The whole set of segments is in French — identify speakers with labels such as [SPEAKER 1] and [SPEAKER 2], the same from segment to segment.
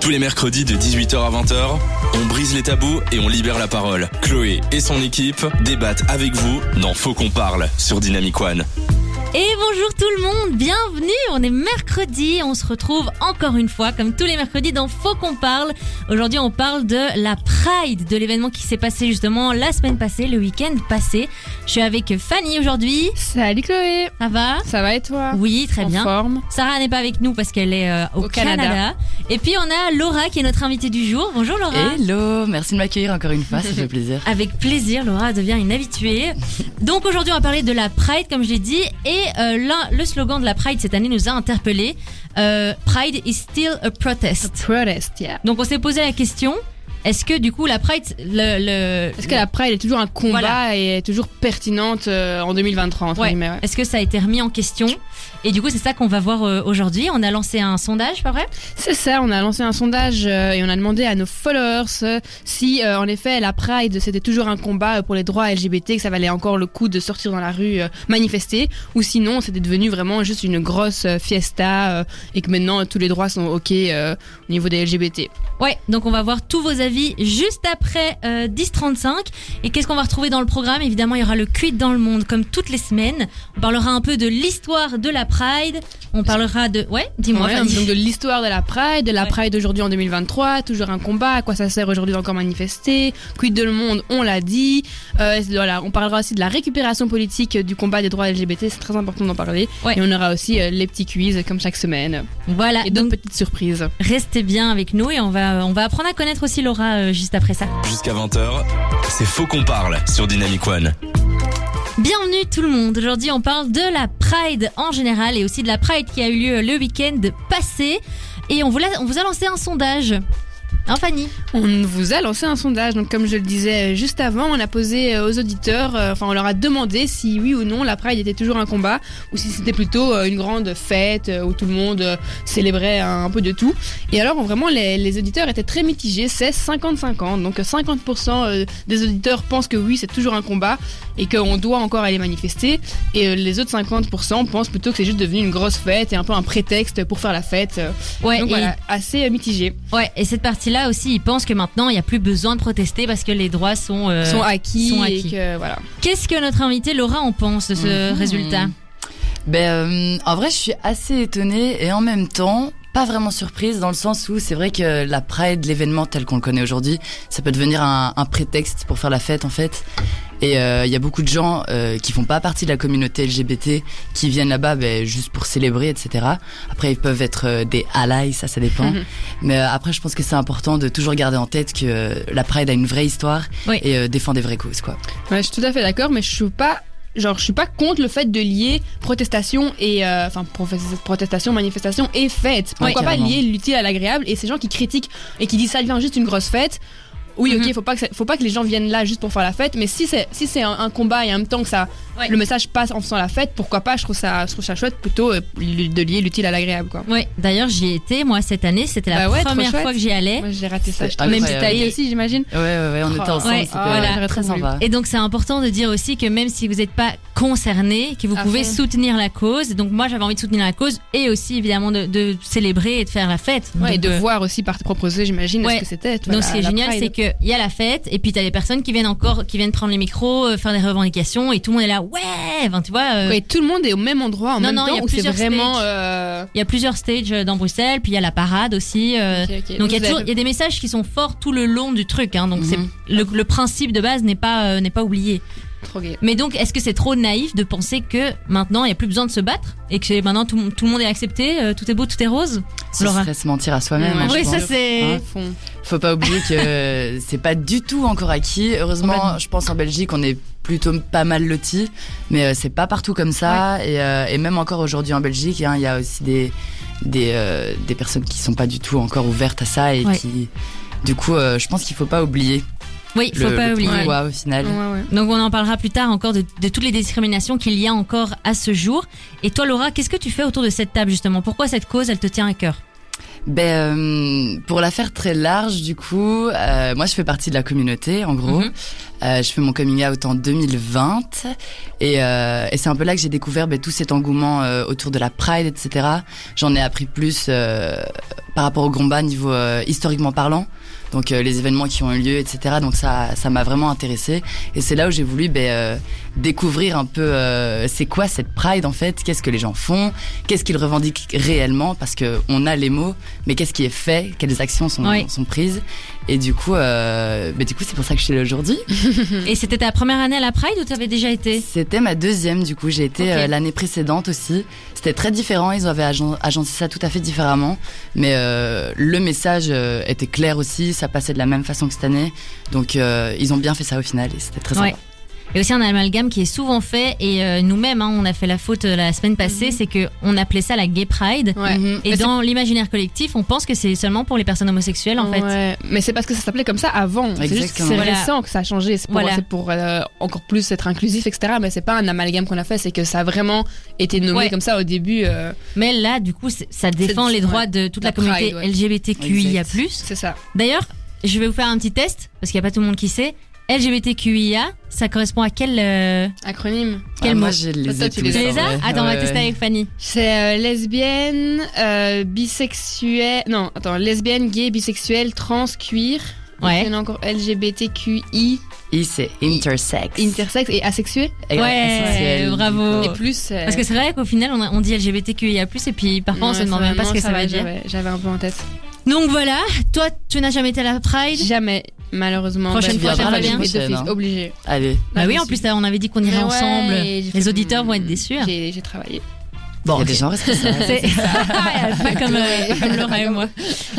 [SPEAKER 1] Tous les mercredis de 18h à 20h, on brise les tabous et on libère la parole. Chloé et son équipe débattent avec vous dans Faut qu'on parle sur Dynamic One.
[SPEAKER 2] Et bonjour tout le monde, bienvenue, on est mercredi, on se retrouve encore une fois comme tous les mercredis dans Faut qu'on parle. Aujourd'hui on parle de la Pride, de l'événement qui s'est passé justement la semaine passée, le week-end passé. Je suis avec Fanny aujourd'hui,
[SPEAKER 3] Salut Chloé
[SPEAKER 2] ça va
[SPEAKER 3] Ça va et toi
[SPEAKER 2] Oui, très
[SPEAKER 3] En
[SPEAKER 2] bien.
[SPEAKER 3] forme
[SPEAKER 2] Sarah n'est pas avec nous parce qu'elle est euh, au,
[SPEAKER 3] Au
[SPEAKER 2] Canada.
[SPEAKER 3] Canada.
[SPEAKER 2] Et puis on a Laura qui est notre invitée du jour. Bonjour Laura.
[SPEAKER 4] Hello, merci de m'accueillir encore une fois, ça fait plaisir.
[SPEAKER 2] Avec plaisir, Laura devient une habituée. Donc aujourd'hui, on va parler de la Pride, comme je l'ai dit. Et euh, l'un- le slogan de la Pride cette année nous a interpellés. Euh, Pride is still a protest.
[SPEAKER 3] Protest, yeah.
[SPEAKER 2] Donc on s'est posé la question, est-ce que du coup la Pride... Le, le-
[SPEAKER 3] Est-ce que la Pride est toujours un combat
[SPEAKER 2] Voilà.
[SPEAKER 3] et est toujours pertinente euh, en 2023 entre
[SPEAKER 2] Ouais.
[SPEAKER 3] guillemets, ouais.
[SPEAKER 2] est-ce que ça a été remis en question Et du coup, c'est ça qu'on va voir euh, aujourd'hui. On a lancé un sondage, pas vrai
[SPEAKER 3] C'est ça, on a lancé un sondage euh, et on a demandé à nos followers euh, si euh, en effet la Pride c'était toujours un combat euh, pour les droits LGBT, que ça valait encore le coup de sortir dans la rue euh, manifester, ou sinon c'était devenu vraiment juste une grosse euh, fiesta euh, et que maintenant euh, tous les droits sont ok euh, au niveau des LGBT.
[SPEAKER 2] Ouais, donc on va voir tous vos avis juste après euh, 10h35. Et qu'est-ce qu'on va retrouver dans le programme Évidemment, il y aura le quid dans le monde, comme toutes les semaines. On parlera un peu de l'histoire de la Pride. On parlera de... Ouais, dis-moi.
[SPEAKER 3] Ouais,
[SPEAKER 2] Fanny.
[SPEAKER 3] donc de l'histoire de la Pride, de la
[SPEAKER 2] Ouais.
[SPEAKER 3] Pride aujourd'hui en 2023, toujours un combat, à quoi ça sert aujourd'hui d'encore manifester, quid de le monde, on l'a dit, Euh, voilà, on parlera aussi de la récupération politique euh, du combat des droits LGBT, c'est très important d'en parler,
[SPEAKER 2] Ouais.
[SPEAKER 3] et on aura aussi euh, les petits quiz comme chaque semaine,
[SPEAKER 2] Voilà,
[SPEAKER 3] et
[SPEAKER 2] donc
[SPEAKER 3] d'autres petites surprises.
[SPEAKER 2] restez bien avec nous et on va, on va apprendre à connaître aussi Laura euh, juste après ça.
[SPEAKER 1] Jusqu'à 20h, c'est Faut qu'on parle sur Dynamic One.
[SPEAKER 2] Bienvenue tout le monde. Aujourd'hui, on parle de la Pride en général et aussi de la Pride qui a eu lieu le week-end passé. Et on vous, l'a- on vous a lancé un sondage. Hein, Fanny
[SPEAKER 3] On vous a lancé un sondage, donc comme je le disais euh, juste avant, on a posé euh, aux auditeurs, euh, enfin on leur a demandé si oui ou non la Pride était toujours un combat, ou si c'était plutôt euh, une grande fête euh, où tout le monde euh, célébrait un, un peu de tout. Et alors vraiment les, les auditeurs étaient très mitigés, c'est 50-50, donc euh, 50% euh, des auditeurs pensent que oui c'est toujours un combat et qu'on doit encore aller manifester, et euh, les autres 50% pensent plutôt que c'est juste devenu une grosse fête et un peu un prétexte pour faire la fête. euh.
[SPEAKER 2] Ouais,
[SPEAKER 3] Donc
[SPEAKER 2] et-
[SPEAKER 3] voilà, assez euh, mitigé.
[SPEAKER 2] Ouais, et cette partie-là aussi, ils pensent que maintenant, il n'y a plus besoin de protester parce que les droits sont... euh,
[SPEAKER 3] sont acquis,
[SPEAKER 2] sont
[SPEAKER 3] et
[SPEAKER 2] acquis.
[SPEAKER 3] que voilà.
[SPEAKER 2] Qu'est-ce que notre invitée Laura en pense de ce
[SPEAKER 4] Mhm.
[SPEAKER 2] résultat
[SPEAKER 4] Ben, euh, en vrai, je suis assez étonnée et en même temps pas vraiment surprise dans le sens où c'est vrai que la Pride, l'événement tel qu'on le connaît aujourd'hui, ça peut devenir un, un prétexte pour faire la fête en fait. Et euh, il y a beaucoup de gens euh, qui font pas partie de la communauté LGBT qui viennent là-bas ben, juste pour célébrer, etc. Après, ils peuvent être euh, des allies, ça, ça dépend. Mais euh, après, je pense que c'est important de toujours garder en tête que euh, la Pride a une vraie histoire
[SPEAKER 2] Oui.
[SPEAKER 4] et euh, défend des vraies causes, quoi.
[SPEAKER 3] Ouais, je suis tout à fait d'accord, mais je suis pas. Genre, je suis pas contre le fait de lier protestation et. euh, Enfin, profe- protestation, manifestation et fête. Pourquoi
[SPEAKER 4] Ouais,
[SPEAKER 3] pas
[SPEAKER 4] carrément.
[SPEAKER 3] lier l'utile à l'agréable Et ces gens qui critiquent et qui disent ça devient juste une grosse fête. Oui,
[SPEAKER 2] Mhm.
[SPEAKER 3] ok, faut pas, que ça- faut pas que les gens viennent là juste pour faire la fête, mais si c'est si c'est un, un combat et en même temps que ça,
[SPEAKER 2] Ouais.
[SPEAKER 3] le message passe en faisant la fête, pourquoi pas Je trouve ça, je trouve ça chouette plutôt euh, de lier l'utile à l'agréable, quoi.
[SPEAKER 2] Ouais, d'ailleurs, j'y ai été, moi, cette année. C'était la
[SPEAKER 3] Bah ouais, trop
[SPEAKER 2] première
[SPEAKER 3] chouette.
[SPEAKER 2] fois que j'y allais.
[SPEAKER 3] Moi, j'ai raté ça.
[SPEAKER 4] C'est
[SPEAKER 3] je trouve. Même si t'as
[SPEAKER 4] incroyable.
[SPEAKER 3] été aussi, j'imagine.
[SPEAKER 4] Ouais, ouais, ouais, on était ensemble,
[SPEAKER 2] Oh. Ouais,
[SPEAKER 4] c'était
[SPEAKER 2] voilà.
[SPEAKER 4] euh, très
[SPEAKER 3] J'aurais trop
[SPEAKER 4] sympa.
[SPEAKER 2] Et donc, c'est important de dire aussi que même si vous n'êtes pas concerné, que vous
[SPEAKER 3] À
[SPEAKER 2] pouvez
[SPEAKER 3] fond.
[SPEAKER 2] soutenir la cause. Donc, moi, j'avais envie de soutenir la cause et aussi, évidemment, de, de célébrer et de faire la fête.
[SPEAKER 3] Ouais, et
[SPEAKER 2] Donc,
[SPEAKER 3] de
[SPEAKER 2] euh,
[SPEAKER 3] voir aussi par tes propres yeux, j'imagine,
[SPEAKER 2] Ouais.
[SPEAKER 3] ce que c'était. tu vois,
[SPEAKER 2] Donc
[SPEAKER 3] la-
[SPEAKER 2] ce qui est
[SPEAKER 3] la
[SPEAKER 2] génial,
[SPEAKER 3] Pride.
[SPEAKER 2] c'est qu'il y a la fête, et puis t'as des personnes qui viennent encore, qui viennent prendre les micros, euh, faire des revendications, et tout le monde est là, ouais, enfin, tu vois, euh, il
[SPEAKER 3] Ouais, tout le monde est au même endroit en
[SPEAKER 2] Non,
[SPEAKER 3] même
[SPEAKER 2] non, il y a
[SPEAKER 3] temps où c'est
[SPEAKER 2] plusieurs
[SPEAKER 3] vraiment.
[SPEAKER 2] stages.
[SPEAKER 3] euh,
[SPEAKER 2] y a plusieurs stages euh, dans Bruxelles, puis il y a la parade aussi. euh,
[SPEAKER 3] ok, ok.
[SPEAKER 2] Donc il y a
[SPEAKER 3] Vous
[SPEAKER 2] toujours, il
[SPEAKER 3] avez-
[SPEAKER 2] y a des messages qui sont forts tout le long du truc, hein, donc
[SPEAKER 4] Mhm.
[SPEAKER 2] c'est le, le principe de base n'est pas euh, n'est pas oublié.
[SPEAKER 3] Trop gay.
[SPEAKER 2] Mais donc est-ce que c'est trop naïf de penser que maintenant il y a plus besoin de se battre et que maintenant tout, tout le monde est accepté, euh, tout est beau, tout est rose
[SPEAKER 4] Ce
[SPEAKER 2] Laura.
[SPEAKER 4] serait se mentir à soi-même.
[SPEAKER 3] Ouais,
[SPEAKER 4] hein, je
[SPEAKER 2] Oui,
[SPEAKER 4] pense.
[SPEAKER 2] ça c'est.
[SPEAKER 4] Hein
[SPEAKER 3] Fond.
[SPEAKER 4] Faut pas oublier que c'est pas du tout encore acquis. Heureusement, je pense en Belgique, on est plutôt pas mal lotis, mais euh, c'est pas partout comme ça. Et, euh, et même encore aujourd'hui en Belgique, hein, il y a aussi des des, euh, des personnes qui sont pas du tout encore ouvertes à ça et
[SPEAKER 2] Ouais.
[SPEAKER 4] qui, du coup, euh, je pense qu'il faut pas oublier.
[SPEAKER 2] oui, faut
[SPEAKER 4] le,
[SPEAKER 2] pas
[SPEAKER 4] le
[SPEAKER 2] oublier.
[SPEAKER 4] pouvoir au final.
[SPEAKER 3] Ouais, ouais.
[SPEAKER 2] Donc on en parlera plus tard encore de, de toutes les discriminations qu'il y a encore à ce jour. Et toi Laura, qu'est-ce que tu fais autour de cette table justement Pourquoi cette cause, elle te tient à cœur
[SPEAKER 4] Ben, euh, pour la faire très large, du coup, euh, moi je fais partie de la communauté, en gros.
[SPEAKER 2] Mhm.
[SPEAKER 4] Euh, je fais mon coming out en 2020 et, euh, et c'est un peu là que j'ai découvert ben, tout cet engouement euh, autour de la Pride, etc. J'en ai appris plus euh, par rapport au combat niveau euh, historiquement parlant, donc euh, les événements qui ont eu lieu, etc. Donc ça, ça m'a vraiment intéressé et c'est là où j'ai voulu ben, euh, découvrir un peu euh, c'est quoi cette Pride en fait, qu'est-ce que les gens font, qu'est-ce qu'ils revendiquent réellement parce que on a les mots, mais qu'est-ce qui est fait, quelles actions sont,
[SPEAKER 2] Oui.
[SPEAKER 4] sont prises et du coup, euh, ben, du coup c'est pour ça que je suis là aujourd'hui.
[SPEAKER 2] Mhm. Et c'était ta première année à la Pride ou t'avais déjà été
[SPEAKER 4] C'était ma deuxième, du coup. J'ai été
[SPEAKER 2] Ok.
[SPEAKER 4] euh, l'année précédente aussi. C'était très différent. Ils avaient agen- agencé ça tout à fait différemment. Mais euh, le message euh, était clair aussi. Ça passait de la même façon que cette année. Donc, euh, ils ont bien fait ça au final. Et c'était très
[SPEAKER 2] Ouais.
[SPEAKER 4] sympa.
[SPEAKER 2] Et aussi un amalgame qui est souvent fait et euh, nous-mêmes, hein, on a fait la faute euh, la semaine passée, c'est que on appelait ça la Gay Pride.
[SPEAKER 3] Mhm. Ouais.
[SPEAKER 4] Mhm.
[SPEAKER 2] Et
[SPEAKER 3] Mais c'est-
[SPEAKER 2] dans l'imaginaire collectif, on pense que c'est seulement pour les personnes homosexuelles en fait.
[SPEAKER 3] Ouais, Mais c'est parce que ça s'appelait comme ça avant. C'est juste que
[SPEAKER 4] Exactement.
[SPEAKER 3] c'est
[SPEAKER 2] Voilà.
[SPEAKER 3] récent que ça a changé. C'est pour,
[SPEAKER 2] Voilà.
[SPEAKER 3] c'est pour euh, encore plus être inclusif, etc. Mais c'est pas un amalgame qu'on a fait, c'est que ça a vraiment été nommé
[SPEAKER 2] Ouais.
[SPEAKER 3] comme ça au début. euh,
[SPEAKER 2] Mais là, du coup, c'est- ça défend
[SPEAKER 3] C'est-
[SPEAKER 2] les
[SPEAKER 3] ouais.
[SPEAKER 2] droits de toute la,
[SPEAKER 3] La
[SPEAKER 2] communauté
[SPEAKER 3] Pride, ouais.
[SPEAKER 2] LGBTQIA+.
[SPEAKER 3] c'est ça.
[SPEAKER 2] D'ailleurs, je vais vous faire un petit test parce qu'il n'y a pas tout le monde qui sait. LGBTQIA, ça correspond à quel euh,
[SPEAKER 3] Acronyme.
[SPEAKER 2] quel
[SPEAKER 4] Ah,
[SPEAKER 2] mot
[SPEAKER 4] moi, je les
[SPEAKER 3] Toi,
[SPEAKER 4] ai
[SPEAKER 3] tu
[SPEAKER 4] tous
[SPEAKER 3] les Ah,
[SPEAKER 2] Tu les as
[SPEAKER 4] ouais.
[SPEAKER 2] Attends, on va
[SPEAKER 4] Ouais,
[SPEAKER 2] tester
[SPEAKER 4] ouais.
[SPEAKER 2] avec Fanny.
[SPEAKER 3] C'est euh, lesbienne, euh, bisexuelle. Non, attends, lesbienne, gay, bisexuelle, trans, queer. Il
[SPEAKER 2] Ouais.
[SPEAKER 3] y en a encore LGBTQI,
[SPEAKER 4] I, c'est intersex.
[SPEAKER 3] intersexe et asexué.
[SPEAKER 4] Et
[SPEAKER 2] Ouais,
[SPEAKER 4] asexuel,
[SPEAKER 2] bravo.
[SPEAKER 4] du
[SPEAKER 3] Et
[SPEAKER 4] coup.
[SPEAKER 3] plus. euh,
[SPEAKER 2] Oh. Parce que c'est vrai qu'au final, on, a- on dit LGBTQIA+, et puis parfois, on
[SPEAKER 3] ouais,
[SPEAKER 2] se demande
[SPEAKER 3] ça
[SPEAKER 2] même
[SPEAKER 3] va,
[SPEAKER 2] pas ce
[SPEAKER 3] non,
[SPEAKER 2] que ça
[SPEAKER 3] va,
[SPEAKER 2] veut dire.
[SPEAKER 3] j'avais- J'avais un peu en tête.
[SPEAKER 2] Donc voilà, toi, tu n'as jamais été à la Pride
[SPEAKER 3] Jamais, malheureusement.
[SPEAKER 2] Prochaine
[SPEAKER 3] Bah,
[SPEAKER 2] fois,
[SPEAKER 3] je
[SPEAKER 2] j'aimerais
[SPEAKER 3] viendrai la
[SPEAKER 2] bien.
[SPEAKER 3] journée de
[SPEAKER 4] Prochaine,
[SPEAKER 3] fixe,
[SPEAKER 4] hein.
[SPEAKER 3] Obligé.
[SPEAKER 4] Allez.
[SPEAKER 2] Bah oui, en
[SPEAKER 3] possible.
[SPEAKER 2] plus, on avait dit qu'on irait
[SPEAKER 3] Mais ouais,
[SPEAKER 2] ensemble.
[SPEAKER 3] et j'ai
[SPEAKER 2] Les
[SPEAKER 3] fait,
[SPEAKER 2] auditeurs vont être
[SPEAKER 3] hmm,
[SPEAKER 2] déçus.
[SPEAKER 3] J'ai j'ai travaillé.
[SPEAKER 4] Bon,
[SPEAKER 2] Ok.
[SPEAKER 4] des gens responsables.
[SPEAKER 2] C'est-
[SPEAKER 3] Ah,
[SPEAKER 2] pas comme, euh, pas comme Laura et moi.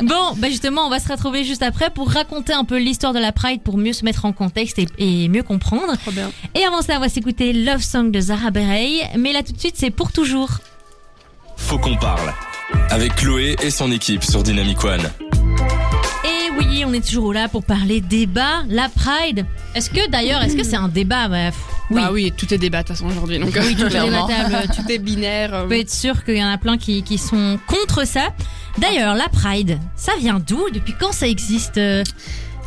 [SPEAKER 2] Bon, bah justement, on va se retrouver juste après pour raconter un peu l'histoire de la Pride pour mieux se mettre en contexte et, et mieux comprendre.
[SPEAKER 3] Trop bien.
[SPEAKER 2] Et avant ça, on va s'écouter Love Song de Zara Berey. Mais là, tout de suite, c'est pour toujours.
[SPEAKER 1] Faut qu'on parle. Avec Chloé et son équipe sur Dynamic One.
[SPEAKER 2] Et oui, on est toujours là pour parler débat, la Pride. Est-ce que d'ailleurs, est-ce que c'est un débat Bah, pff, Oui.
[SPEAKER 3] Bah oui, tout est débat de toute façon aujourd'hui. Donc, euh,
[SPEAKER 4] Oui, tout clairement.
[SPEAKER 2] Débattable.
[SPEAKER 3] tout est binaire. euh,
[SPEAKER 2] On peut être sûr qu'il y en a plein qui, qui sont contre ça. D'ailleurs, la Pride, ça vient d'où Depuis quand ça existe Euh,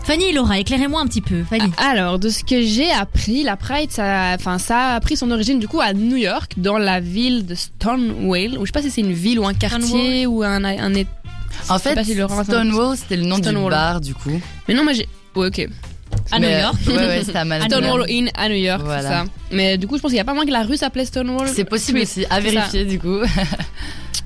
[SPEAKER 2] Fanny et Laura, éclairez-moi un petit peu. Fanny.
[SPEAKER 3] Alors, de ce que j'ai appris, la Pride, ça, enfin, ça a pris son origine du coup à New York, dans la ville de Stonewall. Ou je sais pas si c'est une ville ou un quartier ou un, un é-
[SPEAKER 4] En
[SPEAKER 3] Je sais
[SPEAKER 4] fait,
[SPEAKER 3] pas si Laurent-
[SPEAKER 4] Stonewall, c'était le nom du
[SPEAKER 3] Stonewall.
[SPEAKER 4] bar, du coup.
[SPEAKER 3] Mais non, moi j'ai. Ouais, ok. Ah,
[SPEAKER 2] À
[SPEAKER 4] Ah, Mais,
[SPEAKER 2] New York.
[SPEAKER 3] euh,
[SPEAKER 4] Ouais, ouais, c'était à Manhattan.
[SPEAKER 3] Stonewall Inn à New York,
[SPEAKER 4] Voilà.
[SPEAKER 3] c'est ça. Mais du coup, je pense qu'il n'y a pas moins que la rue s'appelait Stonewall.
[SPEAKER 4] C'est possible
[SPEAKER 3] Street.
[SPEAKER 4] aussi, à
[SPEAKER 3] c'est ça.
[SPEAKER 4] vérifier, du coup.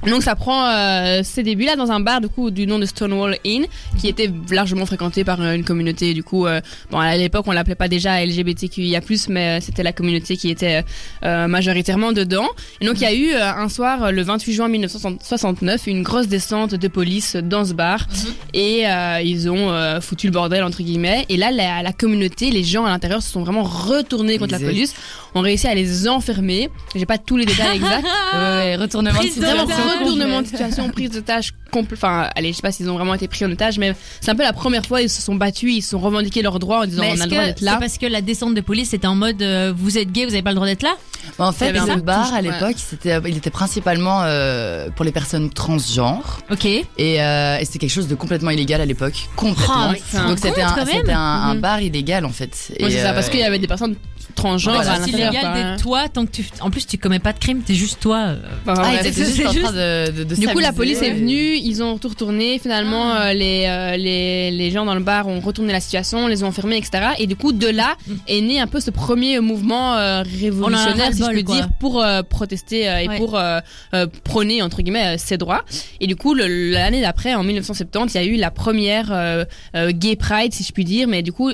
[SPEAKER 3] Donc ça prend euh, ses débuts là dans un bar du coup du nom de Stonewall Inn qui était largement fréquenté par euh, une communauté du coup euh, bon à l'époque on l'appelait pas déjà LGBTQIA+ mais euh, c'était la communauté qui était euh, majoritairement dedans. Et donc il y a eu euh, un soir euh, le 28 juin 1969 une grosse descente de police dans ce bar et euh, ils ont euh, foutu le bordel entre guillemets et là la, la communauté les gens à l'intérieur se sont vraiment retournés contre la
[SPEAKER 4] Exact.
[SPEAKER 3] police, ont réussi à les enfermer. J'ai pas tous les détails exacts
[SPEAKER 4] Ouais, retournement de
[SPEAKER 2] Prise de
[SPEAKER 4] situation.
[SPEAKER 2] otage.
[SPEAKER 3] vraiment retournement de situation, prise d'otage compl- Enfin, allez, je sais pas s'ils ont vraiment été pris en otage, mais c'est un peu la première fois ils se sont battus, ils se sont revendiqués leurs droits en disant
[SPEAKER 2] Mais
[SPEAKER 3] on
[SPEAKER 2] est-ce
[SPEAKER 3] a le droit
[SPEAKER 2] que
[SPEAKER 3] d'être
[SPEAKER 2] c'est
[SPEAKER 3] là.
[SPEAKER 2] parce que la descente de police c'était en mode euh, vous êtes gay, vous avez pas le droit d'être là
[SPEAKER 4] En
[SPEAKER 3] Il y
[SPEAKER 4] fait,
[SPEAKER 3] avait un
[SPEAKER 4] le bar
[SPEAKER 3] touche-
[SPEAKER 4] à
[SPEAKER 3] ouais.
[SPEAKER 4] l'époque, c'était, il était principalement euh, pour les personnes transgenres
[SPEAKER 2] Ok.
[SPEAKER 4] et, euh, et c'était quelque chose de complètement illégal à l'époque, complètement.
[SPEAKER 2] mais
[SPEAKER 3] Oh, c'est un
[SPEAKER 4] Donc c'était
[SPEAKER 2] compte,
[SPEAKER 4] un,
[SPEAKER 2] quand même.
[SPEAKER 4] c'était un, un
[SPEAKER 3] Mhm.
[SPEAKER 4] bar illégal en fait.
[SPEAKER 3] Ouais, c'est
[SPEAKER 4] Et,
[SPEAKER 3] ça,
[SPEAKER 4] euh,
[SPEAKER 3] parce qu'il y avait des personnes transgenres
[SPEAKER 4] voilà,
[SPEAKER 3] à
[SPEAKER 2] c'est
[SPEAKER 3] bah, l'intérieur.
[SPEAKER 2] illégal
[SPEAKER 3] quoi. hein.
[SPEAKER 2] d'être toi tant que tu. En plus, tu commets pas de crime, t'es juste toi. euh.
[SPEAKER 3] Enfin,
[SPEAKER 4] Ah,
[SPEAKER 3] bref.
[SPEAKER 4] ils étaient
[SPEAKER 2] c'est-
[SPEAKER 4] juste
[SPEAKER 2] c'est
[SPEAKER 4] en train de, de- de
[SPEAKER 3] Du coup, la
[SPEAKER 4] s'amuser.
[SPEAKER 3] police est venue, ils ont tout retourné. Finalement,
[SPEAKER 2] Ah.
[SPEAKER 3] euh, les, euh, les, les gens dans le bar ont retourné la situation, les ont enfermés, etc. Et du coup, de là
[SPEAKER 2] Mm.
[SPEAKER 3] est né un peu ce premier mouvement euh, révolutionnaire, si je
[SPEAKER 2] ras-le-bol,
[SPEAKER 3] peux
[SPEAKER 2] quoi.
[SPEAKER 3] dire, pour euh, protester euh, et
[SPEAKER 2] Ouais.
[SPEAKER 3] pour euh, euh, prôner, entre guillemets, euh, ses droits. Et du coup, le- l'année d'après, en 1970, il y a eu la première euh, euh, Gay Pride, si je puis dire, mais du coup...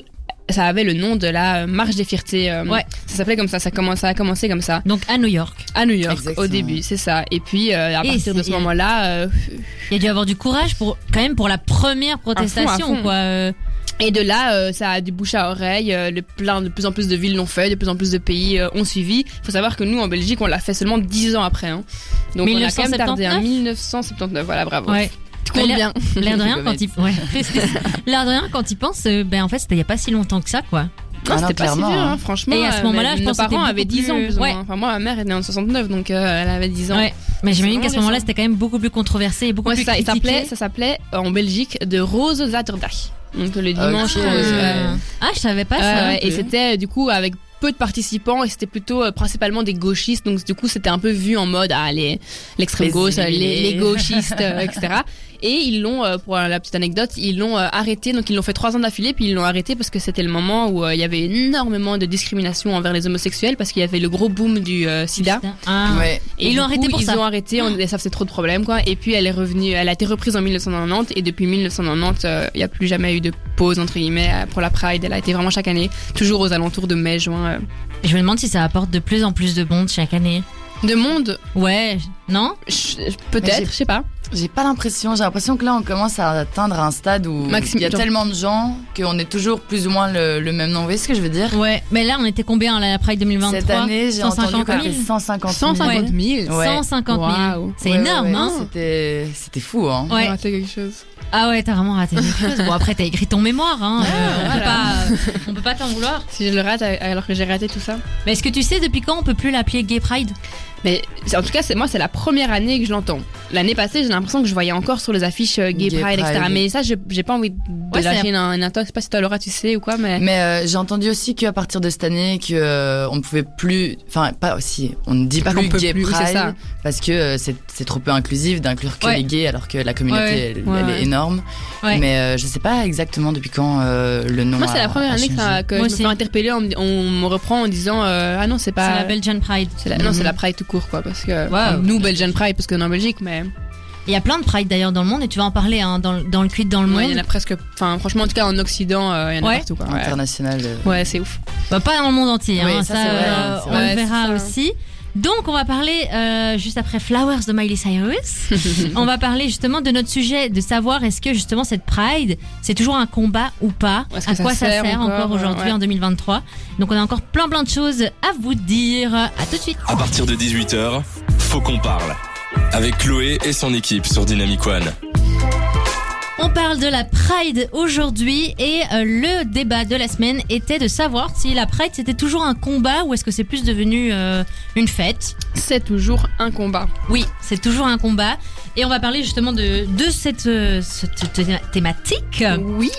[SPEAKER 3] Ça avait le nom de la euh, marche des fiertés. euh,
[SPEAKER 2] Ouais.
[SPEAKER 3] Ça s'appelait comme ça. Ça, commence, ça a commencé comme ça
[SPEAKER 2] Donc à New York,
[SPEAKER 3] à New York
[SPEAKER 4] Exactement.
[SPEAKER 3] au début, c'est ça. Et puis euh, à
[SPEAKER 2] Et
[SPEAKER 3] partir de
[SPEAKER 2] c'est-
[SPEAKER 3] ce moment-là, euh,
[SPEAKER 2] il y a dû avoir du courage pour quand même pour la première protestation
[SPEAKER 3] fond.
[SPEAKER 2] quoi. euh.
[SPEAKER 3] Et de là, euh, ça a du bouche à oreille. euh, le plein, de plus en plus de villes l'ont fait, de plus en plus de pays euh, ont suivi. faut savoir que nous, en Belgique, on l'a fait seulement 10 ans après. Hein. Donc on a quand même tardé. Hein,
[SPEAKER 2] 1979?
[SPEAKER 3] 1979, voilà, bravo.
[SPEAKER 2] Ouais.
[SPEAKER 3] Tu
[SPEAKER 2] Mais
[SPEAKER 3] comptes
[SPEAKER 2] l'air-
[SPEAKER 3] bien.
[SPEAKER 2] L'air de
[SPEAKER 4] Je
[SPEAKER 2] rien
[SPEAKER 4] peux
[SPEAKER 2] quand il ouais. L'air de rien quand il pense, euh, ben en fait c'était il y a pas si longtemps que ça quoi.
[SPEAKER 3] Non,
[SPEAKER 4] Ah non,
[SPEAKER 3] c'était pas si vieux,
[SPEAKER 4] clairement,
[SPEAKER 3] hein,
[SPEAKER 4] hein.
[SPEAKER 3] franchement.
[SPEAKER 2] Et à ce
[SPEAKER 3] euh,
[SPEAKER 2] moment-là,
[SPEAKER 3] mes-
[SPEAKER 2] je
[SPEAKER 3] nos
[SPEAKER 2] pense que c'était
[SPEAKER 3] parents avaient
[SPEAKER 2] beaucoup
[SPEAKER 3] 10 ans.
[SPEAKER 2] plus-
[SPEAKER 3] plus ou
[SPEAKER 2] ouais.
[SPEAKER 3] moins. Enfin, moi, ma mère est née en 69, donc euh, elle avait 10 ans.
[SPEAKER 2] Ouais. Mais j'imagine qu'à ce
[SPEAKER 3] vraiment
[SPEAKER 2] moment-là,
[SPEAKER 3] récent.
[SPEAKER 2] c'était quand même beaucoup plus controversé et beaucoup
[SPEAKER 3] Moi,
[SPEAKER 2] plus
[SPEAKER 3] ça, ça
[SPEAKER 2] critiqué.
[SPEAKER 3] s'appelait- ça s'appelait euh, en Belgique de Rose Zaterdag. Donc le dimanche
[SPEAKER 4] Ok.
[SPEAKER 3] rose. ouais.
[SPEAKER 2] Euh, Ah, je savais pas
[SPEAKER 3] Ouais,
[SPEAKER 4] hein.
[SPEAKER 2] ça.
[SPEAKER 3] ouais, et c'était euh, du coup avec peu de participants et c'était plutôt euh, principalement des gauchistes donc du coup c'était un peu vu en mode ah les l'extrême
[SPEAKER 4] Les
[SPEAKER 3] gauche euh, les,
[SPEAKER 4] éliminés.
[SPEAKER 3] les gauchistes euh, etc et ils l'ont euh, pour euh, la petite anecdote ils l'ont euh, arrêté donc ils l'ont fait trois ans d'affilée puis ils l'ont arrêté parce que c'était le moment où euh, il y avait énormément de discrimination envers les homosexuels parce qu'il y avait le gros boom du euh, sida
[SPEAKER 2] Ah.
[SPEAKER 4] Ouais.
[SPEAKER 2] Et ils
[SPEAKER 3] du
[SPEAKER 2] l'ont
[SPEAKER 3] coup,
[SPEAKER 2] arrêté pour
[SPEAKER 3] ils
[SPEAKER 2] ça.
[SPEAKER 3] l'ont arrêté on- et ça faisait trop de problèmes quoi et puis elle est revenue elle a été reprise en 1990 et depuis 1990 euh, il n'y a plus jamais eu de pause entre guillemets euh, pour la Pride elle a été vraiment chaque année toujours aux alentours de mai juin euh.
[SPEAKER 2] Je me demande si ça apporte de plus en plus de monde chaque année.
[SPEAKER 3] de monde
[SPEAKER 2] Ouais, non
[SPEAKER 3] je-
[SPEAKER 4] Mais
[SPEAKER 3] peut-être
[SPEAKER 4] j'ai-
[SPEAKER 3] je sais pas
[SPEAKER 4] J'ai pas l'impression, j'ai l'impression que là on commence à atteindre un stade où
[SPEAKER 3] Maxime,
[SPEAKER 4] il y a
[SPEAKER 3] genre-
[SPEAKER 4] tellement de gens qu'on est toujours plus ou moins le, le même nom. Vous voyez ce que je veux dire
[SPEAKER 2] Ouais, mais là, on était combien là, à la Pride 2023
[SPEAKER 4] Cette année, j'ai
[SPEAKER 2] 150
[SPEAKER 4] entendu
[SPEAKER 2] 000.
[SPEAKER 4] parler 150 000.
[SPEAKER 3] 150 000
[SPEAKER 4] Ouais.
[SPEAKER 2] 150 000.
[SPEAKER 3] Waouh.
[SPEAKER 2] C'est
[SPEAKER 4] Ouais, ouais,
[SPEAKER 2] énorme,
[SPEAKER 4] ouais.
[SPEAKER 2] hein
[SPEAKER 4] C'était, c'était fou, hein.
[SPEAKER 2] Ouais.
[SPEAKER 3] On a raté quelque chose
[SPEAKER 2] Ah ouais, t'as vraiment raté quelque chose. Bon, après, t'as écrit ton mémoire, hein. euh, on,
[SPEAKER 3] Ah, voilà.
[SPEAKER 2] peut pas, on peut pas t'en vouloir.
[SPEAKER 3] si je le rate euh, alors que j'ai raté tout ça
[SPEAKER 2] Mais est-ce que tu sais depuis quand on peut plus l'appeler Gay Pride
[SPEAKER 3] mais c'est- en tout cas c'est moi c'est la première année que je l'entends l'année passée j'ai l'impression que je voyais encore sur les affiches euh, gay,
[SPEAKER 4] Gay
[SPEAKER 3] pride, etc
[SPEAKER 4] Pride.
[SPEAKER 3] mais ça j'ai j'ai pas envie de
[SPEAKER 2] Ouais, c'est-
[SPEAKER 3] lâcher un, un intox je sais pas si toi Laura tu sais ou quoi mais
[SPEAKER 4] Mais euh, j'ai entendu aussi qu'à partir de cette année, que euh, on ne pouvait plus, enfin pas aussi, on ne dit
[SPEAKER 3] Pas
[SPEAKER 4] pas
[SPEAKER 3] qu'on
[SPEAKER 4] plus
[SPEAKER 3] peut
[SPEAKER 4] gay
[SPEAKER 3] plus, oui, c'est
[SPEAKER 4] pride
[SPEAKER 3] ça.
[SPEAKER 4] parce que euh, c'est, c'est trop peu inclusif d'inclure que
[SPEAKER 2] Ouais.
[SPEAKER 4] les gays alors que la communauté
[SPEAKER 3] Ouais,
[SPEAKER 4] elle,
[SPEAKER 3] ouais,
[SPEAKER 4] elle
[SPEAKER 3] ouais.
[SPEAKER 4] est énorme.
[SPEAKER 2] Ouais.
[SPEAKER 4] Mais euh, je sais pas exactement depuis quand euh, le nom.
[SPEAKER 3] Moi, c'est
[SPEAKER 4] a-
[SPEAKER 3] la première
[SPEAKER 4] a
[SPEAKER 3] année que,
[SPEAKER 4] changé.
[SPEAKER 3] ça- que
[SPEAKER 2] Moi
[SPEAKER 3] je me
[SPEAKER 2] aussi.
[SPEAKER 3] fais interpeller. On, me- on me reprend en disant euh, Ah non, c'est
[SPEAKER 2] C'est
[SPEAKER 3] pas.
[SPEAKER 2] la Belgian Pride.
[SPEAKER 3] c'est la- Non, c'est
[SPEAKER 4] Mhm.
[SPEAKER 3] la Pride tout court, quoi. Parce que.
[SPEAKER 2] Wow.
[SPEAKER 3] enfin, Nous, Belgian Pride, parce qu'on est en Belgique, mais.
[SPEAKER 2] Il y a plein de Pride d'ailleurs dans le monde et tu vas en parler hein, dans, le- dans le cuit dans le
[SPEAKER 3] Ouais, il y
[SPEAKER 2] monde.
[SPEAKER 3] en a presque. Enfin, franchement, en tout cas, en Occident, euh, il y en a
[SPEAKER 2] Ouais.
[SPEAKER 3] partout, quoi. Ouais,
[SPEAKER 4] international. euh,
[SPEAKER 3] Ouais, c'est ouf.
[SPEAKER 2] Bah, pas dans le monde entier,
[SPEAKER 4] Oui,
[SPEAKER 2] hein,
[SPEAKER 4] ça,
[SPEAKER 2] ça,
[SPEAKER 4] c'est vrai,
[SPEAKER 2] euh,
[SPEAKER 4] c'est
[SPEAKER 2] on
[SPEAKER 3] vrai.
[SPEAKER 2] le verra
[SPEAKER 3] Ouais, c'est ça.
[SPEAKER 2] aussi. Donc on va parler euh, juste après Flowers de Miley Cyrus. on va parler justement de notre sujet, de savoir est-ce que justement cette Pride, c'est toujours un combat ou pas,
[SPEAKER 3] Est-ce que
[SPEAKER 2] à
[SPEAKER 3] ça
[SPEAKER 2] quoi ça
[SPEAKER 3] sert
[SPEAKER 2] sert encore,
[SPEAKER 3] encore, ouais,
[SPEAKER 2] aujourd'hui
[SPEAKER 3] ouais.
[SPEAKER 2] en 2023. Donc on a encore plein plein de choses à vous dire. À tout de suite.
[SPEAKER 1] À partir de 18h, Faut qu'on parle. Avec Chloé et son équipe sur Dynamic One.
[SPEAKER 2] On parle de la Pride aujourd'hui et euh, le débat de la semaine était de savoir si la Pride c'était toujours un combat ou est-ce que c'est plus devenu euh, une fête.
[SPEAKER 3] C'est toujours un combat.
[SPEAKER 2] Oui, c'est toujours un combat et on va parler justement de, de cette, euh, cette thé- thématique.
[SPEAKER 3] Oui.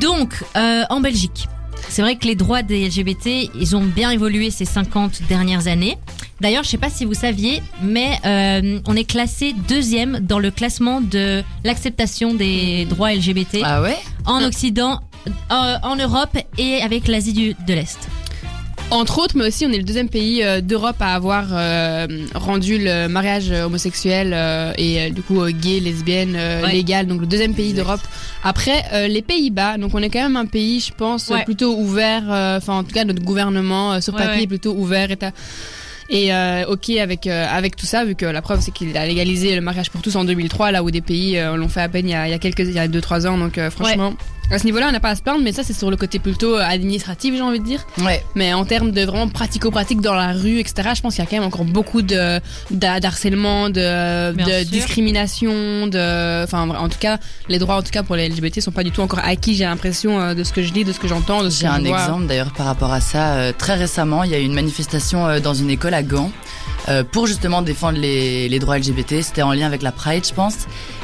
[SPEAKER 2] Donc, euh, en Belgique, c'est vrai que les droits des LGBT, ils ont bien évolué ces 50 dernières années. D'ailleurs, je sais pas si vous saviez, mais euh, on est classé deuxième dans le classement de l'acceptation des droits LGBT
[SPEAKER 4] Ah ouais
[SPEAKER 2] en Occident, euh, en Europe et avec l'Asie du- de l'Est.
[SPEAKER 3] Entre autres, mais aussi, on est le deuxième pays euh, d'Europe à avoir euh, rendu le mariage euh, homosexuel euh, et euh, du coup euh, gay, lesbienne, euh,
[SPEAKER 2] Ouais.
[SPEAKER 3] légal. Donc le deuxième pays
[SPEAKER 4] Exact.
[SPEAKER 3] d'Europe. Après, euh, les Pays-Bas. Donc on est quand même un pays, je pense, euh,
[SPEAKER 2] Ouais.
[SPEAKER 3] plutôt ouvert. euh, Enfin, en tout cas, notre gouvernement euh, sur
[SPEAKER 2] Ouais,
[SPEAKER 3] papier
[SPEAKER 2] ouais.
[SPEAKER 3] est plutôt ouvert. Et, t'as- et euh, ok avec euh, avec tout ça, vu que la preuve c'est qu'il a légalisé le mariage pour tous en 2003, là où des pays euh, l'ont fait à peine il y a, il y a quelques, il y a deux trois ans. Donc euh, franchement. À ce niveau-là, on n'a pas à se plaindre, mais ça, c'est sur le côté plutôt euh, administratif, j'ai envie de dire.
[SPEAKER 4] Ouais.
[SPEAKER 3] Mais en termes de vraiment pratico-pratique dans la rue, etc., je pense qu'il y a quand même encore beaucoup de d'a- d'harcèlement, de,
[SPEAKER 2] Bien
[SPEAKER 3] de
[SPEAKER 2] sûr.
[SPEAKER 3] discrimination, de, enfin, en tout cas, les droits, en tout cas pour les LGBT, sont pas du tout encore acquis. J'ai l'impression euh, de ce que je lis, de ce que j'entends, de ce
[SPEAKER 4] J'ai
[SPEAKER 3] que je
[SPEAKER 4] un
[SPEAKER 3] vois.
[SPEAKER 4] exemple d'ailleurs par rapport à ça. Euh, très récemment, il y a eu une manifestation euh, dans une école à Gand euh, pour justement défendre les, les droits LGBT. C'était en lien avec la Pride, je pense.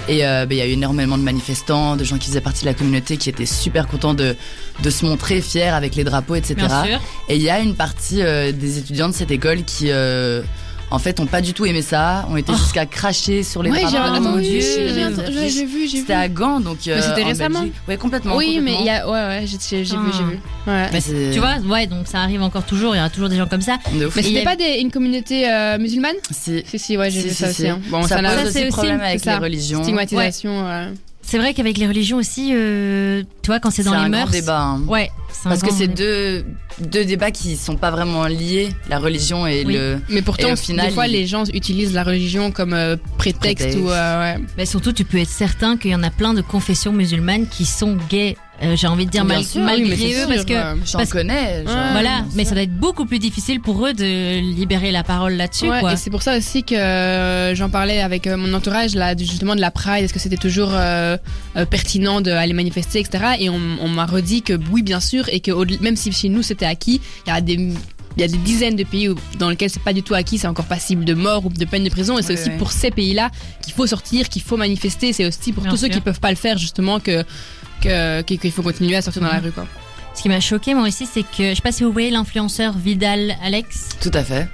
[SPEAKER 4] Et euh, ben, il y a eu énormément de manifestants, de gens qui faisaient partie de la communauté, qui étaient super contents de, de se montrer fiers avec les drapeaux, etc.
[SPEAKER 2] Bien sûr.
[SPEAKER 4] Et il y a une partie euh, des étudiants de cette école qui, euh, en fait, ont pas du tout aimé ça, ont été
[SPEAKER 2] Oh.
[SPEAKER 4] jusqu'à cracher sur les
[SPEAKER 3] Ouais,
[SPEAKER 4] drapeaux.
[SPEAKER 3] j'ai
[SPEAKER 2] Ah,
[SPEAKER 3] attends,
[SPEAKER 2] mon
[SPEAKER 3] oui,
[SPEAKER 2] Dieu.
[SPEAKER 3] j'ai- j'ai-
[SPEAKER 4] les
[SPEAKER 3] j'ai- j'ai vu, j'ai vu.
[SPEAKER 4] C'était à Gand, donc. euh,
[SPEAKER 3] Mais c'était
[SPEAKER 4] en
[SPEAKER 3] récemment.
[SPEAKER 4] Belgique. Ouais, complètement.
[SPEAKER 3] Oui, mais
[SPEAKER 4] complètement.
[SPEAKER 3] il y a, ouais, ouais, j'ai j'ai- j'ai vu, j'ai vu. Ouais.
[SPEAKER 4] Mais c'est-
[SPEAKER 2] Tu vois, ouais, donc ça arrive encore toujours, il y aura toujours des gens comme ça.
[SPEAKER 4] de ouf.
[SPEAKER 3] Mais
[SPEAKER 2] il y
[SPEAKER 3] c'était
[SPEAKER 2] a-
[SPEAKER 3] pas des- une communauté euh, musulmane
[SPEAKER 4] Si.
[SPEAKER 3] Si, si, ouais, j'ai
[SPEAKER 4] Si,
[SPEAKER 3] vu
[SPEAKER 4] si,
[SPEAKER 3] ça
[SPEAKER 4] si.
[SPEAKER 3] aussi. hein. Bon,
[SPEAKER 4] ça,
[SPEAKER 3] ça n'a
[SPEAKER 2] Ça,
[SPEAKER 4] pose
[SPEAKER 2] c'est
[SPEAKER 4] aussi
[SPEAKER 2] aussi
[SPEAKER 4] problème
[SPEAKER 2] une-
[SPEAKER 4] avec
[SPEAKER 3] c'est ça.
[SPEAKER 4] les religions.
[SPEAKER 3] stigmatisation. ouais.
[SPEAKER 2] C'est vrai qu'avec les religions aussi, euh, tu vois, quand c'est
[SPEAKER 4] C'est
[SPEAKER 2] dans les
[SPEAKER 4] un grand
[SPEAKER 2] mœurs.
[SPEAKER 4] débat. hein.
[SPEAKER 2] Ouais, c'est un
[SPEAKER 4] Parce que
[SPEAKER 2] grand
[SPEAKER 4] c'est
[SPEAKER 2] débat.
[SPEAKER 4] deux, deux débats qui sont pas vraiment liés, la religion et
[SPEAKER 2] Oui.
[SPEAKER 4] le.
[SPEAKER 3] Mais pourtant,
[SPEAKER 4] au final,
[SPEAKER 3] des fois,
[SPEAKER 4] il-
[SPEAKER 3] les gens utilisent la religion comme euh, prétexte,
[SPEAKER 4] Prétexte.
[SPEAKER 3] ou euh, ouais.
[SPEAKER 2] Mais surtout, tu peux être certain qu'il y en a plein de confessions musulmanes qui sont gays euh, j'ai envie de dire
[SPEAKER 4] Bien
[SPEAKER 2] mal-
[SPEAKER 4] sûr, oui,
[SPEAKER 2] malgré
[SPEAKER 3] mais c'est
[SPEAKER 2] eux, parce
[SPEAKER 3] sûr,
[SPEAKER 2] que
[SPEAKER 3] euh,
[SPEAKER 4] J'en
[SPEAKER 2] parce-
[SPEAKER 4] connais. j'en-
[SPEAKER 3] Ouais.
[SPEAKER 2] voilà,
[SPEAKER 4] bien
[SPEAKER 2] mais
[SPEAKER 4] sûr.
[SPEAKER 2] ça doit être beaucoup plus difficile pour eux de libérer la parole là-dessus,
[SPEAKER 3] Ouais,
[SPEAKER 2] quoi.
[SPEAKER 3] et c'est pour ça aussi que euh, j'en parlais avec euh, mon entourage là du- justement de la Pride est-ce que c'était toujours euh, euh, pertinent d'aller manifester etc et on, on m'a redit que oui bien sûr et que au- même si chez nous c'était acquis il y a des il y a des dizaines de pays où- dans lesquels c'est pas du tout acquis, c'est encore passible de mort ou de peine de prison. Et c'est
[SPEAKER 4] Ouais,
[SPEAKER 3] aussi
[SPEAKER 4] ouais.
[SPEAKER 3] pour ces pays-là qu'il faut sortir, qu'il faut manifester. C'est aussi pour
[SPEAKER 2] Bien
[SPEAKER 3] tous ceux
[SPEAKER 2] sûr.
[SPEAKER 3] qui peuvent pas le faire justement que que- qu'il qu'il faut continuer à sortir dans la rue. Quoi.
[SPEAKER 2] Ce qui m'a choqué moi aussi, c'est que je sais pas si vous voyez l'influenceur Vidal Alex.
[SPEAKER 4] Tout à fait.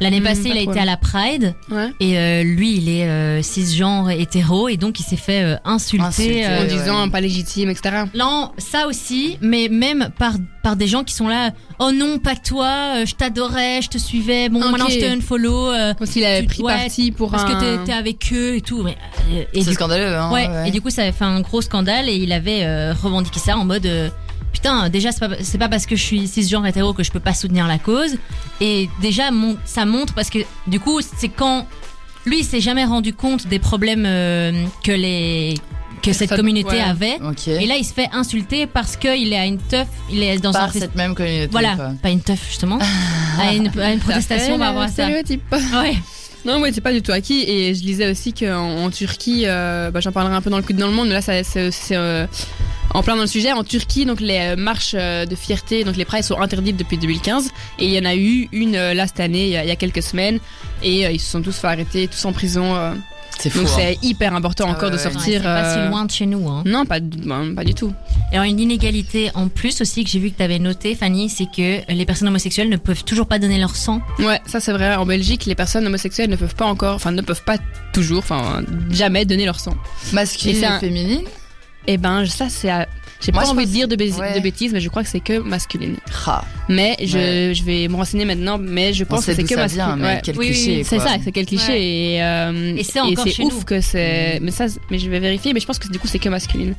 [SPEAKER 2] L'année
[SPEAKER 3] Hmm,
[SPEAKER 2] passée, il
[SPEAKER 3] pas
[SPEAKER 2] a
[SPEAKER 3] trop,
[SPEAKER 2] été à la Pride
[SPEAKER 3] Ouais.
[SPEAKER 2] et euh, lui, il est euh, cisgenre hétéro et donc il s'est fait euh, insulter.
[SPEAKER 4] Insulter,
[SPEAKER 2] euh,
[SPEAKER 3] En
[SPEAKER 4] ouais.
[SPEAKER 3] disant pas légitime, etc.
[SPEAKER 2] Non, ça aussi, mais même par, par des gens qui sont là, oh non, pas toi, euh, je t'adorais, je te suivais, bon,
[SPEAKER 3] Ok.
[SPEAKER 2] maintenant je te unfollow, euh,
[SPEAKER 3] Comme s'il avait
[SPEAKER 2] Tu-
[SPEAKER 3] pris
[SPEAKER 2] ouais,
[SPEAKER 3] parti pour
[SPEAKER 2] parce que
[SPEAKER 3] un...
[SPEAKER 2] t'es- t'es avec eux et tout. mais, euh, et,
[SPEAKER 4] C'est
[SPEAKER 2] du,
[SPEAKER 4] scandaleux. Hein,
[SPEAKER 2] ouais,
[SPEAKER 4] ouais.
[SPEAKER 2] et du coup, ça avait fait un gros scandale et il avait euh, revendiqué ça en mode, euh, putain, déjà, c'est pas, c'est pas parce que je suis cisgenre hétéro que je peux pas soutenir la cause. Et déjà, mon- ça montre parce que du coup, c'est quand lui, il s'est jamais rendu compte des problèmes euh, que les que cette
[SPEAKER 3] Ça-
[SPEAKER 2] communauté
[SPEAKER 3] ouais.
[SPEAKER 2] avait.
[SPEAKER 4] Ok.
[SPEAKER 2] Et là, il se fait insulter parce qu'il est à une teuf, il est dans un
[SPEAKER 4] Par
[SPEAKER 2] fest-
[SPEAKER 4] cette même communauté.
[SPEAKER 2] Voilà,
[SPEAKER 4] quoi.
[SPEAKER 2] pas une teuf justement, à, une, à une protestation, on va voir ça.
[SPEAKER 3] Stéréotype.
[SPEAKER 2] Ouais.
[SPEAKER 3] Non, ouais, c'est pas du tout acquis. Et je disais aussi qu'en en Turquie, euh, bah, j'en parlerai un peu dans le coup de dans le monde, mais là, ça- c'est c'est, euh, en plein dans le sujet. En Turquie, donc les euh, marches euh, de fierté, donc les prides sont interdites depuis 2015. Et il y en a eu une euh, là cette année, il y a, il y a quelques semaines. Et euh, ils se sont tous fait arrêter, tous en prison. euh.
[SPEAKER 4] C'est fou.
[SPEAKER 3] donc
[SPEAKER 4] hein.
[SPEAKER 3] c'est hyper important
[SPEAKER 4] Ah
[SPEAKER 3] encore
[SPEAKER 4] ouais,
[SPEAKER 3] de
[SPEAKER 4] ouais.
[SPEAKER 2] Ouais,
[SPEAKER 3] sortir.
[SPEAKER 2] c'est pas
[SPEAKER 3] euh,
[SPEAKER 2] si loin de chez nous. Hein.
[SPEAKER 3] Non, pas, du- ben, pas du tout.
[SPEAKER 2] Et alors une inégalité en plus aussi que j'ai vu que t'avais noté, Fanny, c'est que les personnes homosexuelles ne peuvent toujours pas donner leur sang.
[SPEAKER 3] Ouais, ça c'est vrai. En Belgique, les personnes homosexuelles ne peuvent pas encore, enfin ne peuvent pas toujours, enfin jamais donner leur sang.
[SPEAKER 4] hein. Masculine
[SPEAKER 3] Et
[SPEAKER 4] et,
[SPEAKER 3] c'est un-
[SPEAKER 4] féminine.
[SPEAKER 3] Eh ben, ça c'est. à- J'ai
[SPEAKER 4] Moi,
[SPEAKER 3] pas
[SPEAKER 4] je
[SPEAKER 3] envie de
[SPEAKER 4] pense-
[SPEAKER 3] dire de, bêtis-
[SPEAKER 4] ouais.
[SPEAKER 3] de bêtises, mais je crois que c'est que masculine.
[SPEAKER 4] Rah,
[SPEAKER 3] Mais je,
[SPEAKER 4] Ouais.
[SPEAKER 3] je vais me renseigner maintenant, mais je
[SPEAKER 4] on
[SPEAKER 3] pense que
[SPEAKER 4] sait
[SPEAKER 3] c'est
[SPEAKER 4] d'où
[SPEAKER 3] que
[SPEAKER 4] ça
[SPEAKER 3] masculine.
[SPEAKER 4] vient, mais
[SPEAKER 3] Ouais.
[SPEAKER 4] quel
[SPEAKER 2] Oui, oui,
[SPEAKER 4] cliché.
[SPEAKER 3] C'est
[SPEAKER 4] quoi.
[SPEAKER 3] ça, c'est quel cliché.
[SPEAKER 2] Ouais.
[SPEAKER 3] Et, euh,
[SPEAKER 2] Et c'est encore chez
[SPEAKER 3] ouf
[SPEAKER 2] nous.
[SPEAKER 3] que c'est.
[SPEAKER 4] Mm.
[SPEAKER 3] Mais ça, mais je vais vérifier, mais je pense que du coup c'est que masculine.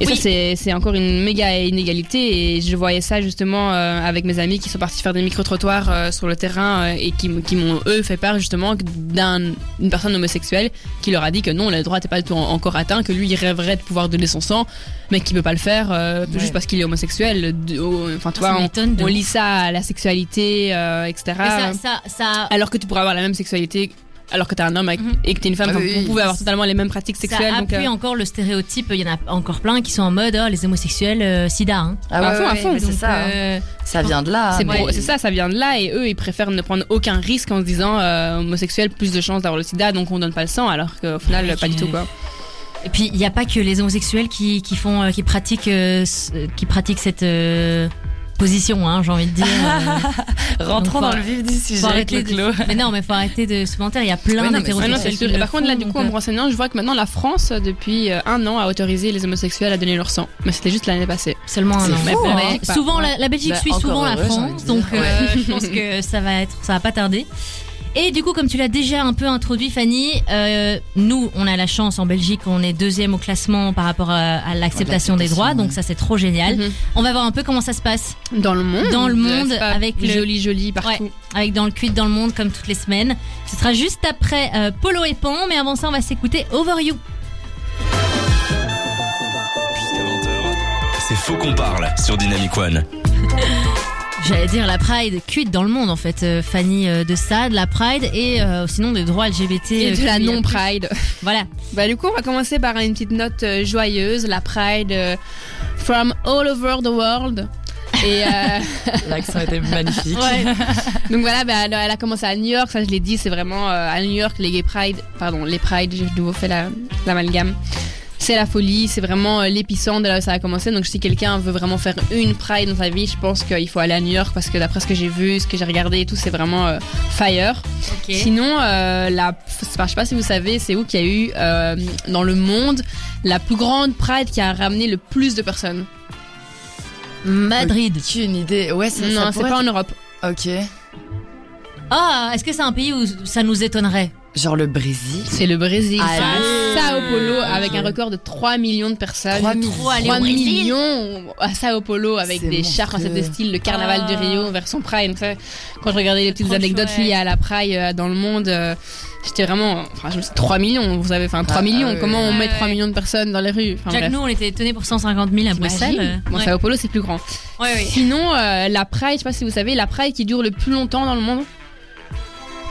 [SPEAKER 3] Et
[SPEAKER 2] Oui.
[SPEAKER 3] ça, c'est- c'est encore une méga inégalité. Et je voyais ça justement euh, avec mes amis qui sont partis faire des micro-trottoirs euh, sur le terrain euh, et qui, m- qui m'ont, eux, fait part justement d'une personne homosexuelle qui leur a dit que non, le droit n'est pas du tout en- encore atteint, que lui, il rêverait de pouvoir donner son sang, mais qu'il peut pas le faire euh,
[SPEAKER 4] Ouais. Ah,
[SPEAKER 3] juste parce qu'il est homosexuel. De- oh, Enfin, tu
[SPEAKER 2] ça
[SPEAKER 3] vois, on-
[SPEAKER 2] m'étonne de
[SPEAKER 3] on
[SPEAKER 2] ouf.
[SPEAKER 3] lie ça à la sexualité, euh, etc.
[SPEAKER 2] Et ça, ça, ça,
[SPEAKER 3] Alors que tu pourrais avoir la même sexualité alors que t'es un homme avec-
[SPEAKER 2] Mhm.
[SPEAKER 3] et que t'es une femme,
[SPEAKER 4] Ah
[SPEAKER 3] enfin,
[SPEAKER 4] oui.
[SPEAKER 3] vous pouvez avoir totalement les mêmes pratiques
[SPEAKER 2] ça
[SPEAKER 3] sexuelles. donc,
[SPEAKER 2] appuie
[SPEAKER 3] euh,
[SPEAKER 2] encore le stéréotype. Il y en a encore plein qui sont en mode oh, les homosexuels euh, sida. Hein.
[SPEAKER 4] Ah ouais,
[SPEAKER 3] À fond, à
[SPEAKER 4] ouais,
[SPEAKER 3] fond,
[SPEAKER 4] mais C'est
[SPEAKER 2] Donc,
[SPEAKER 4] ça. hein.
[SPEAKER 2] euh, ah,
[SPEAKER 4] Ça vient de là.
[SPEAKER 3] c'est
[SPEAKER 4] mais-
[SPEAKER 3] pour- c'est ça, ça vient de là et eux ils préfèrent ne prendre aucun risque en se disant euh, homosexuel plus de chances d'avoir le sida donc on donne pas le sang alors qu'au final
[SPEAKER 2] Ouais,
[SPEAKER 3] pas du
[SPEAKER 2] je-
[SPEAKER 3] tout quoi.
[SPEAKER 2] Et puis il n'y a pas que les homosexuels qui, qui font euh, qui pratiquent euh, ce- euh, qui pratiquent cette euh, position hein, j'ai envie de dire. Euh,
[SPEAKER 4] Rentrons
[SPEAKER 2] Donc, faut-
[SPEAKER 4] dans le vif du sujet
[SPEAKER 2] faut
[SPEAKER 4] avec le
[SPEAKER 2] arrêter
[SPEAKER 4] clos.
[SPEAKER 2] de, mais non, mais faut arrêter de se mentir, il y a plein
[SPEAKER 4] Ouais, non, mais
[SPEAKER 3] Ouais,
[SPEAKER 2] d'hétérosexuels.
[SPEAKER 3] Ah non, c'est
[SPEAKER 2] qui
[SPEAKER 3] sûr.
[SPEAKER 2] le
[SPEAKER 3] Et par contre là
[SPEAKER 2] font,
[SPEAKER 3] du coup
[SPEAKER 2] donc, euh.
[SPEAKER 3] en me renseignant je vois que maintenant la France depuis euh, un an a autorisé les homosexuels à donner leur sang mais c'était juste l'année passée.
[SPEAKER 2] euh, seulement un
[SPEAKER 4] C'est
[SPEAKER 2] an.
[SPEAKER 4] fou,
[SPEAKER 2] Mais
[SPEAKER 4] hein.
[SPEAKER 2] mais
[SPEAKER 3] Bah,
[SPEAKER 2] souvent
[SPEAKER 3] ouais.
[SPEAKER 2] la, la Belgique
[SPEAKER 4] Bah,
[SPEAKER 2] suit
[SPEAKER 4] encore
[SPEAKER 2] souvent la
[SPEAKER 4] heureux, j'ai envie
[SPEAKER 2] France,
[SPEAKER 4] de dire.
[SPEAKER 2] donc euh, je pense que ça va être ça va pas tarder. Et du coup, comme tu l'as déjà un peu introduit, Fanny, euh, nous, on a la chance en Belgique, on est deuxième au classement par rapport à, à l'acceptation des
[SPEAKER 4] l'acceptation,
[SPEAKER 2] droits, donc
[SPEAKER 4] ouais.
[SPEAKER 2] ça c'est trop génial.
[SPEAKER 3] Mhm.
[SPEAKER 2] On va voir un peu comment ça se passe.
[SPEAKER 3] Dans le monde. Euh,
[SPEAKER 2] Dans le monde,
[SPEAKER 3] c'est pas
[SPEAKER 2] avec le-
[SPEAKER 3] joli joli partout.
[SPEAKER 2] avec Dans le Cuit dans le Monde comme toutes les semaines. Ce sera juste après euh, Polo et Pan, mais avant ça, on va s'écouter Over You.
[SPEAKER 1] Jusqu'à 20h, c'est Faux qu'on parle sur Dynamic One.
[SPEAKER 2] J'allais dire la Pride cuite dans le monde en fait, euh, Fanny euh, de ça, de la Pride et euh, sinon des droits LGBT.
[SPEAKER 3] Et
[SPEAKER 2] euh,
[SPEAKER 3] de la
[SPEAKER 2] qu'il y a
[SPEAKER 3] non pride.
[SPEAKER 2] plus. Voilà.
[SPEAKER 3] Bah du coup, on va commencer par une petite note euh, joyeuse, la Pride euh, from all over the world. Et euh,
[SPEAKER 4] L'accent était magnifique.
[SPEAKER 3] donc voilà, bah, elle, elle a commencé à New York, ça je l'ai dit, c'est vraiment euh, à New York les gay pride, pardon, les pride, j'ai de nouveau fait la- l'amalgame. C'est la folie, c'est vraiment euh, l'épicentre de là où ça a commencé. Donc si quelqu'un veut vraiment faire une pride dans sa vie, je pense qu'il faut aller à New York parce que d'après ce que j'ai vu, ce que j'ai regardé et tout, c'est vraiment euh, fire. Sinon, euh, la, enfin, je sais pas si vous savez, c'est où qu'il y a eu euh, dans le monde la plus grande Pride qui a ramené le plus de personnes.
[SPEAKER 2] Madrid.
[SPEAKER 4] As-tu une idée Ouais, ça, ça
[SPEAKER 3] non, c'est
[SPEAKER 4] pourrait
[SPEAKER 3] pas en
[SPEAKER 4] être-
[SPEAKER 3] Europe.
[SPEAKER 4] Ok.
[SPEAKER 2] Ah, est-ce que c'est un pays où ça nous étonnerait
[SPEAKER 4] Genre le Brésil.
[SPEAKER 3] C'est le Brésil.
[SPEAKER 4] Ah,
[SPEAKER 3] ça,
[SPEAKER 2] oui.
[SPEAKER 3] Sao Paulo avec un record de 3 millions de personnes.
[SPEAKER 4] 3
[SPEAKER 2] trop aller au
[SPEAKER 3] 3
[SPEAKER 2] Brésil.
[SPEAKER 3] millions à Sao Paulo avec
[SPEAKER 4] C'est
[SPEAKER 3] des chars, enfin,
[SPEAKER 4] monstrueux.
[SPEAKER 3] c'était style le carnaval
[SPEAKER 2] Ah.
[SPEAKER 3] du Rio version Pride. Donc ça, quand je regardais les petites
[SPEAKER 2] Trop
[SPEAKER 3] anecdotes
[SPEAKER 2] chouette.
[SPEAKER 3] liées à la Pride euh, dans le monde, euh, J'étais vraiment. Enfin, je me suis dit, 3 millions, vous savez, enfin 3
[SPEAKER 4] Ah,
[SPEAKER 3] millions.
[SPEAKER 4] ah oui.
[SPEAKER 3] Comment on
[SPEAKER 2] Ouais,
[SPEAKER 3] met 3
[SPEAKER 2] ouais.
[SPEAKER 3] millions de personnes dans les rues enfin,
[SPEAKER 2] Jacques,
[SPEAKER 3] bref.
[SPEAKER 2] nous, on était étonnés pour 150 000 à Bruxelles. Euh,
[SPEAKER 3] Bon,
[SPEAKER 2] ouais.
[SPEAKER 3] Sao Paulo, c'est plus grand.
[SPEAKER 2] Ouais, ouais.
[SPEAKER 3] Sinon, euh, la Pride, je sais pas si vous savez, la Pride qui dure le plus longtemps dans le monde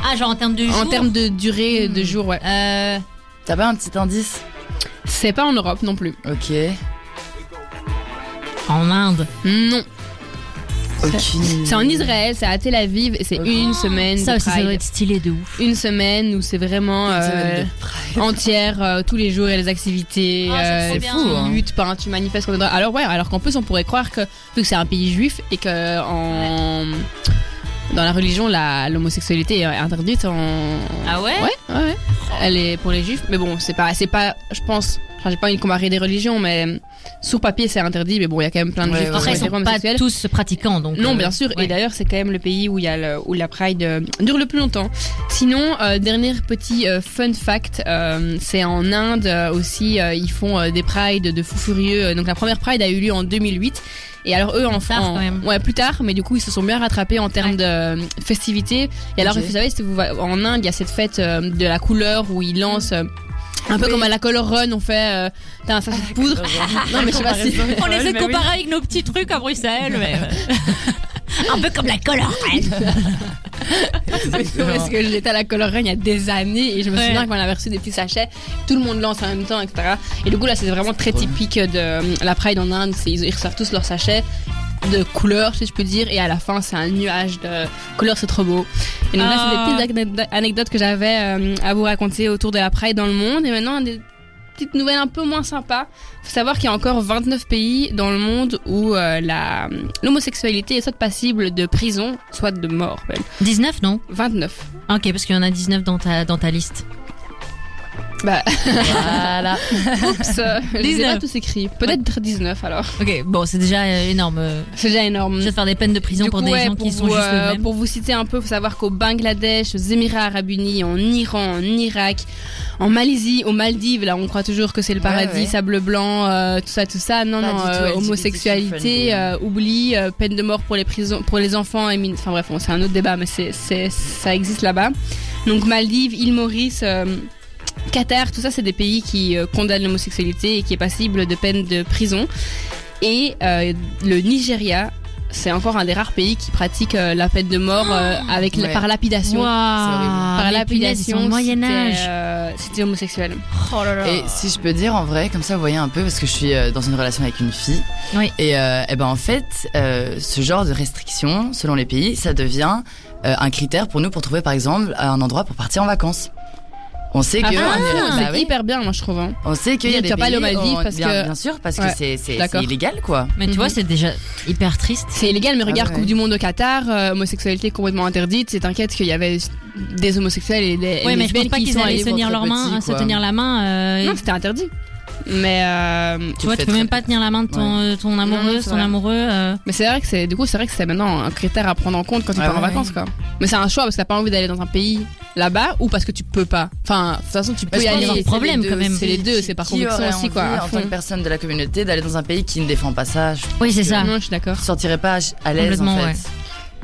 [SPEAKER 2] Ah, genre en termes de
[SPEAKER 3] en
[SPEAKER 2] jours,
[SPEAKER 3] termes de durée de
[SPEAKER 4] Hmm.
[SPEAKER 3] jour, ouais.
[SPEAKER 2] euh,
[SPEAKER 4] T'as pas un petit indice
[SPEAKER 3] C'est pas en Europe non plus.
[SPEAKER 4] Ok.
[SPEAKER 2] en Inde.
[SPEAKER 3] Non.
[SPEAKER 4] Aucune.
[SPEAKER 3] C'est en Israël, c'est à Tel Aviv, et c'est
[SPEAKER 4] Ok.
[SPEAKER 3] une semaine
[SPEAKER 2] Hmm. Oh. Ça
[SPEAKER 3] de
[SPEAKER 2] aussi, ça
[SPEAKER 3] Pride.
[SPEAKER 2] doit être stylé de ouf.
[SPEAKER 3] Une semaine où c'est vraiment
[SPEAKER 4] Une
[SPEAKER 3] euh,
[SPEAKER 4] semaine de Pride.
[SPEAKER 3] entière, euh, tous les jours, il y a des activités.
[SPEAKER 2] Ah, ça, c'est
[SPEAKER 3] euh,
[SPEAKER 2] bien.
[SPEAKER 4] fou, hein.
[SPEAKER 3] tu luttes, enfin, tu manifestes contre- Alors ouais, alors qu'en plus on pourrait croire que vu que c'est un pays juif et que en dans la religion la l'homosexualité est interdite en
[SPEAKER 2] Ah ouais
[SPEAKER 3] ouais ouais, ouais. elle est pour les juifs mais bon c'est pas c'est pas je pense enfin, j'ai pas envie de comparer des religions mais euh, sur papier c'est interdit mais bon il y a quand même plein de
[SPEAKER 4] Ouais,
[SPEAKER 3] juifs qui
[SPEAKER 2] Après,
[SPEAKER 4] ouais, ouais.
[SPEAKER 2] ils
[SPEAKER 3] sont
[SPEAKER 2] sont pas
[SPEAKER 3] hétérosexuels.
[SPEAKER 2] tous pratiquants, donc.
[SPEAKER 3] Non,
[SPEAKER 2] euh,
[SPEAKER 3] bien sûr.
[SPEAKER 2] ouais.
[SPEAKER 3] Et d'ailleurs, c'est quand même le pays où il y a le- où la Pride euh, dure le plus longtemps. Sinon, euh, dernier petit euh, fun fact, euh, c'est en Inde euh, aussi, euh, ils font euh, des prides de fous furieux. Euh, Donc la première Pride a eu lieu en 2008. Et alors eux en
[SPEAKER 2] tard,
[SPEAKER 3] en-
[SPEAKER 2] quand même.
[SPEAKER 3] ouais plus tard, mais du coup ils se sont bien rattrapés en termes
[SPEAKER 2] Ouais.
[SPEAKER 3] de euh, festivités. Et alors
[SPEAKER 4] Ok.
[SPEAKER 3] vous savez, si vous va- en Inde, il y a cette fête euh, de la couleur où ils lancent. euh, un peu
[SPEAKER 4] Oui.
[SPEAKER 3] comme à la Color Run, on fait euh, t'as un sachet
[SPEAKER 2] Ah,
[SPEAKER 3] de poudre. non mais je sais pas si
[SPEAKER 2] On les a
[SPEAKER 3] Mais oui.
[SPEAKER 2] comparés avec nos petits trucs à Bruxelles, mais. euh, Un peu comme la colère.
[SPEAKER 3] Parce que j'étais à la Colorine il y a des années et je me
[SPEAKER 2] Ouais.
[SPEAKER 3] souviens qu'on avait reçu des petits sachets, tout le monde lance en même temps, etc. Et du coup, là, c'est vraiment très
[SPEAKER 4] drôle.
[SPEAKER 3] typique de euh, la Pride en Inde. c'est- Ils, ils reçoivent tous leurs sachets de couleurs, si je peux dire, et à la fin, c'est un nuage de couleurs, c'est trop beau. Et donc,
[SPEAKER 2] Ah.
[SPEAKER 3] là, c'est des petites anecdo- anecdotes que j'avais euh, à vous raconter autour de la Pride dans le monde. Et maintenant, des petites nouvelles un peu moins sympas. Faut savoir qu'il y a encore 29 pays dans le monde où euh, la- l'homosexualité est soit passible de prison, soit de mort. même.
[SPEAKER 2] 19, non Ah,
[SPEAKER 3] 29.
[SPEAKER 2] Ok, parce qu'il y en a 19 dans ta, dans ta liste.
[SPEAKER 3] Bah,
[SPEAKER 4] Voilà.
[SPEAKER 3] oups, euh, je les ai
[SPEAKER 2] 19.
[SPEAKER 3] pas tous écrits. Peut-être 19 alors.
[SPEAKER 2] Ok, bon, c'est déjà euh, énorme. euh,
[SPEAKER 3] C'est déjà énorme.
[SPEAKER 2] Je vais faire des peines de prison
[SPEAKER 3] Du
[SPEAKER 2] pour
[SPEAKER 3] coup,
[SPEAKER 2] des
[SPEAKER 3] ouais,
[SPEAKER 2] gens qui
[SPEAKER 3] pour
[SPEAKER 2] sont
[SPEAKER 3] vous,
[SPEAKER 2] juste
[SPEAKER 3] euh,
[SPEAKER 2] eux-mêmes.
[SPEAKER 3] Pour vous citer un peu, faut savoir qu'au Bangladesh, aux Émirats Arabes Unis, en Iran, en Irak, en Malaisie, aux Maldives, là on croit toujours que c'est le
[SPEAKER 4] Ouais,
[SPEAKER 3] paradis,
[SPEAKER 4] ouais.
[SPEAKER 3] sable blanc, euh, tout ça, tout ça. Non,
[SPEAKER 4] Pas
[SPEAKER 3] non,
[SPEAKER 4] du tout
[SPEAKER 3] euh,
[SPEAKER 4] LGBTQ friendly.
[SPEAKER 3] homosexualité, euh, oubli, euh, peine de mort pour les prisons, pour les enfants et mine- Enfin bref, bon, c'est un autre débat, mais c'est, c'est- ça existe là-bas. Donc Maldives, île Maurice. euh, Qatar, tout ça, c'est des pays qui euh, condamnent l'homosexualité et qui est passible de peine de prison. Et euh, le Nigeria, c'est encore un des rares pays qui pratique euh, la peine de mort euh,
[SPEAKER 2] Ah,
[SPEAKER 3] avec la-
[SPEAKER 4] Ouais.
[SPEAKER 3] par lapidation. Par lapidation,
[SPEAKER 2] Moyen
[SPEAKER 3] c'était,
[SPEAKER 2] Âge.
[SPEAKER 3] euh, c'était homosexuel.
[SPEAKER 2] Oh là là.
[SPEAKER 4] Et si je peux dire en vrai, comme ça vous voyez un peu, parce que je suis euh, dans une relation avec une fille.
[SPEAKER 2] Oui.
[SPEAKER 4] Et, euh, eh ben en fait, euh, ce genre de restriction, selon les pays, ça devient euh, un critère pour nous pour trouver par exemple un endroit pour partir en vacances. On sait que
[SPEAKER 3] Ah,
[SPEAKER 4] on est-
[SPEAKER 2] non,
[SPEAKER 4] bah
[SPEAKER 3] c'est
[SPEAKER 4] oui.
[SPEAKER 3] hyper bien, moi je trouve. hein.
[SPEAKER 4] on sait qu'il y a
[SPEAKER 3] Tu
[SPEAKER 4] des
[SPEAKER 3] vas pas
[SPEAKER 4] pays
[SPEAKER 3] aller aux Maldives
[SPEAKER 4] on-
[SPEAKER 3] parce
[SPEAKER 4] bien,
[SPEAKER 3] que-
[SPEAKER 4] bien sûr parce que
[SPEAKER 3] Ouais.
[SPEAKER 4] c'est c'est-
[SPEAKER 3] D'accord.
[SPEAKER 4] c'est illégal quoi.
[SPEAKER 2] Mais tu vois,
[SPEAKER 3] Mhm.
[SPEAKER 2] c'est déjà hyper triste.
[SPEAKER 3] C'est illégal,
[SPEAKER 2] Ah,
[SPEAKER 3] mais regarde,
[SPEAKER 2] bah
[SPEAKER 4] ouais.
[SPEAKER 3] Coupe du Monde au Qatar, euh, homosexualité complètement interdite. C'est t'inquiète qu'il y avait des homosexuels et des
[SPEAKER 2] Ouais, mais je
[SPEAKER 3] lesbiennes
[SPEAKER 2] pense pas
[SPEAKER 3] qui
[SPEAKER 2] qu'ils
[SPEAKER 3] sont
[SPEAKER 2] allaient
[SPEAKER 3] allés
[SPEAKER 2] se tenir
[SPEAKER 4] voir
[SPEAKER 2] leur
[SPEAKER 4] très
[SPEAKER 2] main,
[SPEAKER 4] petits,
[SPEAKER 2] se
[SPEAKER 4] quoi.
[SPEAKER 2] tenir la main. euh,
[SPEAKER 3] voir- Non, c'était interdit. Mais euh,
[SPEAKER 4] Tu
[SPEAKER 2] tu vois,
[SPEAKER 4] te
[SPEAKER 2] tu
[SPEAKER 4] fais
[SPEAKER 2] peux même
[SPEAKER 4] très-
[SPEAKER 2] pas tenir la main de ton, euh, ton
[SPEAKER 3] Non,
[SPEAKER 2] amoureux,
[SPEAKER 3] non,
[SPEAKER 2] ton
[SPEAKER 3] c'est vrai.
[SPEAKER 2] amoureux. euh,
[SPEAKER 3] Mais c'est vrai que c'est du coup c'est vrai que c'est maintenant un critère à prendre en compte quand tu
[SPEAKER 4] Ouais,
[SPEAKER 3] pars en
[SPEAKER 4] Ah ouais,
[SPEAKER 3] vacances quoi. Mais c'est un choix parce que t'as pas envie d'aller dans un pays là-bas ou parce que tu peux pas. Enfin de toute façon tu peux
[SPEAKER 2] je
[SPEAKER 3] y
[SPEAKER 2] pense
[SPEAKER 3] aller.
[SPEAKER 2] qu'il y a un
[SPEAKER 3] c'est
[SPEAKER 2] problème,
[SPEAKER 3] les deux,
[SPEAKER 2] quand même.
[SPEAKER 3] C'est les deux,
[SPEAKER 4] Qui-
[SPEAKER 3] c'est par
[SPEAKER 4] qui
[SPEAKER 3] conviction
[SPEAKER 4] aurait
[SPEAKER 3] aussi quoi.
[SPEAKER 4] envie,
[SPEAKER 3] à
[SPEAKER 4] en
[SPEAKER 3] fond.
[SPEAKER 4] tant que personne de la communauté, d'aller dans un pays qui ne défend pas ça. Je
[SPEAKER 2] Oui, c'est ça.
[SPEAKER 3] Non, je suis d'accord.
[SPEAKER 4] ne sortirais pas à l'aise en
[SPEAKER 2] Complètement,
[SPEAKER 4] fait.
[SPEAKER 2] ouais.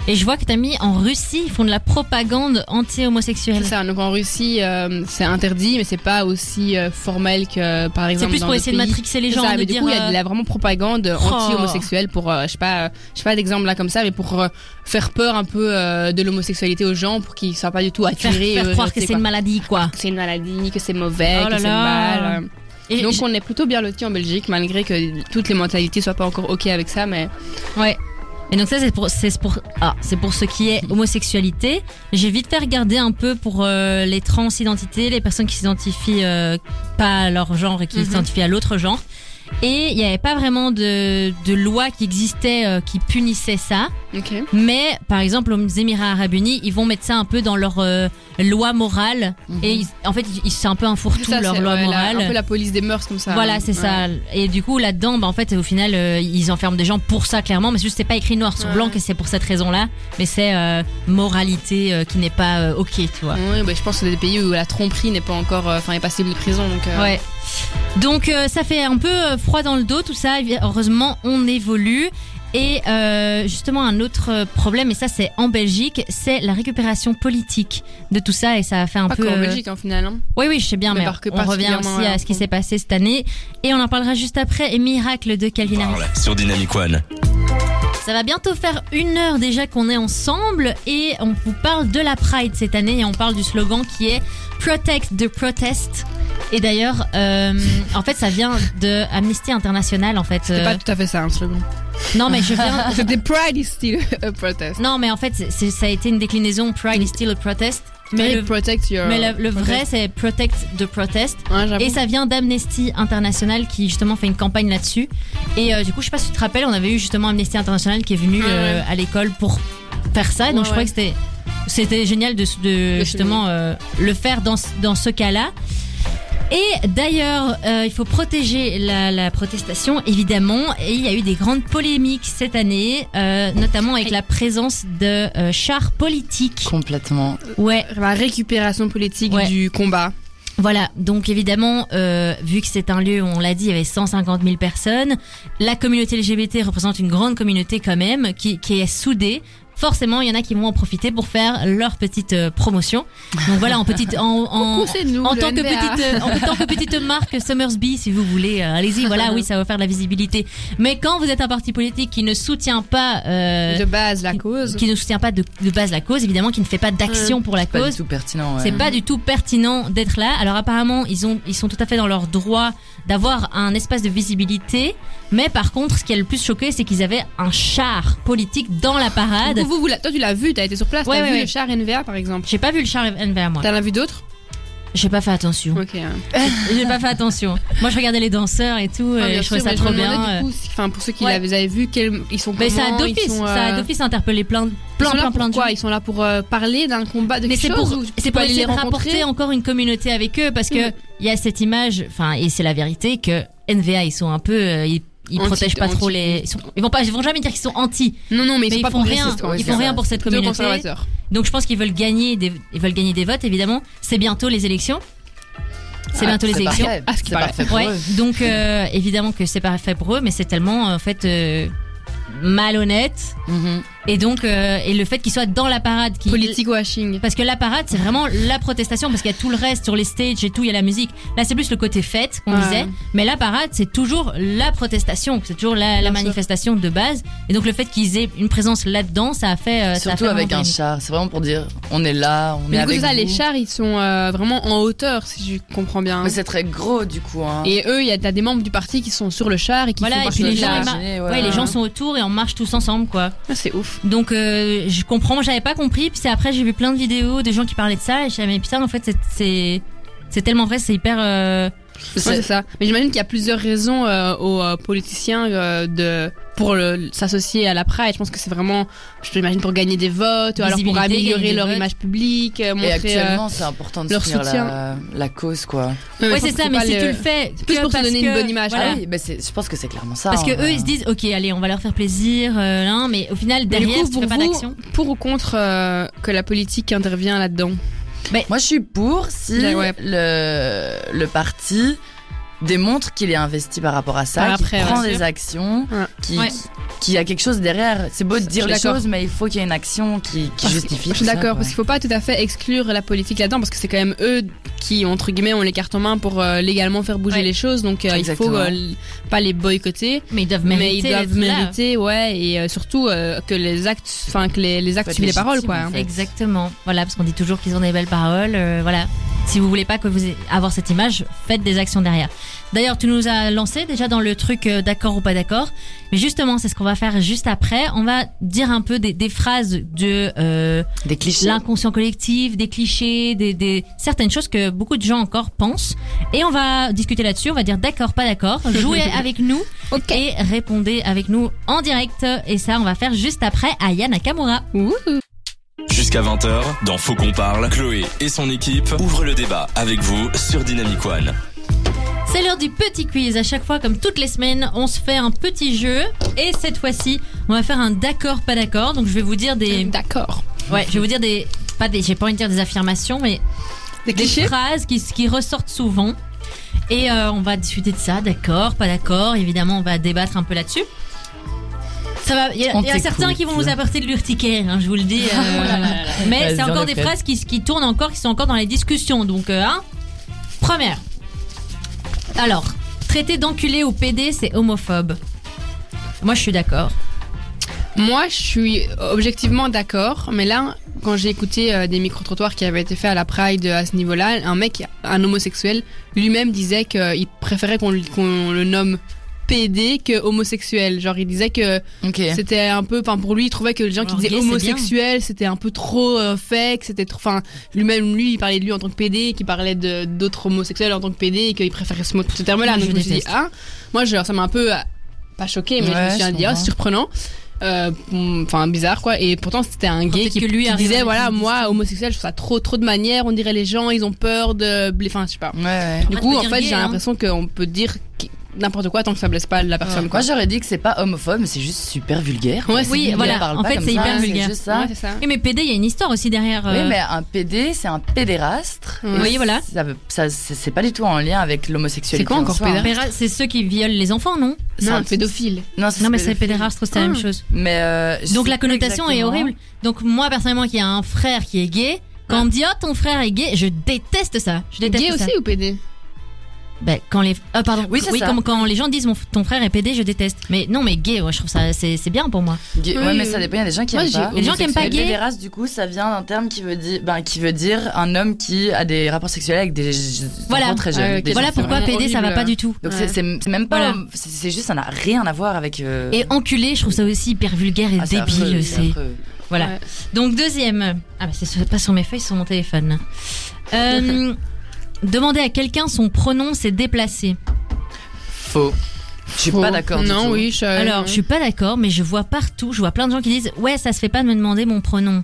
[SPEAKER 2] Et je vois que t'as mis en Russie, ils font de la propagande
[SPEAKER 3] C'est
[SPEAKER 2] anti-homosexuelle.
[SPEAKER 3] ça. Donc en Russie euh, c'est interdit mais c'est pas aussi euh, formel que par exemple.
[SPEAKER 2] C'est plus
[SPEAKER 3] dans
[SPEAKER 2] pour
[SPEAKER 3] d'autres
[SPEAKER 2] essayer de
[SPEAKER 3] pays.
[SPEAKER 2] matrixer les
[SPEAKER 3] C'est
[SPEAKER 2] gens,
[SPEAKER 3] ça,
[SPEAKER 2] de
[SPEAKER 3] mais du
[SPEAKER 2] dire.
[SPEAKER 3] coup, il y a de
[SPEAKER 2] euh,
[SPEAKER 3] la vraiment propagande
[SPEAKER 2] Oh.
[SPEAKER 3] anti-homosexuelle pour, euh, je sais pas, euh, je sais pas d'exemple là comme ça, mais pour euh, faire peur un peu euh, de l'homosexualité aux gens, pour qu'ils soient pas du tout
[SPEAKER 2] Faire,
[SPEAKER 3] attirés.
[SPEAKER 2] faire
[SPEAKER 3] euh,
[SPEAKER 2] croire que
[SPEAKER 3] tu
[SPEAKER 2] c'est
[SPEAKER 3] sais, quoi.
[SPEAKER 2] une maladie, quoi.
[SPEAKER 3] que c'est une maladie, que c'est mauvais,
[SPEAKER 2] Oh là
[SPEAKER 3] que c'est
[SPEAKER 2] là.
[SPEAKER 3] mal.
[SPEAKER 2] Et
[SPEAKER 3] Donc
[SPEAKER 2] je-
[SPEAKER 3] on est plutôt bien lotis en Belgique, malgré que toutes les mentalités soient pas encore ok avec ça, mais
[SPEAKER 2] Ouais. Et donc ça c'est pour c'est pour ah c'est pour ce qui est homosexualité. J'ai vite fait regarder un peu pour euh, les transidentités, les personnes qui s'identifient euh, pas à leur genre et qui
[SPEAKER 3] Mhm.
[SPEAKER 2] s'identifient à l'autre genre. Et il n'y avait pas vraiment de, de loi qui existait euh, qui punissait ça.
[SPEAKER 3] ok.
[SPEAKER 2] Mais par exemple aux Émirats Arabes Unis, ils vont mettre ça un peu dans leur euh, loi morale.
[SPEAKER 3] Mhm.
[SPEAKER 2] Et ils- en fait ils- c'est un peu un fourre-tout leur loi morale.
[SPEAKER 3] un peu la police des mœurs comme ça. hein.
[SPEAKER 2] Voilà, c'est
[SPEAKER 3] Ouais.
[SPEAKER 2] ça. Et du coup, là-dedans, bah, en fait, au final, euh, ils enferment des gens pour ça, clairement, mais c'est juste c'est pas écrit noir sur
[SPEAKER 3] Ouais.
[SPEAKER 2] blanc que c'est pour cette raison-là, mais c'est euh, moralité euh, qui n'est pas euh, ok, tu vois.
[SPEAKER 3] Ouais, bah, je pense que c'est des pays où la tromperie n'est pas encore, euh, enfin, est passible de prison, donc. euh,
[SPEAKER 2] Ouais. Donc euh, ça fait un peu euh, froid dans le dos tout ça. Évi- Heureusement, on évolue. Et euh, justement, un autre problème, et ça c'est en Belgique, c'est la récupération politique de tout ça, et ça a fait un
[SPEAKER 3] Pas
[SPEAKER 2] peu...
[SPEAKER 3] qu'en
[SPEAKER 2] euh,
[SPEAKER 3] Belgique, en final. hein.
[SPEAKER 2] Oui, oui, je sais bien,
[SPEAKER 3] Mais
[SPEAKER 2] mais,
[SPEAKER 3] par- que
[SPEAKER 2] on revient
[SPEAKER 3] particulièrement, euh,
[SPEAKER 2] aussi
[SPEAKER 3] ouais,
[SPEAKER 2] à ce qui
[SPEAKER 3] on-
[SPEAKER 2] s'est passé cette année, et on en parlera juste après, et Miracle de Calvinari.
[SPEAKER 1] Parle sur Dynamic One.
[SPEAKER 2] Ça va bientôt faire une heure déjà qu'on est ensemble et on vous parle de la Pride cette année et on parle du slogan qui est Protect the Protest. Et d'ailleurs, euh, en fait, ça vient de Amnesty International en fait.
[SPEAKER 3] C'est
[SPEAKER 2] Euh,
[SPEAKER 3] pas tout à fait ça, hein, un slogan.
[SPEAKER 2] Non mais je viens.
[SPEAKER 3] C'était Pride is still a protest.
[SPEAKER 2] Non mais en fait, c'est- c'est- ça a été une déclinaison Pride is still a protest. Mais
[SPEAKER 3] Really
[SPEAKER 2] le,
[SPEAKER 3] protect your.
[SPEAKER 2] mais le- le vrai,
[SPEAKER 3] protest.
[SPEAKER 2] c'est Protect the Protest.
[SPEAKER 3] Ouais, j'avoue.
[SPEAKER 2] Et ça vient d'Amnesty International qui justement fait une campagne là-dessus. Et euh, du coup, je sais pas si tu te rappelles, on avait eu justement Amnesty International qui est venu
[SPEAKER 3] Ah ouais.
[SPEAKER 2] euh, à l'école pour faire ça. Et donc
[SPEAKER 3] Ouais,
[SPEAKER 2] je trouvais
[SPEAKER 3] ouais.
[SPEAKER 2] que c'était c'était génial de, de
[SPEAKER 3] Le
[SPEAKER 2] justement euh, le faire dans, ce- dans ce cas-là. Et d'ailleurs, euh, il faut protéger la, la protestation, évidemment. Et il y a eu des grandes polémiques cette année, euh, notamment avec la présence de euh, chars politiques.
[SPEAKER 4] Complètement.
[SPEAKER 2] Ouais,
[SPEAKER 3] La récupération politique
[SPEAKER 2] Ouais.
[SPEAKER 3] du combat.
[SPEAKER 2] Voilà, donc évidemment, euh, vu que c'est un lieu, on l'a dit, il y avait 150 000 personnes, la communauté LGBT représente une grande communauté quand même, qui, qui est soudée. Forcément, il y en a qui vont en profiter pour faire leur petite euh, promotion. Donc voilà, en petite, en, en,
[SPEAKER 3] Coucou, c'est nous.
[SPEAKER 2] en
[SPEAKER 3] le
[SPEAKER 2] tant que
[SPEAKER 3] NBA.
[SPEAKER 2] petite, euh, en tant que petite marque Summersby, si vous voulez, euh, allez-y. Voilà, oui, ça va faire de la visibilité. Mais quand vous êtes un parti politique qui ne soutient pas, euh,
[SPEAKER 3] De base, la cause. Euh,
[SPEAKER 2] qui ne soutient pas de, de base la cause, évidemment, qui ne fait pas d'action pour la
[SPEAKER 4] Pas
[SPEAKER 2] cause,
[SPEAKER 4] du tout pertinent. ouais.
[SPEAKER 2] c'est pas du tout pertinent d'être là. Alors apparemment, ils ont, ils sont tout à fait dans leur droit d'avoir un espace de visibilité. Mais par contre, ce qui a le plus choqué, c'est qu'ils avaient un char politique dans la parade.
[SPEAKER 3] Vous, vous, vous la- toi, tu l'as vu, t'as été sur place,
[SPEAKER 2] Ah, Ouais,
[SPEAKER 3] t'as
[SPEAKER 2] ouais,
[SPEAKER 3] vu
[SPEAKER 2] ouais.
[SPEAKER 3] le char NVA par exemple.
[SPEAKER 2] J'ai pas vu le char NVA moi.
[SPEAKER 3] T'en as vu d'autres
[SPEAKER 2] J'ai pas fait attention.
[SPEAKER 3] Ok. hein.
[SPEAKER 2] J'ai pas fait attention. Moi, je regardais les danseurs et tout.
[SPEAKER 3] Ah,
[SPEAKER 2] et
[SPEAKER 3] bien
[SPEAKER 2] je trouvais
[SPEAKER 3] sûr,
[SPEAKER 2] ça
[SPEAKER 3] mais je
[SPEAKER 2] trop
[SPEAKER 3] me demandais,
[SPEAKER 2] bien.
[SPEAKER 3] du coup, si- Enfin, pour ceux qui
[SPEAKER 2] ouais.
[SPEAKER 3] l'avaient vu, quels- ils sont
[SPEAKER 2] Mais ça a
[SPEAKER 3] comment, ils
[SPEAKER 2] d'office,
[SPEAKER 3] sont,
[SPEAKER 2] ça a
[SPEAKER 3] euh,
[SPEAKER 2] d'office interpellé plein, de-
[SPEAKER 3] ils
[SPEAKER 2] plein,
[SPEAKER 3] sont là
[SPEAKER 2] plein,
[SPEAKER 3] pour
[SPEAKER 2] plein de gens.
[SPEAKER 3] quoi Ils sont là pour euh, parler d'un combat de
[SPEAKER 2] Mais
[SPEAKER 3] quelque
[SPEAKER 2] c'est
[SPEAKER 3] chose
[SPEAKER 2] pour,
[SPEAKER 3] ou tu
[SPEAKER 2] c'est
[SPEAKER 3] peux
[SPEAKER 2] pour
[SPEAKER 3] aller
[SPEAKER 2] essayer de
[SPEAKER 3] les rencontrer
[SPEAKER 2] rapporter encore une communauté avec eux parce que
[SPEAKER 3] Mm.
[SPEAKER 2] il y a cette image, enfin et c'est la vérité que NVA ils sont un peu, euh, ils, ils
[SPEAKER 3] Anti-
[SPEAKER 2] protègent pas
[SPEAKER 3] anti-
[SPEAKER 2] trop les, ils, sont- ils vont pas, ils vont jamais dire qu'ils sont anti,
[SPEAKER 3] Non, non, mais
[SPEAKER 2] mais
[SPEAKER 3] ils sont
[SPEAKER 2] ils,
[SPEAKER 3] pas
[SPEAKER 2] font rien,
[SPEAKER 3] progressistes, quoi,
[SPEAKER 2] ils
[SPEAKER 3] c'est
[SPEAKER 2] font
[SPEAKER 3] ça.
[SPEAKER 2] rien pour cette
[SPEAKER 3] Plutôt
[SPEAKER 2] communauté.
[SPEAKER 3] conservateurs.
[SPEAKER 2] Donc je pense qu'ils veulent gagner, des, ils veulent gagner des votes évidemment. C'est bientôt les élections, c'est
[SPEAKER 4] Ah,
[SPEAKER 2] bientôt les
[SPEAKER 4] c'est
[SPEAKER 2] élections.
[SPEAKER 4] parfait.
[SPEAKER 3] Ah, ce qui
[SPEAKER 4] C'est
[SPEAKER 3] paraît.
[SPEAKER 4] parfait pour
[SPEAKER 2] Ouais,
[SPEAKER 4] eux.
[SPEAKER 2] donc euh, évidemment que c'est pas fait pour eux, mais c'est tellement en fait euh, malhonnête.
[SPEAKER 4] Mhm.
[SPEAKER 2] Et donc euh, et le fait qu'ils soient dans la parade, qui
[SPEAKER 3] Politique washing.
[SPEAKER 2] Parce que la parade, c'est vraiment la protestation, parce qu'il y a tout le reste sur les stages et tout, il y a la musique. Là, c'est plus le côté fête qu'on
[SPEAKER 3] Ouais.
[SPEAKER 2] disait, mais la parade, c'est toujours la protestation, c'est toujours la, la
[SPEAKER 3] sûr.
[SPEAKER 2] manifestation de base. Et donc le fait qu'ils aient une présence là-dedans, ça a fait. euh, ça a
[SPEAKER 4] Surtout
[SPEAKER 2] fait
[SPEAKER 4] avec
[SPEAKER 2] vraiment
[SPEAKER 4] un
[SPEAKER 2] polémique.
[SPEAKER 4] char. C'est vraiment pour dire on est là, on
[SPEAKER 3] Mais
[SPEAKER 4] est
[SPEAKER 3] du coup,
[SPEAKER 4] avec
[SPEAKER 3] c'est ça, les
[SPEAKER 4] vous.
[SPEAKER 3] chars, ils sont euh, vraiment en hauteur, si je comprends bien.
[SPEAKER 4] Mais c'est très gros du coup. Hein.
[SPEAKER 3] Et eux, il y a t'as des membres du parti qui sont sur le char et qui
[SPEAKER 2] Voilà,
[SPEAKER 3] font
[SPEAKER 2] et
[SPEAKER 3] partie
[SPEAKER 2] puis les
[SPEAKER 3] du
[SPEAKER 2] gens,
[SPEAKER 3] char.
[SPEAKER 2] ils marchent.
[SPEAKER 4] Imaginez,
[SPEAKER 2] Ouais, les gens sont autour et on marche tous ensemble, quoi.
[SPEAKER 3] Ah, C'est ouf.
[SPEAKER 2] Donc euh, je comprends, j'avais pas compris. Puis c'est après, j'ai vu plein de vidéos de gens qui parlaient de ça, et je savais, mais putain, en fait, c'est- c'est c'est tellement vrai, c'est hyper. euh,
[SPEAKER 3] Ouais, c'est ça. Mais j'imagine qu'il y a plusieurs raisons euh, aux euh, politiciens euh, de pour le- s'associer à la Pride. Je pense que c'est vraiment, je l'imagine, pour gagner des votes, ou alors pour
[SPEAKER 2] Visibilité, gagner
[SPEAKER 3] améliorer
[SPEAKER 2] des
[SPEAKER 3] leur
[SPEAKER 2] votes.
[SPEAKER 3] image publique, euh,
[SPEAKER 4] Et
[SPEAKER 3] montrer.
[SPEAKER 4] actuellement, c'est important de
[SPEAKER 3] leur
[SPEAKER 4] soutenir
[SPEAKER 3] soutien.
[SPEAKER 4] la, la cause,
[SPEAKER 3] euh,
[SPEAKER 4] quoi.
[SPEAKER 2] Ouais,
[SPEAKER 3] je pense
[SPEAKER 2] c'est
[SPEAKER 3] que
[SPEAKER 2] ça, mais
[SPEAKER 3] pas
[SPEAKER 2] si
[SPEAKER 3] le-
[SPEAKER 2] tu le fais,
[SPEAKER 3] plus
[SPEAKER 2] que
[SPEAKER 3] pour se
[SPEAKER 2] parce
[SPEAKER 3] donner une
[SPEAKER 2] que-
[SPEAKER 3] bonne image.
[SPEAKER 2] voilà.
[SPEAKER 4] Ah oui, bah c'est- je pense que c'est clairement ça.
[SPEAKER 2] Parce que
[SPEAKER 4] hein,
[SPEAKER 2] eux,
[SPEAKER 4] voilà.
[SPEAKER 2] ils se disent, ok, allez, on va leur faire plaisir, euh, là, mais au final,
[SPEAKER 3] Mais du
[SPEAKER 2] derrière,
[SPEAKER 3] coup,
[SPEAKER 2] si tu fais
[SPEAKER 3] pour
[SPEAKER 2] pas
[SPEAKER 3] vous,
[SPEAKER 2] d'action.
[SPEAKER 3] Pour ou contre euh, que la politique intervient là-dedans
[SPEAKER 4] Moi, je suis pour si
[SPEAKER 3] Ben Ouais, ouais.
[SPEAKER 4] le, le parti démontre qu'il est investi par rapport à
[SPEAKER 3] Par
[SPEAKER 4] ça, qu'il
[SPEAKER 3] après,
[SPEAKER 4] prend
[SPEAKER 3] ouais.
[SPEAKER 4] des actions,
[SPEAKER 3] Ouais.
[SPEAKER 4] qui-
[SPEAKER 2] Ouais.
[SPEAKER 4] qui- qu'il y a quelque chose derrière. C'est beau de dire
[SPEAKER 3] suis
[SPEAKER 4] les
[SPEAKER 3] d'accord.
[SPEAKER 4] choses, mais il faut qu'il y ait une action qui, qui
[SPEAKER 3] Parce-
[SPEAKER 4] justifie.
[SPEAKER 3] Je suis
[SPEAKER 4] tout ça,
[SPEAKER 3] d'accord,
[SPEAKER 4] quoi.
[SPEAKER 3] parce qu'il faut pas tout à fait exclure la politique là-dedans, parce que c'est quand même eux qui, entre guillemets, ont les cartes en main pour euh, légalement faire bouger
[SPEAKER 2] Ouais.
[SPEAKER 3] les choses, donc euh, il faut
[SPEAKER 4] Exactement.
[SPEAKER 3] euh, l- pas les boycotter,
[SPEAKER 2] Mais ils doivent
[SPEAKER 3] mais,
[SPEAKER 2] mériter.
[SPEAKER 3] ils doivent
[SPEAKER 2] d'être là.
[SPEAKER 3] mériter, ouais, et euh, surtout euh, que les actes, enfin que les, les actes
[SPEAKER 4] Faut être
[SPEAKER 3] suivent les
[SPEAKER 4] légitime,
[SPEAKER 3] paroles, quoi.
[SPEAKER 4] en
[SPEAKER 3] hein.
[SPEAKER 4] fait.
[SPEAKER 2] Exactement. Voilà, parce qu'on dit toujours qu'ils ont des belles paroles, euh, voilà. Si vous voulez pas que vous ayez- avoir cette image, faites des actions derrière. D'ailleurs, tu nous as lancé déjà dans le truc euh, d'accord ou pas d'accord. Mais justement, c'est ce qu'on va faire juste après. On va dire un peu des, des phrases de euh,
[SPEAKER 4] Des clichés.
[SPEAKER 2] l'inconscient collectif, des clichés, des, des certaines choses que beaucoup de gens encore pensent. Et on va discuter là-dessus. On va dire d'accord, pas d'accord. Jouez avec nous
[SPEAKER 3] hein. Ok.
[SPEAKER 2] et répondez avec nous en direct. Et ça, on va faire juste après Aya Nakamura.
[SPEAKER 3] Ouh.
[SPEAKER 1] Jusqu'à 20h, dans Faut qu'on parle, Chloé et son équipe ouvrent le débat avec vous sur Dynamic One.
[SPEAKER 2] C'est l'heure du petit quiz. À chaque fois, comme toutes les semaines, on se fait un petit jeu. Et cette fois-ci, on va faire un d'accord, pas d'accord. Donc, je vais vous dire des,
[SPEAKER 3] D'accord.
[SPEAKER 2] ouais, je vais vous dire des, pas des, j'ai pas envie de dire des affirmations, mais
[SPEAKER 3] Des
[SPEAKER 2] des
[SPEAKER 3] clichés
[SPEAKER 2] phrases qui, qui ressortent souvent. Et euh, on va discuter de ça, d'accord, pas d'accord. Évidemment, on va débattre un peu là-dessus. Ça va. Il y a,
[SPEAKER 4] On
[SPEAKER 2] il y a
[SPEAKER 4] t'écoute.
[SPEAKER 2] certains qui vont nous apporter de l'urticaire, hein, je vous le dis.
[SPEAKER 4] Oh
[SPEAKER 2] euh, mais
[SPEAKER 4] Vas-y,
[SPEAKER 2] c'est
[SPEAKER 4] on
[SPEAKER 2] encore
[SPEAKER 4] le
[SPEAKER 2] des
[SPEAKER 4] fait.
[SPEAKER 2] phrases qui, qui tournent encore, qui sont encore dans les discussions. Donc, euh, hein. première. Alors, traiter d'enculé ou PD, c'est homophobe. Moi, je suis d'accord.
[SPEAKER 3] Moi, je suis objectivement d'accord, mais là, quand j'ai écouté euh, des micro-trottoirs qui avaient été faits à la Pride euh, à ce niveau-là, un mec, un homosexuel, lui-même disait qu'il préférait qu'on le- qu'on le nomme PD que homosexuel. Genre, il disait que
[SPEAKER 4] Ok.
[SPEAKER 3] c'était un peu, enfin, pour lui, il trouvait que les gens qui
[SPEAKER 2] Alors,
[SPEAKER 3] disaient
[SPEAKER 2] gay, c'est bien.
[SPEAKER 3] homosexuel, c'était un peu trop euh, fake, c'était trop, enfin, lui-même, lui, il parlait de lui en tant que PD, qui parlait de- d'autres homosexuels en tant que PD, et qu'il préférait ce, mot- ce terme-là.
[SPEAKER 2] Je
[SPEAKER 3] Donc, je me suis dit,
[SPEAKER 2] déteste.
[SPEAKER 3] ah, moi, genre, ça m'a un peu, euh, pas choqué, mais je me
[SPEAKER 4] Ouais,
[SPEAKER 3] suis
[SPEAKER 4] je
[SPEAKER 3] dit, ah,
[SPEAKER 4] comprends.
[SPEAKER 3] c'est surprenant. Euh, mm, Enfin, bizarre, quoi. Et pourtant, c'était un gay
[SPEAKER 2] peut-être
[SPEAKER 3] qui,
[SPEAKER 2] que lui
[SPEAKER 3] qui
[SPEAKER 2] arrive
[SPEAKER 3] disait,
[SPEAKER 2] avec
[SPEAKER 3] voilà,
[SPEAKER 2] une
[SPEAKER 3] moi, homosexuel, je trouve ça trop, trop de manière, on dirait les gens, ils ont peur de, enfin, je sais pas.
[SPEAKER 4] Ouais, ouais.
[SPEAKER 3] Du
[SPEAKER 2] Après,
[SPEAKER 3] coup,
[SPEAKER 2] tu peux
[SPEAKER 3] en
[SPEAKER 2] dire
[SPEAKER 3] fait,
[SPEAKER 2] gay,
[SPEAKER 3] j'ai
[SPEAKER 2] hein.
[SPEAKER 3] l'impression qu'on peut dire qui- n'importe quoi tant que ça blesse pas la personne, quoi.
[SPEAKER 4] Moi j'aurais dit que c'est pas homophobe, mais c'est juste super vulgaire.
[SPEAKER 3] Ouais, c'est
[SPEAKER 2] Oui,
[SPEAKER 3] vulgaire.
[SPEAKER 2] voilà.
[SPEAKER 4] On parle
[SPEAKER 2] En
[SPEAKER 4] pas
[SPEAKER 2] fait,
[SPEAKER 4] comme
[SPEAKER 2] c'est
[SPEAKER 4] ça,
[SPEAKER 2] hyper vulgaire.
[SPEAKER 4] C'est juste ça.
[SPEAKER 3] Ouais, c'est ça.
[SPEAKER 2] Oui, mais PD, il y a une histoire aussi derrière. euh,
[SPEAKER 4] Oui, mais un PD, c'est un pédérastre.
[SPEAKER 3] Oui,
[SPEAKER 4] Et
[SPEAKER 2] voilà.
[SPEAKER 4] Ça, veut- ça- c'est c'est pas du tout en lien avec l'homosexualité.
[SPEAKER 3] C'est quoi
[SPEAKER 4] en
[SPEAKER 3] encore
[SPEAKER 4] soi.
[SPEAKER 3] pédérastre
[SPEAKER 2] Péra- C'est ceux qui violent les enfants, non
[SPEAKER 4] C'est
[SPEAKER 3] Non,
[SPEAKER 4] un-
[SPEAKER 3] pédophile.
[SPEAKER 4] Non, ça,
[SPEAKER 2] Non, mais
[SPEAKER 4] c'est
[SPEAKER 2] c'est pédérastre, c'est la
[SPEAKER 3] Ah.
[SPEAKER 2] même chose.
[SPEAKER 4] Mais euh, je
[SPEAKER 2] Donc
[SPEAKER 4] sais
[SPEAKER 2] la
[SPEAKER 4] plus
[SPEAKER 2] connotation est
[SPEAKER 4] exactement.
[SPEAKER 2] horrible. Donc moi personnellement qui a un frère qui est gay, quand on me dit oh ton frère est gay, je déteste ça. Je déteste
[SPEAKER 3] Gay
[SPEAKER 2] ça.
[SPEAKER 3] aussi ou PD
[SPEAKER 2] Ben, quand les ah pardon
[SPEAKER 4] Oui, c'est ça.
[SPEAKER 2] comme quand les gens disent mon f- ton frère est PD, je déteste. Mais non mais gay, ouais, je trouve ça c'est c'est bien pour moi.
[SPEAKER 4] Gay-
[SPEAKER 3] Oui,
[SPEAKER 4] Ouais, mais
[SPEAKER 3] oui.
[SPEAKER 4] ça dépend. Il y a des gens qui
[SPEAKER 3] Moi,
[SPEAKER 4] aiment
[SPEAKER 3] j'ai-
[SPEAKER 4] pas.
[SPEAKER 2] Les gens qui aiment pas
[SPEAKER 4] Le
[SPEAKER 2] gay.
[SPEAKER 4] pédéraste, du coup, ça vient d'un terme qui veut dire, ben, qui veut dire un homme qui a des rapports sexuels avec des
[SPEAKER 2] Voilà.
[SPEAKER 4] enfants très jeunes.
[SPEAKER 3] Ah, ok.
[SPEAKER 4] des
[SPEAKER 2] Voilà
[SPEAKER 4] enfants. hein.
[SPEAKER 2] pourquoi PD
[SPEAKER 3] vraiment
[SPEAKER 2] ça va
[SPEAKER 3] horrible.
[SPEAKER 2] pas du tout.
[SPEAKER 4] Donc
[SPEAKER 3] Ouais.
[SPEAKER 4] c'est- c'est c'est même pas.
[SPEAKER 2] Voilà.
[SPEAKER 4] c'est- C'est juste, ça n'a rien à voir avec. euh,
[SPEAKER 2] Et enculé, je trouve ça aussi hyper vulgaire et
[SPEAKER 4] ah, c'est affreux,
[SPEAKER 2] débile. C'est
[SPEAKER 4] affreux.
[SPEAKER 2] voilà.
[SPEAKER 3] Ouais.
[SPEAKER 2] Donc deuxième. Ah bah c'est sur- pas sur mes feuilles, c'est sur mon téléphone. Euh, demander à quelqu'un son pronom c'est déplacé.
[SPEAKER 4] Faux. Je suis pas d'accord. du
[SPEAKER 3] Non,
[SPEAKER 4] tout. hein.
[SPEAKER 3] oui, je.
[SPEAKER 2] Alors, je suis pas d'accord, mais je vois partout, je vois plein de gens qui disent Ouais, ça se fait pas de me demander mon pronom.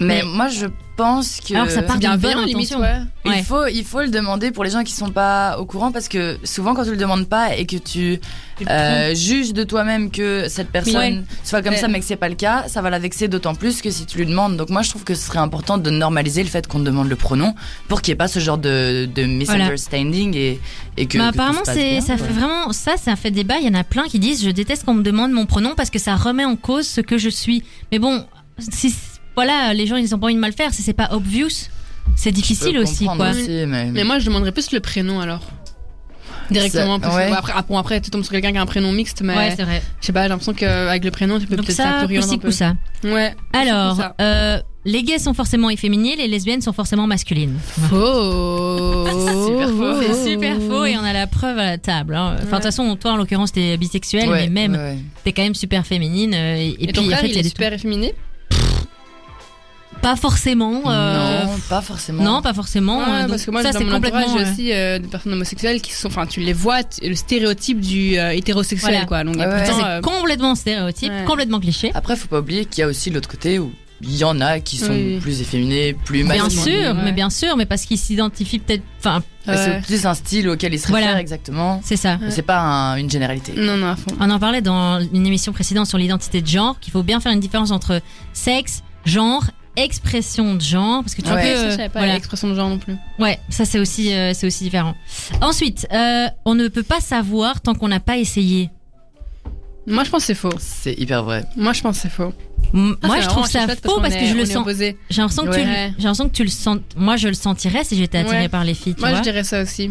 [SPEAKER 4] Mais
[SPEAKER 2] Mais-
[SPEAKER 4] moi, je pense que.
[SPEAKER 2] Alors, ça part d'une bonne
[SPEAKER 3] bienveillant
[SPEAKER 2] intention.
[SPEAKER 3] limite, ouais.
[SPEAKER 2] Ouais.
[SPEAKER 4] Il faut, il faut le demander pour les gens qui sont pas au courant parce que souvent quand tu le demandes pas et que tu euh, juges de toi-même que cette personne
[SPEAKER 2] Ouais.
[SPEAKER 4] soit comme
[SPEAKER 3] Ouais.
[SPEAKER 4] ça mais que c'est pas le cas, ça va la vexer d'autant plus que si tu lui demandes. Donc moi je trouve que ce serait important de normaliser le fait qu'on te demande le pronom pour qu'il n'y ait pas ce genre de, de misunderstanding et, et que.
[SPEAKER 2] Bah,
[SPEAKER 4] que tout
[SPEAKER 2] apparemment,
[SPEAKER 4] se passe
[SPEAKER 2] c'est,
[SPEAKER 4] bien,
[SPEAKER 2] ça
[SPEAKER 4] quoi.
[SPEAKER 2] fait vraiment ça, ça fait débat. Il y en a plein qui disent je déteste qu'on me demande mon pronom parce que ça remet en cause ce que je suis. Mais bon, si voilà, les gens ils ont pas envie de mal faire, si c'est pas obvious, c'est
[SPEAKER 4] Je peux
[SPEAKER 2] difficile aussi
[SPEAKER 4] comprendre
[SPEAKER 2] quoi.
[SPEAKER 4] aussi, mais-
[SPEAKER 3] Mais moi, je demanderais plus le prénom alors. Directement.
[SPEAKER 4] Ça-
[SPEAKER 3] Parce que,
[SPEAKER 4] ouais.
[SPEAKER 3] bon, après, ah, bon, après, tu tombes sur quelqu'un qui a un prénom mixte, mais
[SPEAKER 2] Ouais, c'est vrai.
[SPEAKER 3] je sais pas, j'ai l'impression qu'avec le prénom, tu peux
[SPEAKER 2] Donc
[SPEAKER 3] peut-être
[SPEAKER 2] ça,
[SPEAKER 3] t'orienter
[SPEAKER 2] aussi
[SPEAKER 3] un peu.
[SPEAKER 2] coup ça.
[SPEAKER 3] Ouais.
[SPEAKER 2] Alors,
[SPEAKER 3] ça.
[SPEAKER 2] euh, les gays sont forcément efféminés, les lesbiennes sont forcément masculines.
[SPEAKER 3] Faux.
[SPEAKER 2] Super faux,
[SPEAKER 3] Oh.
[SPEAKER 2] c'est super faux et on a la preuve à la table. hein. Enfin, de toute façon, toi en l'occurrence, t'es bisexuelle,
[SPEAKER 4] Ouais,
[SPEAKER 2] mais même,
[SPEAKER 4] ouais.
[SPEAKER 2] t'es quand même super féminine. euh, Et, et
[SPEAKER 3] Et, ton
[SPEAKER 2] puis, en
[SPEAKER 3] frère,
[SPEAKER 2] fait,
[SPEAKER 3] il
[SPEAKER 2] y a
[SPEAKER 3] est
[SPEAKER 2] des
[SPEAKER 3] super efféminé
[SPEAKER 2] trucs- Pas forcément. euh,
[SPEAKER 4] Non, pas forcément.
[SPEAKER 2] Non, pas forcément. euh,
[SPEAKER 3] Ouais,
[SPEAKER 2] Oh, Donc,
[SPEAKER 3] Ah, parce que moi,
[SPEAKER 2] ça,
[SPEAKER 3] dans
[SPEAKER 2] c'est
[SPEAKER 3] mon
[SPEAKER 2] complètement.
[SPEAKER 3] entourage,
[SPEAKER 2] euh,
[SPEAKER 3] j'ai aussi euh, des personnes homosexuelles qui sont, enfin, tu les vois, tu- le stéréotype du euh, hétérosexuel,
[SPEAKER 2] Voilà.
[SPEAKER 3] quoi. Donc,
[SPEAKER 4] Ouais,
[SPEAKER 2] ça,
[SPEAKER 3] pourtant,
[SPEAKER 2] c'est
[SPEAKER 3] euh,
[SPEAKER 2] complètement stéréotype,
[SPEAKER 3] ouais. Ah,
[SPEAKER 2] complètement cliché.
[SPEAKER 4] Après, faut pas oublier qu'il y a aussi l'autre côté où il y en a qui sont
[SPEAKER 3] Oui.
[SPEAKER 4] plus efféminés, plus
[SPEAKER 2] Bien
[SPEAKER 4] masculins.
[SPEAKER 2] sûr,
[SPEAKER 3] bah, ouais.
[SPEAKER 2] mais bien sûr, mais parce qu'ils s'identifient peut-être. Enfin,
[SPEAKER 4] Mais
[SPEAKER 3] ouais.
[SPEAKER 4] C'est plus un style auquel ils se
[SPEAKER 2] Voilà.
[SPEAKER 4] réfèrent exactement.
[SPEAKER 2] c'est ça.
[SPEAKER 4] Mais C'est pas un- une généralité.
[SPEAKER 3] Non, non, à fond.
[SPEAKER 2] On en parlait dans une émission précédente sur l'identité de genre, qu'il faut bien faire une différence entre sexe, genre, expression de genre, parce que tu
[SPEAKER 4] Ouais.
[SPEAKER 2] peux.
[SPEAKER 3] Ça,
[SPEAKER 2] euh,
[SPEAKER 3] je savais pas
[SPEAKER 2] voilà.
[SPEAKER 3] l'expression de genre non plus.
[SPEAKER 2] Ouais, ça c'est aussi, euh, c'est aussi différent. Ensuite, euh, on ne peut pas savoir tant qu'on n'a pas essayé.
[SPEAKER 3] Moi, je pense que c'est faux.
[SPEAKER 4] C'est hyper vrai.
[SPEAKER 3] Moi, je pense que c'est faux.
[SPEAKER 2] M- Moi, je
[SPEAKER 3] Ah, c'est
[SPEAKER 2] trouve
[SPEAKER 3] vraiment
[SPEAKER 2] ça
[SPEAKER 3] chouette
[SPEAKER 2] faux
[SPEAKER 3] qu'on
[SPEAKER 2] parce que
[SPEAKER 3] est-
[SPEAKER 2] je
[SPEAKER 3] on
[SPEAKER 2] le
[SPEAKER 3] est
[SPEAKER 2] sens.
[SPEAKER 3] opposés.
[SPEAKER 2] J'ai l'impression que tu, le-
[SPEAKER 3] Ouais.
[SPEAKER 2] j'ai l'impression que tu le sens. Moi, je le sentirais si j'étais attirée
[SPEAKER 3] Ouais.
[SPEAKER 2] par les filles. Tu
[SPEAKER 3] Moi,
[SPEAKER 2] vois
[SPEAKER 3] je dirais ça aussi.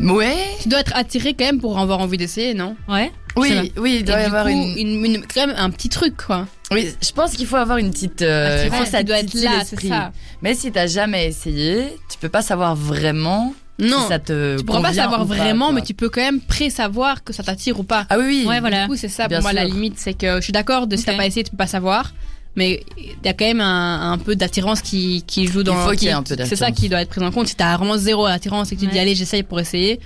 [SPEAKER 4] Ouais.
[SPEAKER 3] Tu dois être attiré quand même pour avoir envie d'essayer, non
[SPEAKER 2] Ouais. C'est vrai.
[SPEAKER 4] Oui, oui, il
[SPEAKER 3] Et
[SPEAKER 4] doit y
[SPEAKER 3] du
[SPEAKER 4] avoir
[SPEAKER 3] coup,
[SPEAKER 4] une.
[SPEAKER 3] une- quand même un petit truc, quoi.
[SPEAKER 4] Oui, je pense qu'il faut avoir une petite.
[SPEAKER 3] Tu
[SPEAKER 4] euh, faut
[SPEAKER 3] vois,
[SPEAKER 4] que ça
[SPEAKER 3] Ah, tu dois être
[SPEAKER 4] titille
[SPEAKER 3] là, c'est
[SPEAKER 4] l'esprit.
[SPEAKER 3] ça.
[SPEAKER 4] Mais si t'as jamais essayé, tu peux pas savoir vraiment
[SPEAKER 3] Non,
[SPEAKER 4] si ça te.
[SPEAKER 3] tu pourras pas
[SPEAKER 4] convient
[SPEAKER 3] savoir
[SPEAKER 4] ou pas,
[SPEAKER 3] vraiment,
[SPEAKER 4] quoi.
[SPEAKER 3] mais tu peux quand même pré-savoir que ça t'attire ou pas.
[SPEAKER 4] Ah oui, oui.
[SPEAKER 2] Ouais, voilà.
[SPEAKER 3] Du coup, c'est ça
[SPEAKER 4] Bien
[SPEAKER 3] pour moi la
[SPEAKER 4] sûr.
[SPEAKER 3] limite, c'est que je suis d'accord de si
[SPEAKER 2] Ok.
[SPEAKER 3] t'as pas essayé, tu peux pas savoir. Mais il y a quand même un, un peu d'attirance qui, qui joue dans.
[SPEAKER 4] faut qu'il y
[SPEAKER 3] qui-
[SPEAKER 4] ait un peu
[SPEAKER 3] C'est ça
[SPEAKER 4] d'attirance.
[SPEAKER 3] qui doit être pris en compte. Si t'as vraiment zéro attirance et que tu dis
[SPEAKER 2] Ouais.
[SPEAKER 3] allez, j'essaye pour essayer,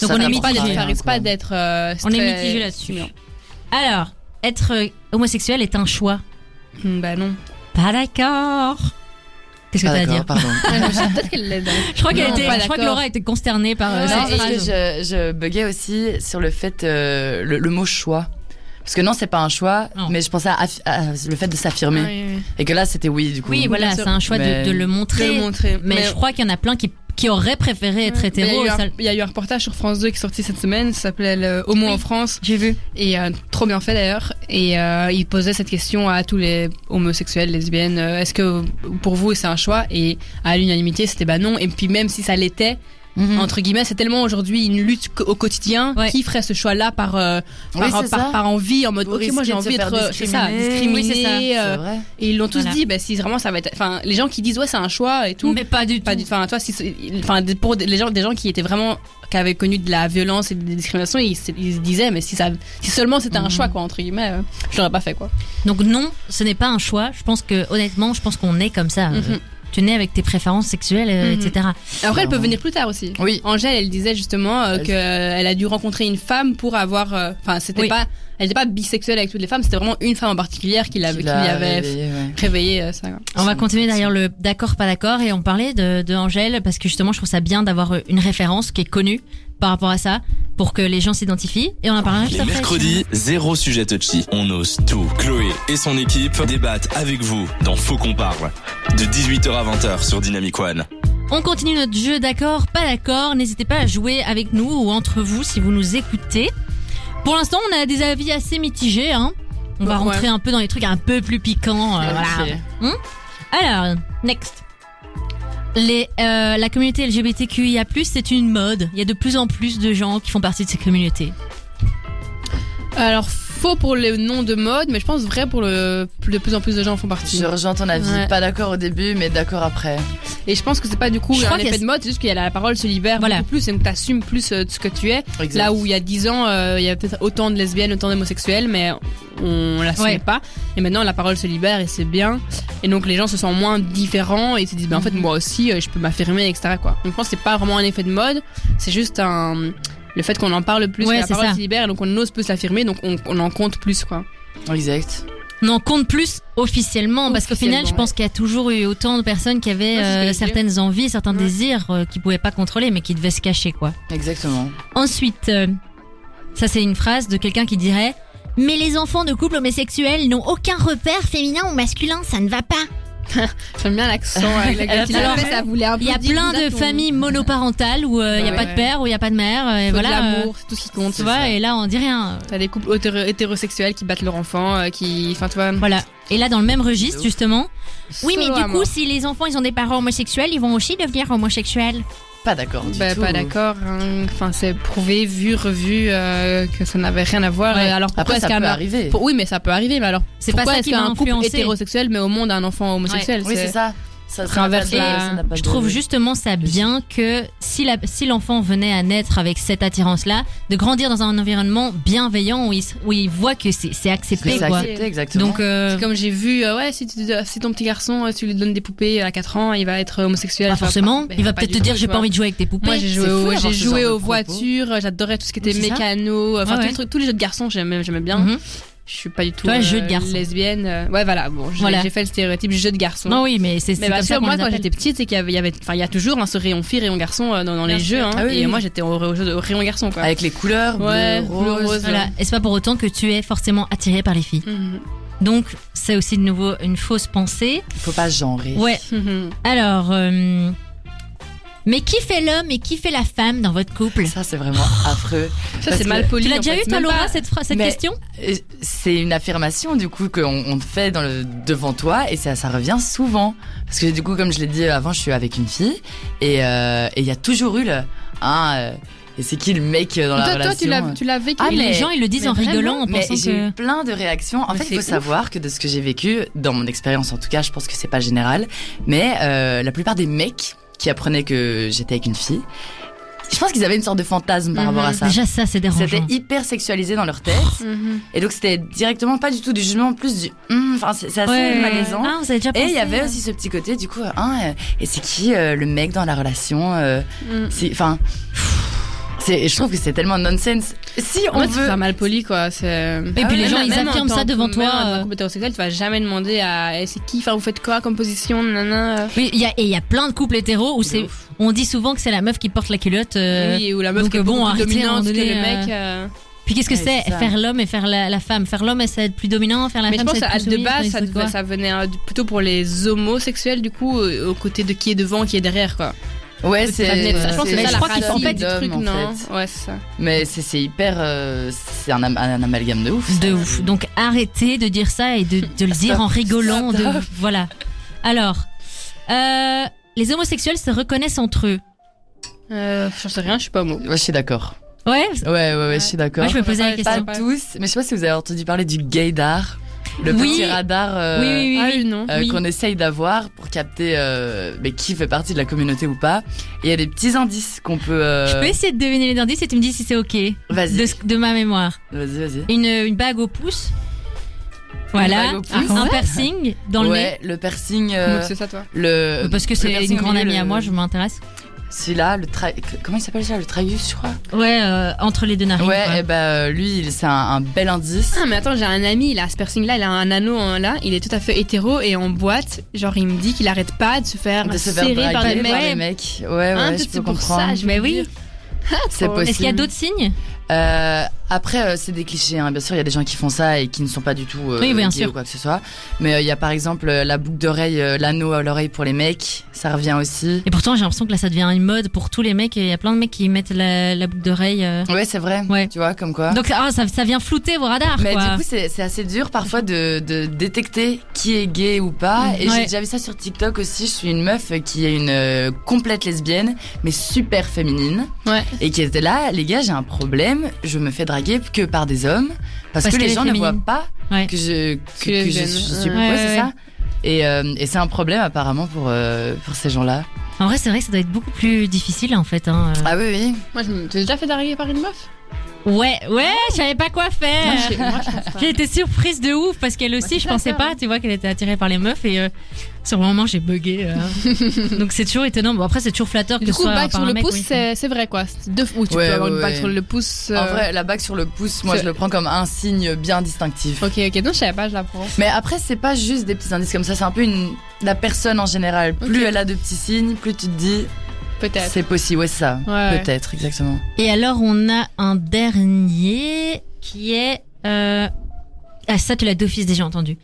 [SPEAKER 2] Donc
[SPEAKER 4] Ça
[SPEAKER 2] on est
[SPEAKER 4] t'apprend
[SPEAKER 3] pas
[SPEAKER 2] mitigé.
[SPEAKER 3] d'être-
[SPEAKER 4] rien,
[SPEAKER 3] ça risque
[SPEAKER 4] quoi.
[SPEAKER 3] pas d'être. euh,
[SPEAKER 2] On est
[SPEAKER 3] très
[SPEAKER 2] mitigé là-dessus.
[SPEAKER 3] stimulant.
[SPEAKER 2] Alors, être euh, homosexuel est un choix.
[SPEAKER 3] Hmm, Bah non.
[SPEAKER 2] Pas d'accord. Qu'est-ce que
[SPEAKER 4] Ah,
[SPEAKER 2] t'as à
[SPEAKER 4] d'accord,
[SPEAKER 2] dire
[SPEAKER 4] pardon.
[SPEAKER 3] Peut-être qu'elle l'aide.
[SPEAKER 2] Je crois, qu'elle
[SPEAKER 3] Non,
[SPEAKER 2] était,
[SPEAKER 3] pas
[SPEAKER 2] je crois que
[SPEAKER 3] d'accord.
[SPEAKER 2] Laura était consternée par euh,
[SPEAKER 3] Ouais,
[SPEAKER 4] Non,
[SPEAKER 2] cette
[SPEAKER 4] parce que
[SPEAKER 2] phrase.
[SPEAKER 4] je, je buguais aussi sur le fait, euh, le, le mot choix. Parce que non, c'est pas un choix,
[SPEAKER 2] Non.
[SPEAKER 4] mais je pensais à, affi- à le fait de s'affirmer.
[SPEAKER 3] Ouais, ouais.
[SPEAKER 4] Et que là, c'était oui, du coup.
[SPEAKER 2] Oui, voilà,
[SPEAKER 3] Bien
[SPEAKER 2] c'est
[SPEAKER 3] sûr.
[SPEAKER 2] un choix de-
[SPEAKER 4] Mais-
[SPEAKER 2] de, le
[SPEAKER 3] Je vais
[SPEAKER 2] montrer.
[SPEAKER 3] le montrer.
[SPEAKER 2] Mais, je crois qu'il y en a plein qui, qui auraient préféré être
[SPEAKER 3] Mais Il
[SPEAKER 2] hétéro.
[SPEAKER 3] y, a eu
[SPEAKER 2] ça-
[SPEAKER 3] un- il y a eu un reportage sur France 2 qui est sorti cette semaine, ça s'appelait le Homo
[SPEAKER 2] Oui.
[SPEAKER 3] en France,
[SPEAKER 2] J'ai vu.
[SPEAKER 3] et euh, trop bien fait d'ailleurs. Et euh, il posait cette question à tous les homosexuels, lesbiennes euh, est-ce que pour vous c'est un choix Et à l'unanimité, c'était bah non. Et puis même si ça l'était,
[SPEAKER 4] Mhm.
[SPEAKER 3] entre guillemets, c'est tellement aujourd'hui une lutte co- au quotidien
[SPEAKER 2] Ouais.
[SPEAKER 3] qui ferait ce choix-là par, euh,
[SPEAKER 4] Oui,
[SPEAKER 3] par,
[SPEAKER 4] c'est
[SPEAKER 3] par-
[SPEAKER 4] ça.
[SPEAKER 3] par envie, en mode
[SPEAKER 4] Vous
[SPEAKER 3] ok, moi j'ai
[SPEAKER 4] risquez de se
[SPEAKER 3] envie
[SPEAKER 4] faire
[SPEAKER 3] d'être euh, c'est ça,
[SPEAKER 4] discriminer.
[SPEAKER 3] discriminé.
[SPEAKER 2] Oui, c'est ça.
[SPEAKER 4] C'est
[SPEAKER 3] euh,
[SPEAKER 4] vrai.
[SPEAKER 3] et ils l'ont tous
[SPEAKER 2] Voilà.
[SPEAKER 3] dit, bah, si vraiment ça va être. Enfin, les gens qui disent ouais, c'est un choix et tout.
[SPEAKER 2] Mais pas du tout.
[SPEAKER 3] Pas du, enfin, toi, si, enfin, des- pour des les gens, des gens qui étaient vraiment, qui avaient connu de la violence et des discriminations, ils, se- ils se disaient, mais si ça, si seulement c'était un choix, quoi, entre guillemets, euh, je l'aurais pas fait, quoi.
[SPEAKER 2] Donc non, ce n'est pas un choix. Je pense que honnêtement, je pense qu'on est comme ça. euh,
[SPEAKER 3] Mhm.
[SPEAKER 2] Tu nais avec tes préférences sexuelles, euh,
[SPEAKER 3] Mhm.
[SPEAKER 2] etc.
[SPEAKER 3] Après, elle peut
[SPEAKER 4] Clairement.
[SPEAKER 3] venir plus tard aussi.
[SPEAKER 4] Oui.
[SPEAKER 3] Angèle, elle disait justement euh,
[SPEAKER 4] Elle-
[SPEAKER 3] que elle a dû rencontrer une femme pour avoir, euh, enfin, c'était
[SPEAKER 2] Oui.
[SPEAKER 3] pas, elle n'était pas bisexuelle avec toutes les femmes, c'était vraiment une femme en particulier qui l'avait,
[SPEAKER 4] Qui
[SPEAKER 3] qui
[SPEAKER 4] l'a
[SPEAKER 3] lui avait f-
[SPEAKER 4] réveillé, ouais.
[SPEAKER 3] réveillé euh, ça. quoi.
[SPEAKER 2] On va
[SPEAKER 4] C'est
[SPEAKER 2] continuer
[SPEAKER 4] intéressant.
[SPEAKER 2] d'ailleurs le d'accord pas d'accord et on parlait de, de Angèle parce que justement je trouve ça bien d'avoir euh, une référence qui est connue par rapport à ça pour que les gens s'identifient et on en parlera juste
[SPEAKER 1] Les
[SPEAKER 2] après.
[SPEAKER 1] mercredis, zéro sujet touchy. On ose tout. Chloé et son équipe débattent avec vous dans Faux qu'on parle. De 18h à 20h sur Dynamic One.
[SPEAKER 2] On continue notre jeu d'accord pas d'accord. N'hésitez pas à jouer avec nous ou entre vous si vous nous écoutez. Pour l'instant on a des avis assez mitigés. Hein. On va
[SPEAKER 3] Ouais.
[SPEAKER 2] rentrer un peu dans les trucs un peu plus piquants. euh, voilà.
[SPEAKER 4] Ok.
[SPEAKER 2] Alors, next. Les, euh, la communauté LGBTQIA+, c'est une mode. Il y a de plus en plus de gens qui font partie de ces communautés.
[SPEAKER 3] Alors, faux pour le nom de mode, mais je pense vrai pour le, de plus en plus de gens en font partie.
[SPEAKER 4] Je rejoins ton avis.
[SPEAKER 3] Ouais.
[SPEAKER 4] Pas d'accord au début, mais d'accord après.
[SPEAKER 3] Et je pense que c'est pas du coup
[SPEAKER 2] Je
[SPEAKER 3] un
[SPEAKER 2] crois qu'il y a-
[SPEAKER 3] effet de mode, c'est juste qu'il y a la parole se libère
[SPEAKER 2] Voilà.
[SPEAKER 3] beaucoup plus et donc t'assumes plus euh, de ce que tu es.
[SPEAKER 4] Exact.
[SPEAKER 3] Là où il y a 10 ans, euh, il y a peut-être autant de lesbiennes, autant d'homosexuels, mais on l'assumait
[SPEAKER 2] Ouais.
[SPEAKER 3] pas. Et maintenant, la parole se libère et c'est bien. Et donc les gens se sentent moins différents et se disent, ben en fait,
[SPEAKER 2] Mhm.
[SPEAKER 3] moi aussi, euh, je peux m'affirmer, etc. Quoi. Donc je pense que c'est pas vraiment un effet de mode, c'est juste un. Le fait qu'on en parle plus,
[SPEAKER 2] Ouais,
[SPEAKER 3] que la
[SPEAKER 2] c'est
[SPEAKER 3] parole
[SPEAKER 2] ça.
[SPEAKER 3] se libère, et donc on ose plus s'affirmer, donc on, on en compte plus, quoi.
[SPEAKER 4] Exact.
[SPEAKER 2] On en compte plus officiellement, parce qu'au final, je
[SPEAKER 3] Officiellement, Ah,
[SPEAKER 2] pense qu'il y a toujours eu autant de personnes qui avaient
[SPEAKER 3] Ouais, c'est ce que
[SPEAKER 2] euh,
[SPEAKER 3] je dis.
[SPEAKER 2] certaines envies, certains
[SPEAKER 3] Ouais.
[SPEAKER 2] désirs euh, qu'ils pouvaient pas contrôler, mais qui devaient se cacher, quoi.
[SPEAKER 4] Exactement.
[SPEAKER 2] Ensuite, euh, ça c'est une phrase de quelqu'un qui dirait « Mais les enfants de couples homosexuels n'ont aucun repère féminin ou masculin, ça ne va pas !»
[SPEAKER 3] J'aime bien l'accent avec
[SPEAKER 4] Elle a
[SPEAKER 3] laquelle tu
[SPEAKER 4] fait
[SPEAKER 2] la
[SPEAKER 3] l'as fait, ça voulait un peu
[SPEAKER 2] Il y a
[SPEAKER 3] dire,
[SPEAKER 2] plein de
[SPEAKER 3] bizarre, ton-
[SPEAKER 2] familles monoparentales où euh, il n'y a
[SPEAKER 3] Ouais,
[SPEAKER 2] pas
[SPEAKER 3] ouais.
[SPEAKER 2] de père, où il n'y a pas de mère, euh, et
[SPEAKER 3] Faut de
[SPEAKER 2] voilà. euh,
[SPEAKER 3] l'amour, c'est tout ce qui compte.
[SPEAKER 2] tu vois, et là on dit rien. euh,
[SPEAKER 3] T'as des couples hétéro- hétérosexuels qui battent leur enfant, euh, qui. Enfin, tu vois.
[SPEAKER 2] Voilà. Et là, dans le même registre,
[SPEAKER 4] ouf.
[SPEAKER 2] justement. Oui, mais
[SPEAKER 3] Solo
[SPEAKER 2] du
[SPEAKER 3] à
[SPEAKER 2] coup,
[SPEAKER 3] mort.
[SPEAKER 2] si les enfants, ils ont des parents homosexuels, ils vont aussi devenir homosexuels.
[SPEAKER 4] Pas d'accord du
[SPEAKER 3] Bah,
[SPEAKER 4] tout.
[SPEAKER 3] pas d'accord. hein. Enfin, c'est prouvé, vu, revu euh, que ça n'avait rien à voir.
[SPEAKER 2] Ouais.
[SPEAKER 3] Et Alors, pourquoi
[SPEAKER 4] Après,
[SPEAKER 3] est-ce
[SPEAKER 4] ça peut
[SPEAKER 3] qu'un
[SPEAKER 4] arriver.
[SPEAKER 3] pour- Oui, mais ça peut arriver. Mais alors,
[SPEAKER 2] C'est pas
[SPEAKER 3] pourquoi
[SPEAKER 2] ça
[SPEAKER 3] est-ce
[SPEAKER 2] qui m'a
[SPEAKER 3] qu'un couple
[SPEAKER 2] influencé.
[SPEAKER 3] hétérosexuel met au monde un enfant homosexuel
[SPEAKER 4] Oui, c'est ça. Ça
[SPEAKER 3] C'est
[SPEAKER 4] ça n'a
[SPEAKER 3] inverse,
[SPEAKER 4] pas de-
[SPEAKER 3] là.
[SPEAKER 4] ça n'a pas
[SPEAKER 2] Je
[SPEAKER 4] de-
[SPEAKER 2] trouve justement ça bien que si la- si l'enfant venait à naître avec cette attirance-là, de grandir dans un environnement bienveillant où il, se- où il voit que c'est c'est accepté,
[SPEAKER 4] C'est
[SPEAKER 2] quoi.
[SPEAKER 4] accepté, exactement.
[SPEAKER 2] Donc, euh,
[SPEAKER 3] C'est comme j'ai vu, euh, ouais, si, tu, si ton petit garçon, euh, si tu lui donnes des poupées à 4 ans, il va être homosexuel.
[SPEAKER 2] pas
[SPEAKER 3] Enfin,
[SPEAKER 2] forcément,
[SPEAKER 3] bah,
[SPEAKER 2] il va
[SPEAKER 3] pas
[SPEAKER 2] peut-être
[SPEAKER 3] du
[SPEAKER 2] te dire
[SPEAKER 3] tout,
[SPEAKER 2] j'ai
[SPEAKER 3] tu
[SPEAKER 2] pas
[SPEAKER 3] vois.
[SPEAKER 2] envie de jouer avec tes poupées. hein,
[SPEAKER 3] Moi, j'ai joué,
[SPEAKER 4] fou
[SPEAKER 3] aux,
[SPEAKER 4] d'avoir
[SPEAKER 3] j'ai joué
[SPEAKER 4] ce genre de
[SPEAKER 3] aux
[SPEAKER 4] propos.
[SPEAKER 3] voitures, euh, j'adorais tout ce qui était
[SPEAKER 2] Oui, c'est ça.
[SPEAKER 3] mécano, enfin
[SPEAKER 2] Ouais,
[SPEAKER 3] tous,
[SPEAKER 2] ouais.
[SPEAKER 3] Les trucs, tous les jeux de garçons, j'aimais, j'aimais bien.
[SPEAKER 2] Mhm.
[SPEAKER 3] Je suis pas du tout
[SPEAKER 2] Toi,
[SPEAKER 3] euh,
[SPEAKER 2] jeu de garçon.
[SPEAKER 3] lesbienne. euh, ouais, voilà, bon, j'ai,
[SPEAKER 2] Voilà.
[SPEAKER 3] j'ai fait le stéréotype jeu de garçon.
[SPEAKER 2] Non, oui, mais c'est
[SPEAKER 3] mais
[SPEAKER 2] c'est
[SPEAKER 3] bien
[SPEAKER 2] comme
[SPEAKER 3] sûr,
[SPEAKER 2] ça qu'on
[SPEAKER 3] moi,
[SPEAKER 2] les
[SPEAKER 3] quand
[SPEAKER 2] appelle.
[SPEAKER 3] j'étais petite, c'est qu'il y avait, il y avait- enfin, il y a toujours un ce rayon fille, rayon garçon euh, dans, dans les
[SPEAKER 2] Bien
[SPEAKER 3] jeux.
[SPEAKER 2] sûr.
[SPEAKER 3] hein.
[SPEAKER 4] Ah oui,
[SPEAKER 3] et
[SPEAKER 4] oui.
[SPEAKER 3] moi, j'étais au, au- au rayon garçon, quoi.
[SPEAKER 4] Avec les couleurs,
[SPEAKER 3] Ouais,
[SPEAKER 4] bleu,
[SPEAKER 3] bleu,
[SPEAKER 4] rose.
[SPEAKER 3] rose.
[SPEAKER 2] Voilà. Et c'est pas pour autant que tu es forcément attiré par les filles.
[SPEAKER 3] Mhm.
[SPEAKER 2] Donc, c'est aussi de nouveau une fausse pensée.
[SPEAKER 4] Faut pas genrer.
[SPEAKER 2] Ouais.
[SPEAKER 3] Mhm.
[SPEAKER 2] Alors, euh, mais qui fait l'homme et qui fait la femme dans votre couple
[SPEAKER 4] Ça, c'est vraiment affreux.
[SPEAKER 3] Ça,
[SPEAKER 4] Parce
[SPEAKER 3] c'est
[SPEAKER 4] que-
[SPEAKER 3] mal poli.
[SPEAKER 2] Tu l'as
[SPEAKER 3] en
[SPEAKER 2] déjà
[SPEAKER 3] fait.
[SPEAKER 2] eu,
[SPEAKER 3] C'est
[SPEAKER 2] toi,
[SPEAKER 3] même
[SPEAKER 2] Laura,
[SPEAKER 3] pas-
[SPEAKER 2] cette, phrase- cette
[SPEAKER 4] Mais-
[SPEAKER 2] question
[SPEAKER 4] Et C'est une affirmation du coup qu'on on te fait dans le, devant toi et ça, ça revient souvent. Parce que du coup, comme je l'ai dit avant, je suis avec une fille et euh, et il y a toujours eu le. Ah, euh, et c'est qui le mec euh, dans la
[SPEAKER 3] Toi, toi,
[SPEAKER 4] relation
[SPEAKER 3] tu l'as,
[SPEAKER 4] euh.
[SPEAKER 3] tu l'as vécu.
[SPEAKER 4] Ah,
[SPEAKER 2] Et
[SPEAKER 4] mais-
[SPEAKER 2] les gens, ils le disent
[SPEAKER 3] mais
[SPEAKER 2] en
[SPEAKER 3] vraiment,
[SPEAKER 2] rigolant, en
[SPEAKER 4] Mais
[SPEAKER 2] pensant
[SPEAKER 4] j'ai
[SPEAKER 2] que...
[SPEAKER 4] eu plein de réactions. En
[SPEAKER 3] Mais
[SPEAKER 4] fait,
[SPEAKER 3] c'est
[SPEAKER 4] il faut
[SPEAKER 3] ouf.
[SPEAKER 4] savoir que de ce que j'ai vécu, dans mon expérience en tout cas, je pense que c'est pas général, mais euh, la plupart des mecs qui apprenaient que j'étais avec une fille, je pense qu'ils avaient une sorte de fantasme par
[SPEAKER 3] Mhm.
[SPEAKER 4] rapport à ça.
[SPEAKER 2] Déjà, ça, c'est
[SPEAKER 4] C'était
[SPEAKER 2] dérangeant.
[SPEAKER 4] hyper sexualisé dans leur tête,
[SPEAKER 2] Hum,
[SPEAKER 3] Mhm.
[SPEAKER 4] et donc c'était directement pas du tout du jugement, plus du. Hum Enfin, c'est c'est assez malaisant.
[SPEAKER 2] Ah, vous avez déjà
[SPEAKER 4] Et il
[SPEAKER 2] pensé,
[SPEAKER 4] y avait
[SPEAKER 2] euh,
[SPEAKER 4] aussi ce petit côté, du coup, euh, hein, euh, et c'est qui euh, le mec dans la relation euh,
[SPEAKER 2] hum.
[SPEAKER 3] Mhm.
[SPEAKER 4] C'est, enfin, c'est, je trouve que c'est tellement nonsense. Si on
[SPEAKER 3] En fait, c'est
[SPEAKER 4] veut,
[SPEAKER 3] pas mal poli, quoi. C'est... Ah
[SPEAKER 2] Et puis les gens, ils affirment ça devant toi.
[SPEAKER 3] En
[SPEAKER 2] euh,
[SPEAKER 3] couple hétérosexuel, tu vas jamais demander à eh, c'est qui, enfin, vous faites quoi comme position, nanana. euh.
[SPEAKER 2] Oui, il y a, et il y a plein de couples hétéros où c'est,
[SPEAKER 4] ouf.
[SPEAKER 2] on dit souvent que c'est la meuf qui porte la culotte. euh,
[SPEAKER 3] oui, ou la meuf
[SPEAKER 2] donc,
[SPEAKER 3] qui est
[SPEAKER 2] bon,
[SPEAKER 3] beaucoup plus
[SPEAKER 2] arrêtez, à un moment
[SPEAKER 3] dominante que
[SPEAKER 2] donné,
[SPEAKER 3] le
[SPEAKER 2] euh,
[SPEAKER 3] mec. euh.
[SPEAKER 2] Puis qu'est-ce que
[SPEAKER 4] Ouais,
[SPEAKER 2] c'est
[SPEAKER 4] c'est ça.
[SPEAKER 2] Faire l'homme et faire la, la femme. Faire l'homme, ça va être plus dominant. Faire la
[SPEAKER 3] Mais je
[SPEAKER 2] femme,
[SPEAKER 3] pense
[SPEAKER 2] Ah, ça va
[SPEAKER 3] à
[SPEAKER 2] être plus
[SPEAKER 3] de
[SPEAKER 2] soumise,
[SPEAKER 3] base,
[SPEAKER 2] être
[SPEAKER 3] ça,
[SPEAKER 2] quoi.
[SPEAKER 3] devait- ça venait euh, plutôt pour les homosexuels, du coup, euh, au côté de qui est devant, qui est derrière, quoi.
[SPEAKER 4] Ouais,
[SPEAKER 2] Peut-être
[SPEAKER 4] c'est.
[SPEAKER 2] la fenêtre, ça,
[SPEAKER 3] Je pense
[SPEAKER 2] c'est
[SPEAKER 3] que
[SPEAKER 4] mais
[SPEAKER 3] c'est
[SPEAKER 2] ça,
[SPEAKER 3] ça
[SPEAKER 4] je
[SPEAKER 3] la
[SPEAKER 4] crois qu'il faut en
[SPEAKER 3] racine
[SPEAKER 4] fait
[SPEAKER 3] du
[SPEAKER 4] des
[SPEAKER 3] truc,
[SPEAKER 4] trucs,
[SPEAKER 3] non Ouais, c'est ça.
[SPEAKER 4] Mais c'est- c'est hyper. euh, c'est un, am- un amalgame de ouf. ça.
[SPEAKER 2] De ouf. Donc arrêtez de dire ça et de, de le dire en rigolant. de-
[SPEAKER 4] Stop.
[SPEAKER 2] voilà. Alors, euh, les homosexuels se reconnaissent entre eux.
[SPEAKER 3] Euh, j'en sais rien, je suis pas homo.
[SPEAKER 4] Ouais, je suis d'accord.
[SPEAKER 2] Ouais.
[SPEAKER 4] Ouais, ouais, ouais, je suis d'accord.
[SPEAKER 2] Moi, je me posais la
[SPEAKER 4] Pas
[SPEAKER 2] question.
[SPEAKER 4] tous, mais je sais pas si vous avez entendu parler du gaydar. Le
[SPEAKER 2] Oui.
[SPEAKER 4] petit radar. euh,
[SPEAKER 2] Oui, oui, oui.
[SPEAKER 3] Ah, lui, non.
[SPEAKER 4] euh,
[SPEAKER 2] Oui.
[SPEAKER 4] qu'on essaye d'avoir pour capter euh, mais qui fait partie de la communauté ou pas. Et il y a des petits indices qu'on peut. euh,
[SPEAKER 2] Je peux essayer de deviner les indices et tu me dis si c'est ok
[SPEAKER 4] Vas-y,
[SPEAKER 2] de, ce- de ma mémoire.
[SPEAKER 4] vas-y, vas-y.
[SPEAKER 2] Une, une bague au pouce. Voilà.
[SPEAKER 4] bague au pouce.
[SPEAKER 2] Un piercing dans le nez.
[SPEAKER 4] ouais, le piercing. euh,
[SPEAKER 3] Comment tu sais ça, toi
[SPEAKER 4] le,
[SPEAKER 2] Parce que
[SPEAKER 4] le
[SPEAKER 2] c'est
[SPEAKER 4] piercing
[SPEAKER 2] une
[SPEAKER 4] au
[SPEAKER 2] grande
[SPEAKER 4] milieu,
[SPEAKER 2] amie à
[SPEAKER 4] le-
[SPEAKER 2] moi, je m'intéresse.
[SPEAKER 4] Celui-là, le tra... comment il s'appelle ça, le tragus, je crois.
[SPEAKER 2] Ouais, euh, entre les deux narines.
[SPEAKER 4] ouais,
[SPEAKER 2] quoi.
[SPEAKER 4] et bah, lui, il- c'est un, un bel indice.
[SPEAKER 3] Ah, mais attends, j'ai un ami, il a ce piercing-là, il a un anneau hein, là, il est tout à fait hétéro et en boîte, genre il me dit qu'il arrête pas de se
[SPEAKER 2] Ah,
[SPEAKER 3] faire
[SPEAKER 4] de se faire
[SPEAKER 3] serrer par
[SPEAKER 4] draguer
[SPEAKER 3] des mecs.
[SPEAKER 4] par les mecs. Ouais, ouais,
[SPEAKER 3] Hein,
[SPEAKER 4] je
[SPEAKER 3] peut-être
[SPEAKER 4] peux
[SPEAKER 3] c'est pour
[SPEAKER 4] comprendre.
[SPEAKER 3] ça, je
[SPEAKER 2] Mais
[SPEAKER 3] me
[SPEAKER 2] oui.
[SPEAKER 3] dis.
[SPEAKER 4] C'est possible.
[SPEAKER 2] Est-ce qu'il y a d'autres signes
[SPEAKER 4] Euh, après, euh, c'est des clichés, hein. bien sûr. Il y a des gens qui font ça et qui ne sont pas du tout euh,
[SPEAKER 2] Oui, bien
[SPEAKER 4] gays
[SPEAKER 2] sûr.
[SPEAKER 4] ou quoi que ce soit. Mais euh, il y a par exemple euh, la boucle d'oreille, euh, l'anneau à l'oreille pour les mecs, ça revient aussi.
[SPEAKER 2] Et pourtant, j'ai l'impression que là, ça devient une mode pour tous les mecs. Et il y a plein de mecs qui mettent la, la boucle d'oreille. euh.
[SPEAKER 4] Ouais, c'est vrai.
[SPEAKER 2] Ouais.
[SPEAKER 4] Tu vois, comme quoi.
[SPEAKER 2] Donc, ah, ça, ça vient flouter vos radars,
[SPEAKER 4] mais
[SPEAKER 2] quoi.
[SPEAKER 4] du coup, c'est c'est assez dur parfois de, de détecter qui est gay ou pas. Et
[SPEAKER 2] Ouais.
[SPEAKER 4] j'ai déjà vu ça sur TikTok aussi. Je suis une meuf qui est une euh, complète lesbienne, mais super féminine.
[SPEAKER 3] Ouais.
[SPEAKER 4] Et qui était là, les gars, j'ai un problème. Je me fais draguer que par des hommes. Parce,
[SPEAKER 2] Parce
[SPEAKER 4] que les
[SPEAKER 2] qu'elle est
[SPEAKER 4] gens ne
[SPEAKER 2] féminine.
[SPEAKER 4] voient pas
[SPEAKER 2] Ouais.
[SPEAKER 4] que je, que,
[SPEAKER 3] Tu es
[SPEAKER 4] que je,
[SPEAKER 3] jeune.
[SPEAKER 4] suis- je suis.
[SPEAKER 3] Ouais,
[SPEAKER 4] ouais,
[SPEAKER 2] ouais,
[SPEAKER 4] c'est
[SPEAKER 2] ouais.
[SPEAKER 4] ça. Et, euh, et c'est un problème apparemment pour, euh, pour ces gens-là.
[SPEAKER 2] En vrai, c'est vrai que ça doit être beaucoup plus difficile, en fait. hein.
[SPEAKER 4] Ah oui, oui.
[SPEAKER 3] Moi, je me... t'es déjà fait draguer par une meuf
[SPEAKER 2] Ouais, ouais, je savais pas quoi
[SPEAKER 3] Moi,
[SPEAKER 2] faire.
[SPEAKER 3] je- moi, je pense pas.
[SPEAKER 2] J'ai été surprise de ouf parce qu'elle aussi,
[SPEAKER 3] c'est
[SPEAKER 2] je
[SPEAKER 3] pas
[SPEAKER 2] pensais
[SPEAKER 3] ça,
[SPEAKER 2] pas,
[SPEAKER 3] hein.
[SPEAKER 2] tu vois, qu'elle était attirée par les meufs et euh, sur le moment, j'ai bugué. euh. Donc c'est toujours étonnant. Bon, après, c'est toujours flatteur que
[SPEAKER 3] Du
[SPEAKER 2] ce
[SPEAKER 3] coup,
[SPEAKER 2] soit
[SPEAKER 3] bague
[SPEAKER 2] par
[SPEAKER 3] sur
[SPEAKER 2] un
[SPEAKER 3] le
[SPEAKER 2] mec,
[SPEAKER 3] pouce,
[SPEAKER 2] oui.
[SPEAKER 3] c'est c'est vrai quoi. C'est Deux... Ou tu
[SPEAKER 4] Ouais,
[SPEAKER 3] peux avoir
[SPEAKER 4] ouais,
[SPEAKER 3] une bague
[SPEAKER 4] ouais.
[SPEAKER 3] sur le pouce.
[SPEAKER 4] En
[SPEAKER 3] euh,
[SPEAKER 4] vrai, la bague sur le pouce, moi
[SPEAKER 3] c'est-
[SPEAKER 4] je le prends comme un signe bien distinctif.
[SPEAKER 3] Ok, ok, non, je savais pas, je l'apprends.
[SPEAKER 4] Mais après, c'est pas juste des petits indices comme ça, c'est un peu une... la personne en général. Plus
[SPEAKER 3] Ok.
[SPEAKER 4] elle a de petits signes, plus tu te dis
[SPEAKER 3] Peut-être.
[SPEAKER 4] c'est possible, ouais, c'est ça.
[SPEAKER 3] Ouais.
[SPEAKER 4] Peut-être, exactement.
[SPEAKER 2] Et alors, on a un dernier qui est. euh, Ah, ça, tu l'as d'office déjà entendu.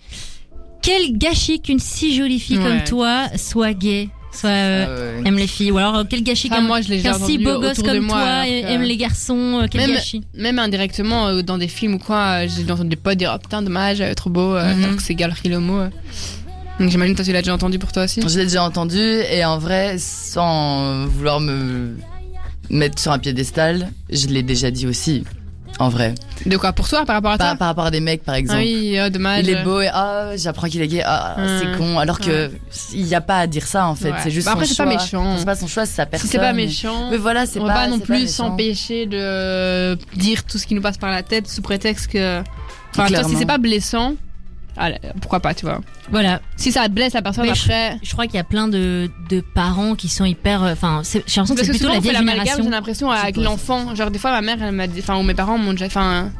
[SPEAKER 2] Quel gâchis qu'une si jolie fille comme
[SPEAKER 3] Ouais.
[SPEAKER 2] toi soit gay, soit euh,
[SPEAKER 4] Ah ouais.
[SPEAKER 2] aime les filles. Ou alors, euh, quel gâchis
[SPEAKER 3] Enfin,
[SPEAKER 2] qu'un
[SPEAKER 3] Ah, moi, je l'ai
[SPEAKER 2] qu'un
[SPEAKER 3] déjà
[SPEAKER 2] si
[SPEAKER 3] entendu
[SPEAKER 2] beau gosse
[SPEAKER 3] autour de
[SPEAKER 2] comme
[SPEAKER 3] moi.
[SPEAKER 2] toi
[SPEAKER 3] alors que-
[SPEAKER 2] aime les garçons. euh, quel
[SPEAKER 3] Même-
[SPEAKER 2] gâchis.
[SPEAKER 3] Même indirectement, euh, dans des films ou quoi, euh, j'ai entendu des potes dire Oh putain, dommage, euh, trop beau, euh,
[SPEAKER 4] Mhm.
[SPEAKER 3] alors que c'est galère qu'il est homo. euh. Donc j'imagine, toi, tu l'as déjà entendu pour toi aussi
[SPEAKER 4] Je l'ai déjà entendu, et en vrai, sans vouloir me mettre sur un piédestal, je l'ai déjà dit aussi. En vrai.
[SPEAKER 3] De quoi Pour toi, par rapport à toi
[SPEAKER 4] Par, par rapport à des mecs, par
[SPEAKER 3] Ah
[SPEAKER 4] exemple.
[SPEAKER 3] oui, oh, dommage.
[SPEAKER 4] Il est beau et ah, j'apprends qu'il est gay, ah,
[SPEAKER 3] Ouais.
[SPEAKER 4] c'est con. Alors que il n'y a pas à dire ça en fait,
[SPEAKER 3] Ouais.
[SPEAKER 4] c'est juste
[SPEAKER 3] Bah après,
[SPEAKER 4] son
[SPEAKER 3] c'est pas
[SPEAKER 4] choix.
[SPEAKER 3] méchant.
[SPEAKER 4] C'est pas son choix, c'est sa
[SPEAKER 3] Si
[SPEAKER 4] personne.
[SPEAKER 3] c'est pas méchant,
[SPEAKER 4] Mais voilà, c'est
[SPEAKER 3] on va pas, non
[SPEAKER 4] c'est
[SPEAKER 3] plus
[SPEAKER 4] méchant.
[SPEAKER 3] s'empêcher de euh, dire tout ce qui nous passe par la tête sous prétexte que. Enfin, toi, si
[SPEAKER 4] Clairement.
[SPEAKER 3] c'est pas blessant, allez, pourquoi pas, tu vois.
[SPEAKER 2] Voilà.
[SPEAKER 3] Si ça blesse la personne
[SPEAKER 2] Mais je-
[SPEAKER 3] après.
[SPEAKER 2] Je crois qu'il y a plein de, de parents qui sont hyper. euh, Enfin, c'est- j'ai l'impression que
[SPEAKER 3] Parce
[SPEAKER 2] c'est
[SPEAKER 3] que
[SPEAKER 2] plutôt
[SPEAKER 3] souvent,
[SPEAKER 2] la
[SPEAKER 3] on fait
[SPEAKER 2] vieille
[SPEAKER 3] l'amalgame,
[SPEAKER 2] génération.
[SPEAKER 3] j'ai l'impression, avec
[SPEAKER 4] suppose.
[SPEAKER 3] l'enfant. Genre, des fois, ma mère, elle m'a dit. Enfin, ou mes parents m'ont déjà. Enfin,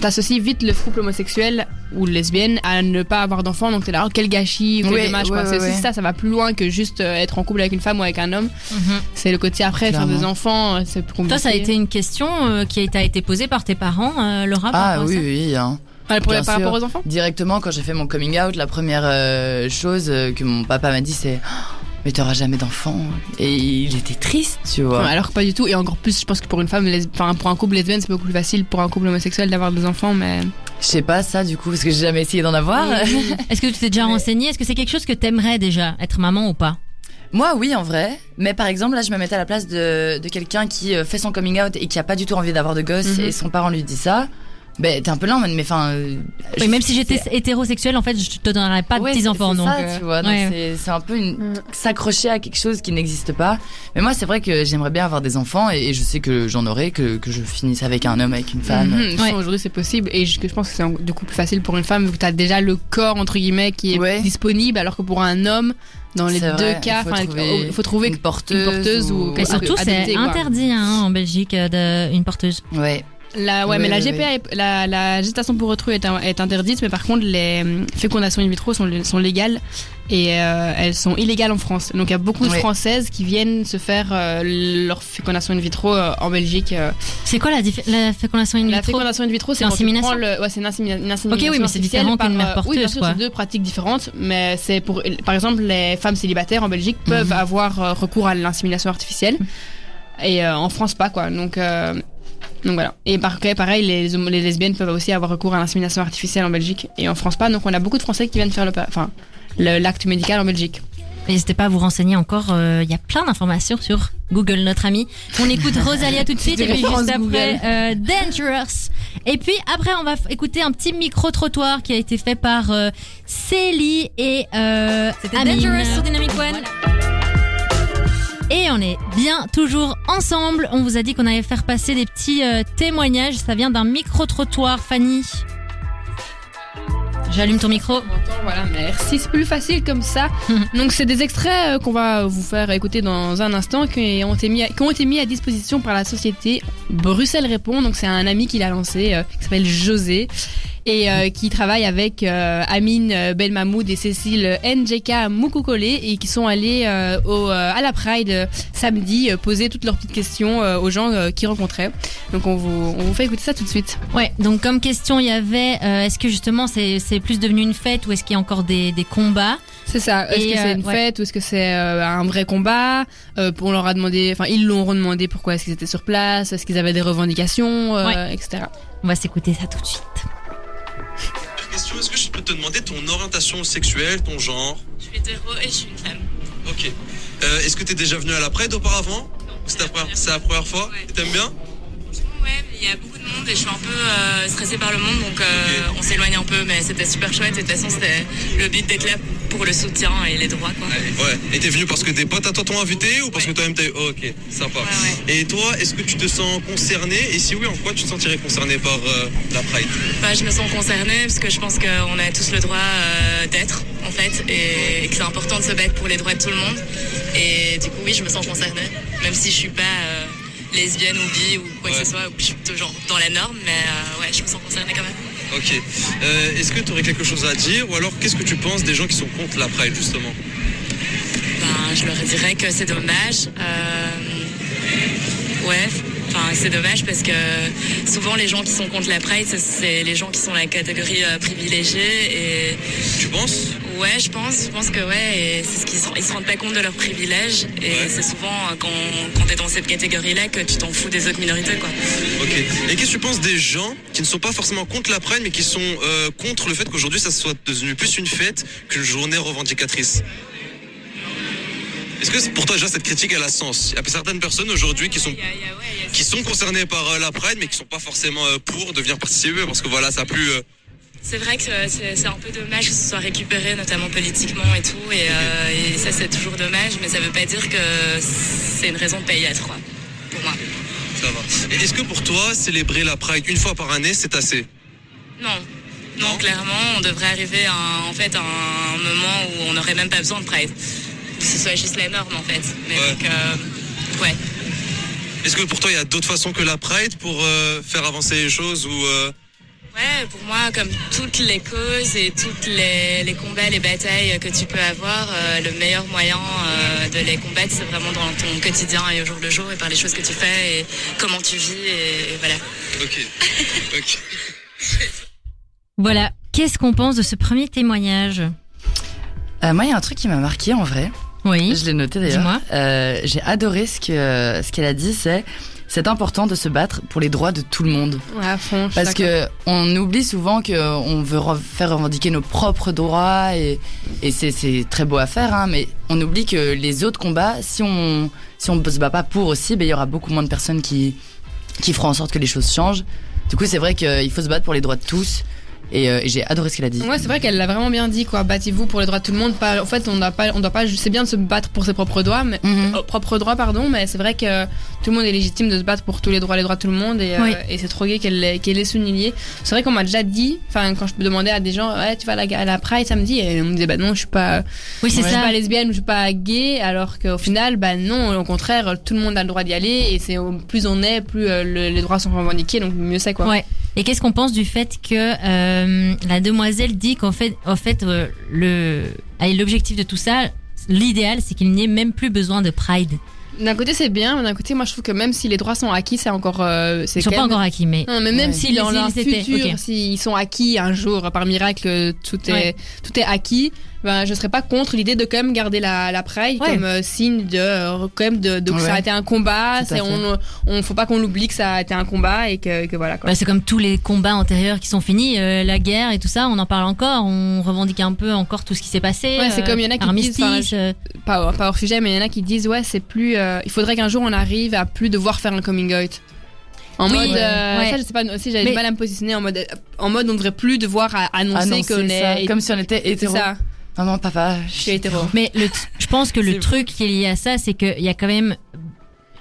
[SPEAKER 3] t'associes vite le couple homosexuel ou lesbienne à ne pas avoir d'enfant, donc t'es là, oh, quel gâchis, quel
[SPEAKER 4] Ouais,
[SPEAKER 3] dommage,
[SPEAKER 4] ouais,
[SPEAKER 3] quoi. C'est
[SPEAKER 4] ouais,
[SPEAKER 3] aussi
[SPEAKER 4] ouais.
[SPEAKER 3] ça, ça va plus loin que juste euh, être en couple avec une femme ou avec un homme.
[SPEAKER 2] Mhm.
[SPEAKER 3] C'est le côté après, faire
[SPEAKER 4] Clairement.
[SPEAKER 3] des enfants, euh, c'est plus compliqué.
[SPEAKER 2] Toi, ça a été une question euh, qui a- t'a été posée par tes parents, euh, Laura. par
[SPEAKER 4] Ah
[SPEAKER 2] rapport à
[SPEAKER 4] oui,
[SPEAKER 2] ça
[SPEAKER 4] oui, hein.
[SPEAKER 3] Ouais, pour-
[SPEAKER 4] Bien
[SPEAKER 3] par rapport
[SPEAKER 4] sûr.
[SPEAKER 3] aux enfants
[SPEAKER 4] Directement, quand j'ai fait mon coming out, la première euh, chose euh, que mon papa m'a dit, c'est Oh, Mais t'auras jamais d'enfant. Et il était triste, tu vois.
[SPEAKER 3] Ouais, Alors que pas du tout, et encore plus, je pense que pour une femme, les- enfin pour un couple lesbienne, c'est beaucoup plus facile pour un couple homosexuel d'avoir des enfants, mais.
[SPEAKER 4] Je sais pas ça du coup, parce que j'ai jamais essayé d'en avoir.
[SPEAKER 2] Est-ce que tu t'es déjà
[SPEAKER 4] Mais-
[SPEAKER 2] renseigné Est-ce que c'est quelque chose que t'aimerais déjà être maman ou pas
[SPEAKER 4] Moi, oui, en vrai. Mais par exemple, là, je me mettais à la place de, de quelqu'un qui euh, fait son coming out et qui a pas du tout envie d'avoir de gosse
[SPEAKER 3] Mhm.
[SPEAKER 4] et son parent lui dit ça. Ben, t'es un peu là en mode, mais enfin. euh, je-
[SPEAKER 2] Oui, Même si j'étais
[SPEAKER 4] c'est-
[SPEAKER 2] hétérosexuelle, en fait, je te donnerais pas de
[SPEAKER 4] Ouais,
[SPEAKER 2] petits enfants,
[SPEAKER 4] c'est-
[SPEAKER 2] non
[SPEAKER 4] c'est ça, tu vois, donc
[SPEAKER 2] Ouais.
[SPEAKER 4] c'est- c'est un peu une...
[SPEAKER 3] Mm.
[SPEAKER 4] s'accrocher à quelque chose qui n'existe pas. Mais moi, c'est vrai que j'aimerais bien avoir des enfants et, et je sais que j'en aurai, que, que je finisse avec un homme, avec une femme.
[SPEAKER 3] Mhm, sinon,
[SPEAKER 2] Ouais.
[SPEAKER 3] Aujourd'hui, c'est possible, et je, je pense que c'est en- du coup plus facile pour une femme vu que t'as déjà le corps entre guillemets qui est
[SPEAKER 4] Ouais.
[SPEAKER 3] disponible, alors que pour un homme, dans les
[SPEAKER 4] C'est
[SPEAKER 3] deux
[SPEAKER 4] vrai, il
[SPEAKER 3] cas,
[SPEAKER 4] faut
[SPEAKER 3] enfin,
[SPEAKER 4] trouver
[SPEAKER 3] il faut trouver.
[SPEAKER 4] Une porteuse,
[SPEAKER 3] porteuse ou-
[SPEAKER 2] Mais
[SPEAKER 3] Ouais.
[SPEAKER 2] surtout, c'est
[SPEAKER 3] Adopter, quoi.
[SPEAKER 2] interdit hein, en Belgique euh, de- une porteuse.
[SPEAKER 4] Ouais.
[SPEAKER 3] La, ouais,
[SPEAKER 4] Ouais,
[SPEAKER 3] mais la
[SPEAKER 4] ouais,
[SPEAKER 3] GPA, est- la, la gestation pour autrui est, est interdite, mais par contre, les hum, fécondations in vitro sont, sont légales. et euh, elles sont illégales en France. Donc il y a beaucoup de
[SPEAKER 4] Ouais.
[SPEAKER 3] Françaises qui viennent se faire euh, leur fécondation in vitro euh, en Belgique. euh.
[SPEAKER 2] C'est quoi la, dif- la fécondation in
[SPEAKER 3] La
[SPEAKER 2] vitro
[SPEAKER 3] fécondation in vitro, c'est quand tu
[SPEAKER 2] L'insémination
[SPEAKER 3] prends le- ouais, c'est une insémina- une insémination.
[SPEAKER 2] oui, mais c'est
[SPEAKER 3] artificielle
[SPEAKER 2] différent
[SPEAKER 3] par,
[SPEAKER 2] qu'une mère
[SPEAKER 3] euh, Oui, bien
[SPEAKER 2] porteuse,
[SPEAKER 3] sûr,
[SPEAKER 2] quoi.
[SPEAKER 3] c'est deux pratiques différentes, mais c'est pour, par exemple, les femmes célibataires en Belgique peuvent
[SPEAKER 4] Mhm.
[SPEAKER 3] avoir euh, recours à l'insémination artificielle,
[SPEAKER 2] Mhm.
[SPEAKER 3] et euh, en France pas, quoi. Donc, euh, donc voilà. Et par pareil, les, homo- les lesbiennes peuvent aussi avoir recours à l'insémination artificielle en Belgique, et en France pas. Donc on a beaucoup de Français qui viennent faire le, enfin, le- l'acte médical en Belgique.
[SPEAKER 2] N'hésitez pas à vous renseigner encore. euh, Il y a plein d'informations sur Google, notre ami. On écoute Rosalia tout de suite
[SPEAKER 4] Des
[SPEAKER 2] et puis juste
[SPEAKER 4] références
[SPEAKER 2] après
[SPEAKER 4] Google.
[SPEAKER 2] euh, Dangerous. Et puis après, on va f- écouter un petit micro trottoir qui a été fait par euh, Célie et euh,
[SPEAKER 4] C'était
[SPEAKER 2] Amine.
[SPEAKER 4] Dangerous sur
[SPEAKER 2] Dynamic One. Et on est bien toujours ensemble. On vous a dit qu'on allait faire passer des petits euh, témoignages. Ça vient d'un micro trottoir, Fanny. J'allume ton micro.
[SPEAKER 3] Attends, Voilà, merci. C'est plus facile comme ça. Donc, c'est des extraits euh, qu'on va vous faire écouter dans un instant, qui ont été mis à, qui ont été mis à disposition par la société Bruxelles Répond. Donc, c'est un ami qui l'a lancé, euh, qui s'appelle José, et euh, qui travaille avec euh, Amine euh, Belmamoud et Cécile NJK Moukoukolé, et qui sont allés euh, au, euh, à la Pride euh, samedi euh, poser toutes leurs petites questions euh, aux gens euh, qu'ils rencontraient. Donc, on vous, on vous fait écouter ça tout de suite.
[SPEAKER 2] Ouais, donc comme question, il y avait euh, est-ce que justement c'est c'est plus devenu une fête ou est-ce qu'il y a encore des, des combats
[SPEAKER 3] C'est ça. Est-ce
[SPEAKER 2] Et,
[SPEAKER 3] que c'est
[SPEAKER 2] euh,
[SPEAKER 3] une
[SPEAKER 2] ouais.
[SPEAKER 3] fête ou est-ce que c'est euh, un vrai combat Euh, On leur a demandé, enfin ils l'ont redemandé pourquoi est-ce qu'ils étaient sur place, est-ce qu'ils avaient des revendications, euh,
[SPEAKER 2] Ouais.
[SPEAKER 3] etc.
[SPEAKER 2] On va s'écouter ça tout de suite.
[SPEAKER 5] Première question, est-ce que je peux te demander ton orientation sexuelle, ton genre
[SPEAKER 6] Je suis hétéro et je suis une femme.
[SPEAKER 5] Ok. Euh, est-ce que t'es déjà venu à la Pride auparavant
[SPEAKER 6] Non,
[SPEAKER 5] C'est la,
[SPEAKER 6] la
[SPEAKER 5] première-
[SPEAKER 6] première
[SPEAKER 5] c'est la première fois
[SPEAKER 6] Ouais.
[SPEAKER 5] Et T'aimes bien
[SPEAKER 6] fois. Ouais, mais il y a beaucoup de monde et je suis un peu euh, stressée par le monde, donc euh, on s'éloigne un peu, mais c'était super chouette. Et de toute façon, c'était le but d'être là pour le soutien et les droits, quoi.
[SPEAKER 5] Ouais. Et t'es venu parce que des potes à toi t'ont invité ou parce que
[SPEAKER 6] Ouais.
[SPEAKER 5] toi-même t'as eu oh, Ok, sympa.
[SPEAKER 6] Ouais,
[SPEAKER 5] Et toi, est-ce que tu te sens concerné Et si oui, en quoi tu te sentirais concerné par euh, la Pride
[SPEAKER 6] Bah, je me sens concernée parce que je pense qu'on a tous le droit euh, d'être, en fait, et, et que c'est important de se battre pour les droits de tout le monde. Et du coup, oui, je me sens concernée, même si je suis pas euh, lesbienne ou bi ou quoi
[SPEAKER 5] Ouais.
[SPEAKER 6] que ce soit, ou que je suis plutôt genre dans la norme, mais euh, ouais, je me sens concernée quand même.
[SPEAKER 5] Ok. Euh, est-ce que t'aurais quelque chose à dire Ou alors, qu'est-ce que tu penses des gens qui sont contre la Pride, justement
[SPEAKER 6] Ben, je leur dirais que c'est dommage. Euh, ouais, enfin, c'est dommage parce que souvent les gens qui sont contre la Pride, c'est- c'est les gens qui sont la catégorie euh, privilégiée.
[SPEAKER 5] Tu penses
[SPEAKER 6] Et ouais, je pense, je pense que ouais, et c'est ce qu'ils se- ils se rendent pas compte de leurs privilèges. Et
[SPEAKER 5] Ouais.
[SPEAKER 6] c'est souvent euh, quand, quand t'es dans cette catégorie-là que tu t'en fous des autres minorités, quoi.
[SPEAKER 5] Ok. Et qu'est-ce que tu penses des gens qui ne sont pas forcément contre la Pride, mais qui sont euh, contre le fait qu'aujourd'hui ça soit devenu plus une fête qu'une journée revendicatrice Est-ce que c'est- pour toi déjà cette critique elle a sens Il y a certaines personnes aujourd'hui qui sont
[SPEAKER 6] Il y a- il y a- ouais, il y a-
[SPEAKER 5] qui sont concernées par euh, la Pride, mais qui sont pas forcément euh, pour devenir participer parce que voilà ça a plus. euh,
[SPEAKER 6] C'est vrai que c'est c'est un peu dommage que ce soit récupéré, notamment politiquement et tout, et, euh, et ça c'est toujours dommage, mais ça veut pas dire que c'est une raison de payer à trois, pour moi.
[SPEAKER 5] ça va. Et est-ce que pour toi célébrer la Pride une fois par année c'est assez
[SPEAKER 6] Non. Non, clairement, on devrait arriver à un- en fait, à un moment où on n'aurait même pas besoin de Pride. Que ce soit juste la norme en fait. Mais
[SPEAKER 5] Ouais.
[SPEAKER 6] donc, euh, ouais.
[SPEAKER 5] Est-ce que pour toi il y a d'autres façons que la Pride pour euh, faire avancer les choses ou euh,
[SPEAKER 6] Ouais, pour moi, comme toutes les causes et toutes les, les combats, les batailles que tu peux avoir, euh, le meilleur moyen euh, de les combattre, c'est vraiment dans ton quotidien et au jour le jour et par les choses que tu fais et comment tu vis et, et voilà.
[SPEAKER 5] Ok. ok.
[SPEAKER 2] Voilà, qu'est-ce qu'on pense de ce premier témoignage
[SPEAKER 4] Euh, moi, il y a un truc qui m'a marqué en vrai.
[SPEAKER 2] Oui.
[SPEAKER 4] Je l'ai noté d'ailleurs.
[SPEAKER 2] Dis-moi.
[SPEAKER 4] Euh, J'ai adoré ce que ce qu'elle a dit, c'est c'est important de se battre pour les droits de tout le monde.
[SPEAKER 3] à fond.
[SPEAKER 4] Parce que on oublie souvent que on veut re- faire revendiquer nos propres droits et, et c'est- c'est très beau à faire, hein, mais on oublie que les autres combats, si on si on se bat pas pour aussi, ben, il y aura beaucoup moins de personnes qui qui feront en sorte que les choses changent. Du coup, c'est vrai qu'il faut se battre pour les droits de tous. Et, euh, et j'ai adoré ce qu'elle a dit.
[SPEAKER 3] Ouais, c'est vrai qu'elle l'a vraiment bien dit quoi. Battez-vous pour les droits de tout le monde. Pas, en fait, on n'a pas, on doit pas. C'est bien de se battre pour ses propres droits, mais
[SPEAKER 4] Mhm.
[SPEAKER 2] Oh.
[SPEAKER 3] euh, propres droits pardon. Mais c'est vrai que tout le monde est légitime de se battre pour tous les droits, les droits de tout le monde. Et, euh,
[SPEAKER 2] Oui.
[SPEAKER 3] et c'est trop gay qu'elle l'ait- qu'elle ait souligné. C'est vrai qu'on m'a déjà dit. Enfin, quand je demandais à des gens, ouais, tu vas à la, à la Pride samedi, et on me disait, bah non, je suis pas.
[SPEAKER 2] Oui, c'est
[SPEAKER 3] je suis
[SPEAKER 2] ça.
[SPEAKER 3] pas lesbienne, je suis pas gay, alors qu'au final, bah non, au contraire, tout le monde a le droit d'y aller, et c'est au- plus on est, plus euh, le- les droits sont revendiqués, donc mieux c'est quoi.
[SPEAKER 2] Ouais. Et qu'est-ce qu'on pense du fait que euh, la demoiselle dit qu'en fait, en fait, euh, le Allez, l'objectif de tout ça, l'idéal, c'est qu'il n'y ait même plus besoin de Pride.
[SPEAKER 3] D'un côté, c'est bien, mais d'un côté, moi, je trouve que même si les droits sont acquis, c'est encore. euh, c'est
[SPEAKER 2] Ils sont
[SPEAKER 3] quand
[SPEAKER 2] pas
[SPEAKER 3] même-
[SPEAKER 2] encore acquis, mais
[SPEAKER 3] Non, mais même
[SPEAKER 4] Ouais.
[SPEAKER 3] si
[SPEAKER 2] S'ils-
[SPEAKER 3] dans
[SPEAKER 2] s'ils
[SPEAKER 3] leur
[SPEAKER 2] étaient,
[SPEAKER 3] futur,
[SPEAKER 2] ok.
[SPEAKER 3] s'ils sont acquis un jour par miracle, euh, tout est
[SPEAKER 2] Ouais.
[SPEAKER 3] tout est acquis. Ben, je serais pas contre l'idée de quand même garder la, la Pride
[SPEAKER 2] Ouais.
[SPEAKER 3] comme euh, signe de euh, quand même de, de que ça a
[SPEAKER 4] Ouais.
[SPEAKER 3] été un combat.
[SPEAKER 4] Tout à
[SPEAKER 3] C'est,
[SPEAKER 4] fait.
[SPEAKER 3] on, on faut pas qu'on l'oublie que ça a été un combat et que, que voilà. Quoi.
[SPEAKER 2] Bah, c'est comme tous les combats antérieurs qui sont finis, euh, la guerre et tout ça, on en parle encore, on revendique un peu encore tout ce qui s'est passé. euh,
[SPEAKER 3] Ouais, c'est comme il y en a qui
[SPEAKER 2] armistice,
[SPEAKER 3] disent, enfin, je-
[SPEAKER 2] euh,
[SPEAKER 3] Pas, hors- pas hors sujet, mais il y en a qui disent ouais, c'est plus. euh, il faudrait qu'un jour on arrive à plus devoir faire un coming out. En
[SPEAKER 2] Oui,
[SPEAKER 3] mode, euh,
[SPEAKER 2] ouais.
[SPEAKER 3] ça je sais pas aussi, j'avais
[SPEAKER 2] Mais-
[SPEAKER 3] du mal à me positionner en mode, euh, en mode on devrait plus devoir à- annoncer,
[SPEAKER 4] annoncer
[SPEAKER 3] qu'on
[SPEAKER 4] Ah ça,
[SPEAKER 3] est.
[SPEAKER 4] comme si on était
[SPEAKER 3] c'est
[SPEAKER 4] hétéro.
[SPEAKER 3] ça,
[SPEAKER 4] Maman, papa,
[SPEAKER 3] je suis hétéro.
[SPEAKER 2] Mais le t- je pense que le
[SPEAKER 4] C'est
[SPEAKER 2] truc qui est lié à ça, c'est qu'il y a quand même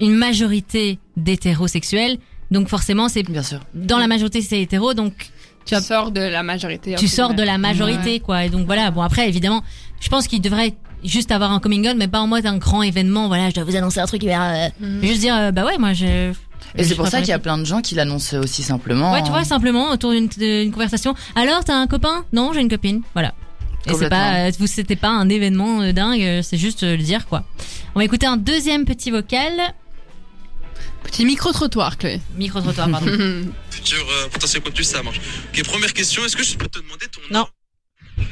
[SPEAKER 2] une majorité d'hétérosexuels. Donc forcément, c'est
[SPEAKER 4] bien sûr.
[SPEAKER 2] dans la majorité c'est hétéro, donc
[SPEAKER 3] Tu sors de la majorité.
[SPEAKER 2] tu
[SPEAKER 3] entre
[SPEAKER 2] sors de
[SPEAKER 3] guillemets.
[SPEAKER 2] la majorité, quoi. Et donc voilà. Bon après, évidemment, je pense qu'il devrait juste avoir un coming out, mais pas en mode un grand événement. Voilà, je dois vous annoncer un truc hyper. euh,
[SPEAKER 3] Mhm.
[SPEAKER 2] Juste dire, euh, bah ouais, moi je. je
[SPEAKER 4] Et c'est pour
[SPEAKER 2] préfère
[SPEAKER 4] ça qu'il y a
[SPEAKER 2] les-
[SPEAKER 4] plein de gens qui l'annoncent aussi simplement.
[SPEAKER 2] Ouais, tu vois, simplement autour d'une d'une conversation. Alors, t'as un copain Non, j'ai une copine. Voilà. Et c'est
[SPEAKER 4] Complètement.
[SPEAKER 2] pas, euh, vous c'était pas un événement euh, dingue. euh, C'est juste euh, le dire quoi. On va écouter un deuxième petit vocal.
[SPEAKER 3] Petit micro-trottoir, Chloé.
[SPEAKER 2] Micro-trottoir, pardon.
[SPEAKER 7] Futur euh, potentiel contenu, ça marche. Ok, première question, est-ce que je peux te demander ton
[SPEAKER 2] Non.
[SPEAKER 7] nom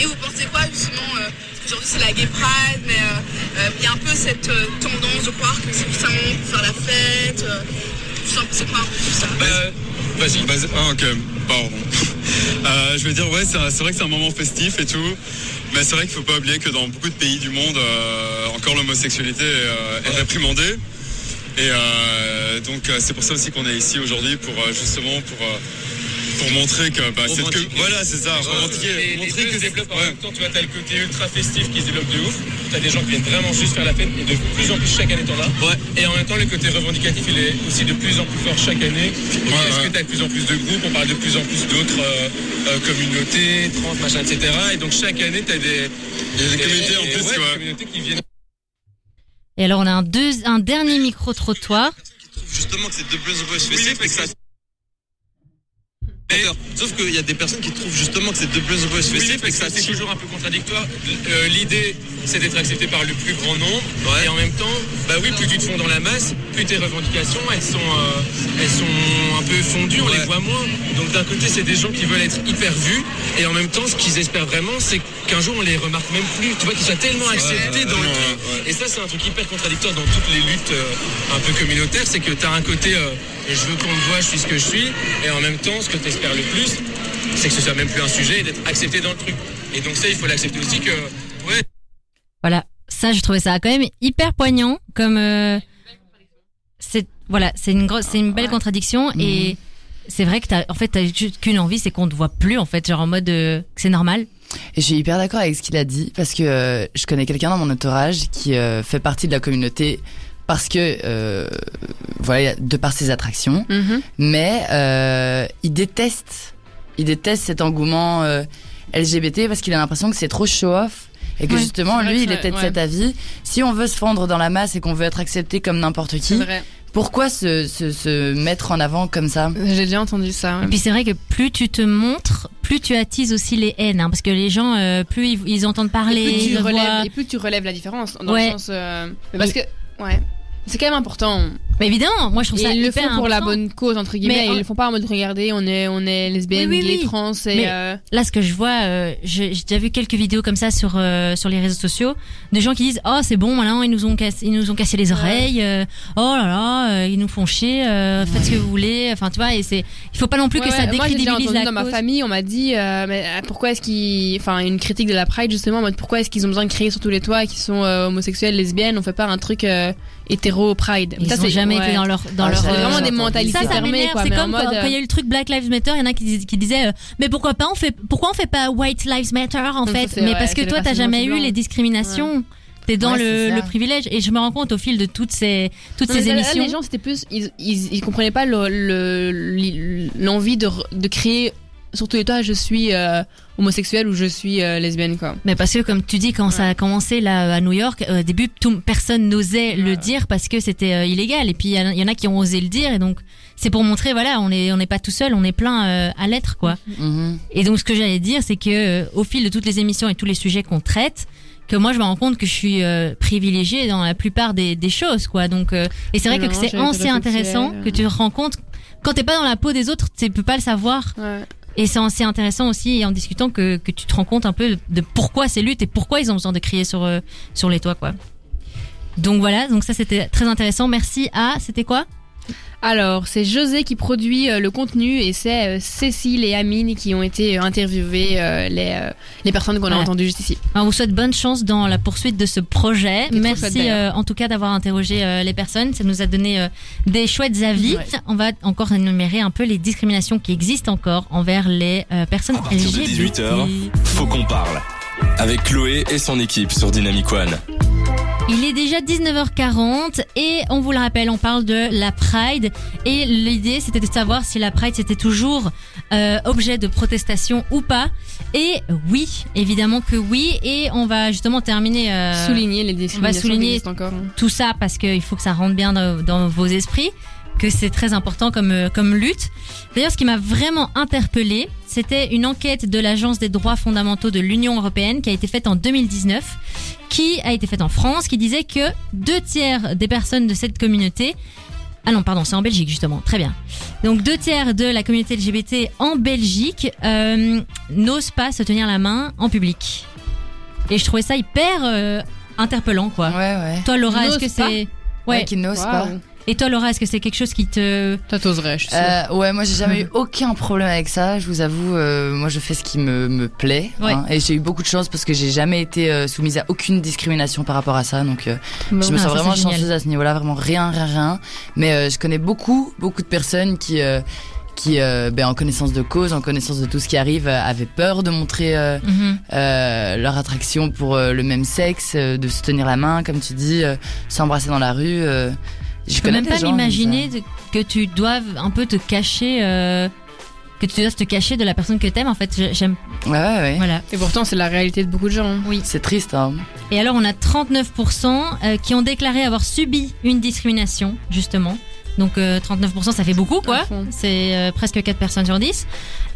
[SPEAKER 8] Et vous pensez quoi justement euh, parce qu'aujourd'hui c'est la gay pride, mais euh, euh, il y a un peu cette euh, tendance de croire que c'est justement pour faire la fête. euh, vous en pensez quoi un peu de tout ça
[SPEAKER 9] Euh, Vas-y, vas-y. Ah, ok, pardon. Euh, je vais dire, ouais, c'est c'est vrai que c'est un moment festif et tout, mais c'est vrai qu'il faut pas oublier que dans beaucoup de pays du monde, euh, encore l'homosexualité euh, est réprimandée. Et euh, donc, euh, c'est pour ça aussi qu'on est ici aujourd'hui, pour euh, justement pour, euh, pour montrer que bah, c'est que.
[SPEAKER 7] Romantiquer.
[SPEAKER 9] Voilà, c'est ça, romantiquer,
[SPEAKER 5] Les, les
[SPEAKER 9] montrer
[SPEAKER 5] deux
[SPEAKER 9] que
[SPEAKER 5] se
[SPEAKER 9] c'est-
[SPEAKER 5] développent en
[SPEAKER 9] ouais.
[SPEAKER 5] même temps, tu vois, t'as le côté ultra festif qui se développe de ouf, t'as des gens qui viennent vraiment juste faire la fête, et de plus en plus chaque année t'en as. Et en même temps, le côté revendicatif, il est aussi de plus en plus fort chaque année. Donc,
[SPEAKER 9] Ouais,
[SPEAKER 5] Parce
[SPEAKER 9] ouais.
[SPEAKER 5] que t'as de plus en plus de groupes, on parle de plus en plus d'autres euh, euh, communautés, trans, machin, etc. Et donc chaque année, t'as des,
[SPEAKER 9] Il y a des comédies en
[SPEAKER 5] des-
[SPEAKER 9] plus,
[SPEAKER 5] ouais,
[SPEAKER 9] tu
[SPEAKER 5] des
[SPEAKER 9] vois.
[SPEAKER 5] communautés qui viennent
[SPEAKER 2] Et alors on a un, deux, un dernier micro-trottoir.
[SPEAKER 7] qui trouve justement que c'est de plus en plus festif et que ça. Sauf qu'il y a des personnes qui trouvent justement que c'est de plus en plus
[SPEAKER 5] Oui,
[SPEAKER 7] festif et
[SPEAKER 5] parce
[SPEAKER 7] que ça.
[SPEAKER 5] que c'est toujours un peu contradictoire. Euh, L'idée, c'est d'être accepté par le plus grand nombre. Et en même temps, bah oui, plus tu te fonds dans la masse, plus tes revendications, elles sont, euh, elles sont un peu fondues, on les
[SPEAKER 7] Ouais.
[SPEAKER 5] voit moins. Donc d'un côté, c'est des gens qui veulent être hyper vus. Et en même temps, ce qu'ils espèrent vraiment, c'est qu'un jour, on les remarque même plus. Tu vois, qu'ils soient tellement acceptés dans le
[SPEAKER 9] ouais,
[SPEAKER 5] truc.
[SPEAKER 9] ouais,
[SPEAKER 5] Et ça, c'est un truc hyper contradictoire dans toutes les luttes euh, un peu communautaires. C'est que tu as un côté, euh, je veux qu'on me voit, je suis ce que je suis. Et en même temps, ce que tu espères le plus, c'est que ce soit même plus un sujet et d'être accepté dans le truc. Et donc ça, il faut l'accepter aussi que... Ouais,
[SPEAKER 2] Voilà. Ça, je trouvais ça quand même hyper poignant. Comme euh, c'est voilà, c'est une grosse, c'est une belle contradiction et c'est vrai que t'as, en fait, t'as juste qu'une envie, c'est qu'on te voit plus en fait, genre en mode euh, que c'est normal.
[SPEAKER 4] Et je suis hyper d'accord avec ce qu'il a dit parce que euh, je connais quelqu'un dans mon entourage qui euh, fait partie de la communauté parce que euh, voilà de par ses attractions,
[SPEAKER 3] Mhm,
[SPEAKER 4] mais euh, il déteste il déteste cet engouement euh, LGBT parce qu'il a l'impression que c'est trop show off. Et que
[SPEAKER 3] Ouais,
[SPEAKER 4] justement,
[SPEAKER 3] c'est vrai
[SPEAKER 4] lui,
[SPEAKER 3] que
[SPEAKER 4] il
[SPEAKER 3] ça-
[SPEAKER 4] était de
[SPEAKER 3] ouais.
[SPEAKER 4] cet avis. Si on veut se fendre dans la masse et qu'on veut être accepté comme n'importe
[SPEAKER 3] C'est
[SPEAKER 4] qui,
[SPEAKER 3] vrai.
[SPEAKER 4] pourquoi se, se, se mettre en avant comme ça
[SPEAKER 3] J'ai déjà entendu ça. ouais.
[SPEAKER 2] Et puis c'est vrai que plus tu te montres, plus tu attises aussi les haines, hein, parce que les gens, euh, plus ils, ils entendent parler,
[SPEAKER 3] et, plus
[SPEAKER 2] ils
[SPEAKER 3] tu
[SPEAKER 2] te voient.
[SPEAKER 3] relèves, et plus tu relèves la différence. Dans
[SPEAKER 2] Ouais.
[SPEAKER 3] le sens. euh, mais parce que. Ouais. C'est quand même important.
[SPEAKER 2] Mais évidemment, moi je trouve
[SPEAKER 3] Et
[SPEAKER 2] ça
[SPEAKER 3] ils le font
[SPEAKER 2] hyper
[SPEAKER 3] pour la
[SPEAKER 2] important.
[SPEAKER 3] bonne cause, entre guillemets.
[SPEAKER 2] Mais,
[SPEAKER 3] ils
[SPEAKER 2] euh,
[SPEAKER 3] le font pas en mode regardez, on est, on est lesbiennes,
[SPEAKER 2] Oui, oui,
[SPEAKER 3] gays,
[SPEAKER 2] oui.
[SPEAKER 3] trans et.
[SPEAKER 2] Mais-
[SPEAKER 3] euh,
[SPEAKER 2] Là, ce que je vois, euh, je- j'ai déjà vu quelques vidéos comme ça sur euh, sur les réseaux sociaux de gens qui disent oh c'est bon maintenant ils nous ont cassé, ils nous ont cassé les oreilles euh, oh là là euh, ils nous font chier euh, faites ce que vous voulez enfin tu vois et c'est il faut pas non plus
[SPEAKER 3] ouais,
[SPEAKER 2] que ça
[SPEAKER 3] ouais, moi, j'ai déjà
[SPEAKER 2] décrédibilise
[SPEAKER 3] entendu
[SPEAKER 2] la
[SPEAKER 3] dans ma
[SPEAKER 2] cause.
[SPEAKER 3] famille, on m'a dit euh, mais euh, pourquoi est-ce qu'ils. Enfin, une critique de la Pride, justement, en mode pourquoi est-ce qu'ils ont besoin de créer sur tous les toits qu'ils sont euh, homosexuels, lesbiennes, on fait pas un truc euh, hétéro-Pride.
[SPEAKER 2] Ils
[SPEAKER 3] Ça,
[SPEAKER 2] n'ont
[SPEAKER 3] c'est-
[SPEAKER 2] jamais
[SPEAKER 3] ouais.
[SPEAKER 2] été dans leur dans
[SPEAKER 4] Ah,
[SPEAKER 2] leur euh,
[SPEAKER 4] ça,
[SPEAKER 3] C'est vraiment
[SPEAKER 4] j'ai
[SPEAKER 3] des
[SPEAKER 4] entendu.
[SPEAKER 3] mentalités
[SPEAKER 2] ça, ça
[SPEAKER 3] fermées,
[SPEAKER 2] m'énerve.
[SPEAKER 3] quoi.
[SPEAKER 2] C'est
[SPEAKER 3] mais en
[SPEAKER 2] comme quand,
[SPEAKER 3] mode, euh,
[SPEAKER 2] quand il y a eu le truc Black Lives Matter, il y en a qui, dis- qui disaient euh, mais pourquoi pas on fait pourquoi on fait pas White Lives Matter en
[SPEAKER 3] Donc,
[SPEAKER 2] fait
[SPEAKER 3] c'est-
[SPEAKER 2] Mais
[SPEAKER 3] ouais,
[SPEAKER 2] parce que
[SPEAKER 3] c'est le
[SPEAKER 2] toi t'as
[SPEAKER 3] racisme
[SPEAKER 2] jamais eu
[SPEAKER 3] anti-blanc.
[SPEAKER 2] les discriminations. T'es dans
[SPEAKER 4] Ouais, c'est
[SPEAKER 2] le,
[SPEAKER 4] ça.
[SPEAKER 2] le privilège et je me rends compte au fil de toutes ces toutes
[SPEAKER 3] euh, Non, mais
[SPEAKER 2] ces
[SPEAKER 3] là, là,
[SPEAKER 2] émissions.
[SPEAKER 3] les gens, c'était plus. Ils, ils, ils comprenaient pas le- le- l'envie de, re- de créer. Surtout les toits, je suis euh, homosexuel ou je suis euh, lesbienne, quoi.
[SPEAKER 2] Mais parce que comme tu dis, quand ça a commencé là euh, à New York, euh, au début tout- personne n'osait le dire parce que c'était euh, illégal. Et puis il y en a- il y en a qui ont osé le dire et donc c'est pour montrer, voilà, on n'est on n'est pas tout seul, on est plein euh, à l'être, quoi.
[SPEAKER 4] Mhm.
[SPEAKER 2] Et donc, ce que j'allais dire, c'est que euh, au fil de toutes les émissions et tous les sujets qu'on traite, que moi, je me rends compte que je suis euh, privilégiée dans la plupart des, des choses, quoi. Donc, euh, et c'est vrai
[SPEAKER 3] Non,
[SPEAKER 2] que c'est
[SPEAKER 3] j'avais pas
[SPEAKER 2] assez intéressant
[SPEAKER 3] réfléchi, euh.
[SPEAKER 2] que tu te rends compte quand t'es pas dans la peau des autres, tu peux pas le savoir.
[SPEAKER 3] Ouais.
[SPEAKER 2] Et c'est assez intéressant aussi et en discutant que, que tu te rends compte un peu de, de pourquoi ces luttes et pourquoi ils ont besoin de crier sur euh, sur les toits, quoi. Donc voilà, donc ça c'était très intéressant. Merci à, c'était quoi
[SPEAKER 3] Alors, c'est José qui produit euh, le contenu et c'est euh, Cécile et Amine qui ont été euh, interviewées, euh, les, euh, les personnes qu'on a
[SPEAKER 2] Voilà.
[SPEAKER 3] entendues juste ici.
[SPEAKER 2] Ah, On vous souhaite bonne chance dans la poursuite de ce projet.
[SPEAKER 3] trop chouette,
[SPEAKER 2] Merci
[SPEAKER 3] d'ailleurs.
[SPEAKER 2] euh, en tout cas d'avoir interrogé euh, les personnes. Ça nous a donné euh, des chouettes avis.
[SPEAKER 4] Ouais.
[SPEAKER 2] On va encore énumérer un peu les discriminations qui existent encore envers les euh, personnes
[SPEAKER 1] À partir de
[SPEAKER 2] LGBT.
[SPEAKER 1] 18 heures. Faut qu'on parle. Avec Chloé et son équipe sur Dynamic One.
[SPEAKER 2] Il est déjà 19h40 et on vous le rappelle, on parle de la Pride et l'idée c'était de savoir si la Pride c'était toujours euh, objet de protestation ou pas. Et oui, évidemment que oui. Et on va justement terminer. euh,
[SPEAKER 3] souligner les discriminations
[SPEAKER 2] souligner-
[SPEAKER 3] qui existent encore. hein.
[SPEAKER 2] tout ça parce qu'il faut que ça rentre bien dans, dans vos esprits, que c'est très important comme, euh, comme lutte. D'ailleurs, ce qui m'a vraiment interpellée, c'était une enquête de l'Agence des droits fondamentaux de l'Union européenne qui a été faite en 2019, qui a été faite en France, qui disait que deux tiers des personnes de cette communauté ah non, pardon, c'est en Belgique justement. Très bien. Donc deux tiers de la communauté LGBT en Belgique euh, n'osent pas se tenir la main en public. Et je trouvais ça hyper euh, interpellant, quoi.
[SPEAKER 4] Ouais, ouais.
[SPEAKER 2] Toi, Laura, est-ce
[SPEAKER 3] N'ose
[SPEAKER 2] que
[SPEAKER 3] pas.
[SPEAKER 2] c'est.
[SPEAKER 4] Ouais,
[SPEAKER 2] Ouais.
[SPEAKER 4] qui n'ose
[SPEAKER 3] Waouh.
[SPEAKER 4] pas.
[SPEAKER 2] Et toi, Laura, est-ce que c'est quelque chose qui te.
[SPEAKER 3] Toi, t'oserais, je suis sûre.
[SPEAKER 4] Euh, ouais, moi j'ai jamais eu aucun problème avec ça. Je vous avoue, euh, moi je fais ce qui me, me plaît.
[SPEAKER 2] Ouais.
[SPEAKER 4] hein. et j'ai eu beaucoup de chance parce que j'ai jamais été euh, soumise à aucune discrimination par rapport à ça. Donc euh, je me
[SPEAKER 2] Ah,
[SPEAKER 4] sens
[SPEAKER 2] ça,
[SPEAKER 4] vraiment
[SPEAKER 2] c'est génial.
[SPEAKER 4] chanceuse à ce niveau-là, vraiment rien, rien, rien. Mais euh, je connais beaucoup, beaucoup de personnes qui, euh, qui euh, ben, en connaissance de cause, en connaissance de tout ce qui arrive, euh, avaient peur de montrer euh,
[SPEAKER 2] Mhm.
[SPEAKER 4] euh, leur attraction pour euh, le même sexe, euh, de se tenir la main, comme tu dis, euh, s'embrasser dans la rue. euh. je
[SPEAKER 2] Je peux
[SPEAKER 4] connais
[SPEAKER 2] même
[SPEAKER 4] des
[SPEAKER 2] pas
[SPEAKER 4] gens comme ça.
[SPEAKER 2] m'imaginer de- que tu doives un peu te cacher. euh, Que tu doives te cacher de la personne que t'aimes, en fait, je- j'aime.
[SPEAKER 4] Ouais, ouais, ouais.
[SPEAKER 2] Voilà.
[SPEAKER 3] Et pourtant, c'est la réalité de beaucoup de gens.
[SPEAKER 4] C'est triste, hein.
[SPEAKER 2] Et alors, on a 39% euh, qui ont déclaré avoir subi une discrimination, justement. Donc, euh, 39%, ça fait beaucoup, quoi.
[SPEAKER 3] À fond.
[SPEAKER 2] C'est euh, presque 4 personnes sur 10.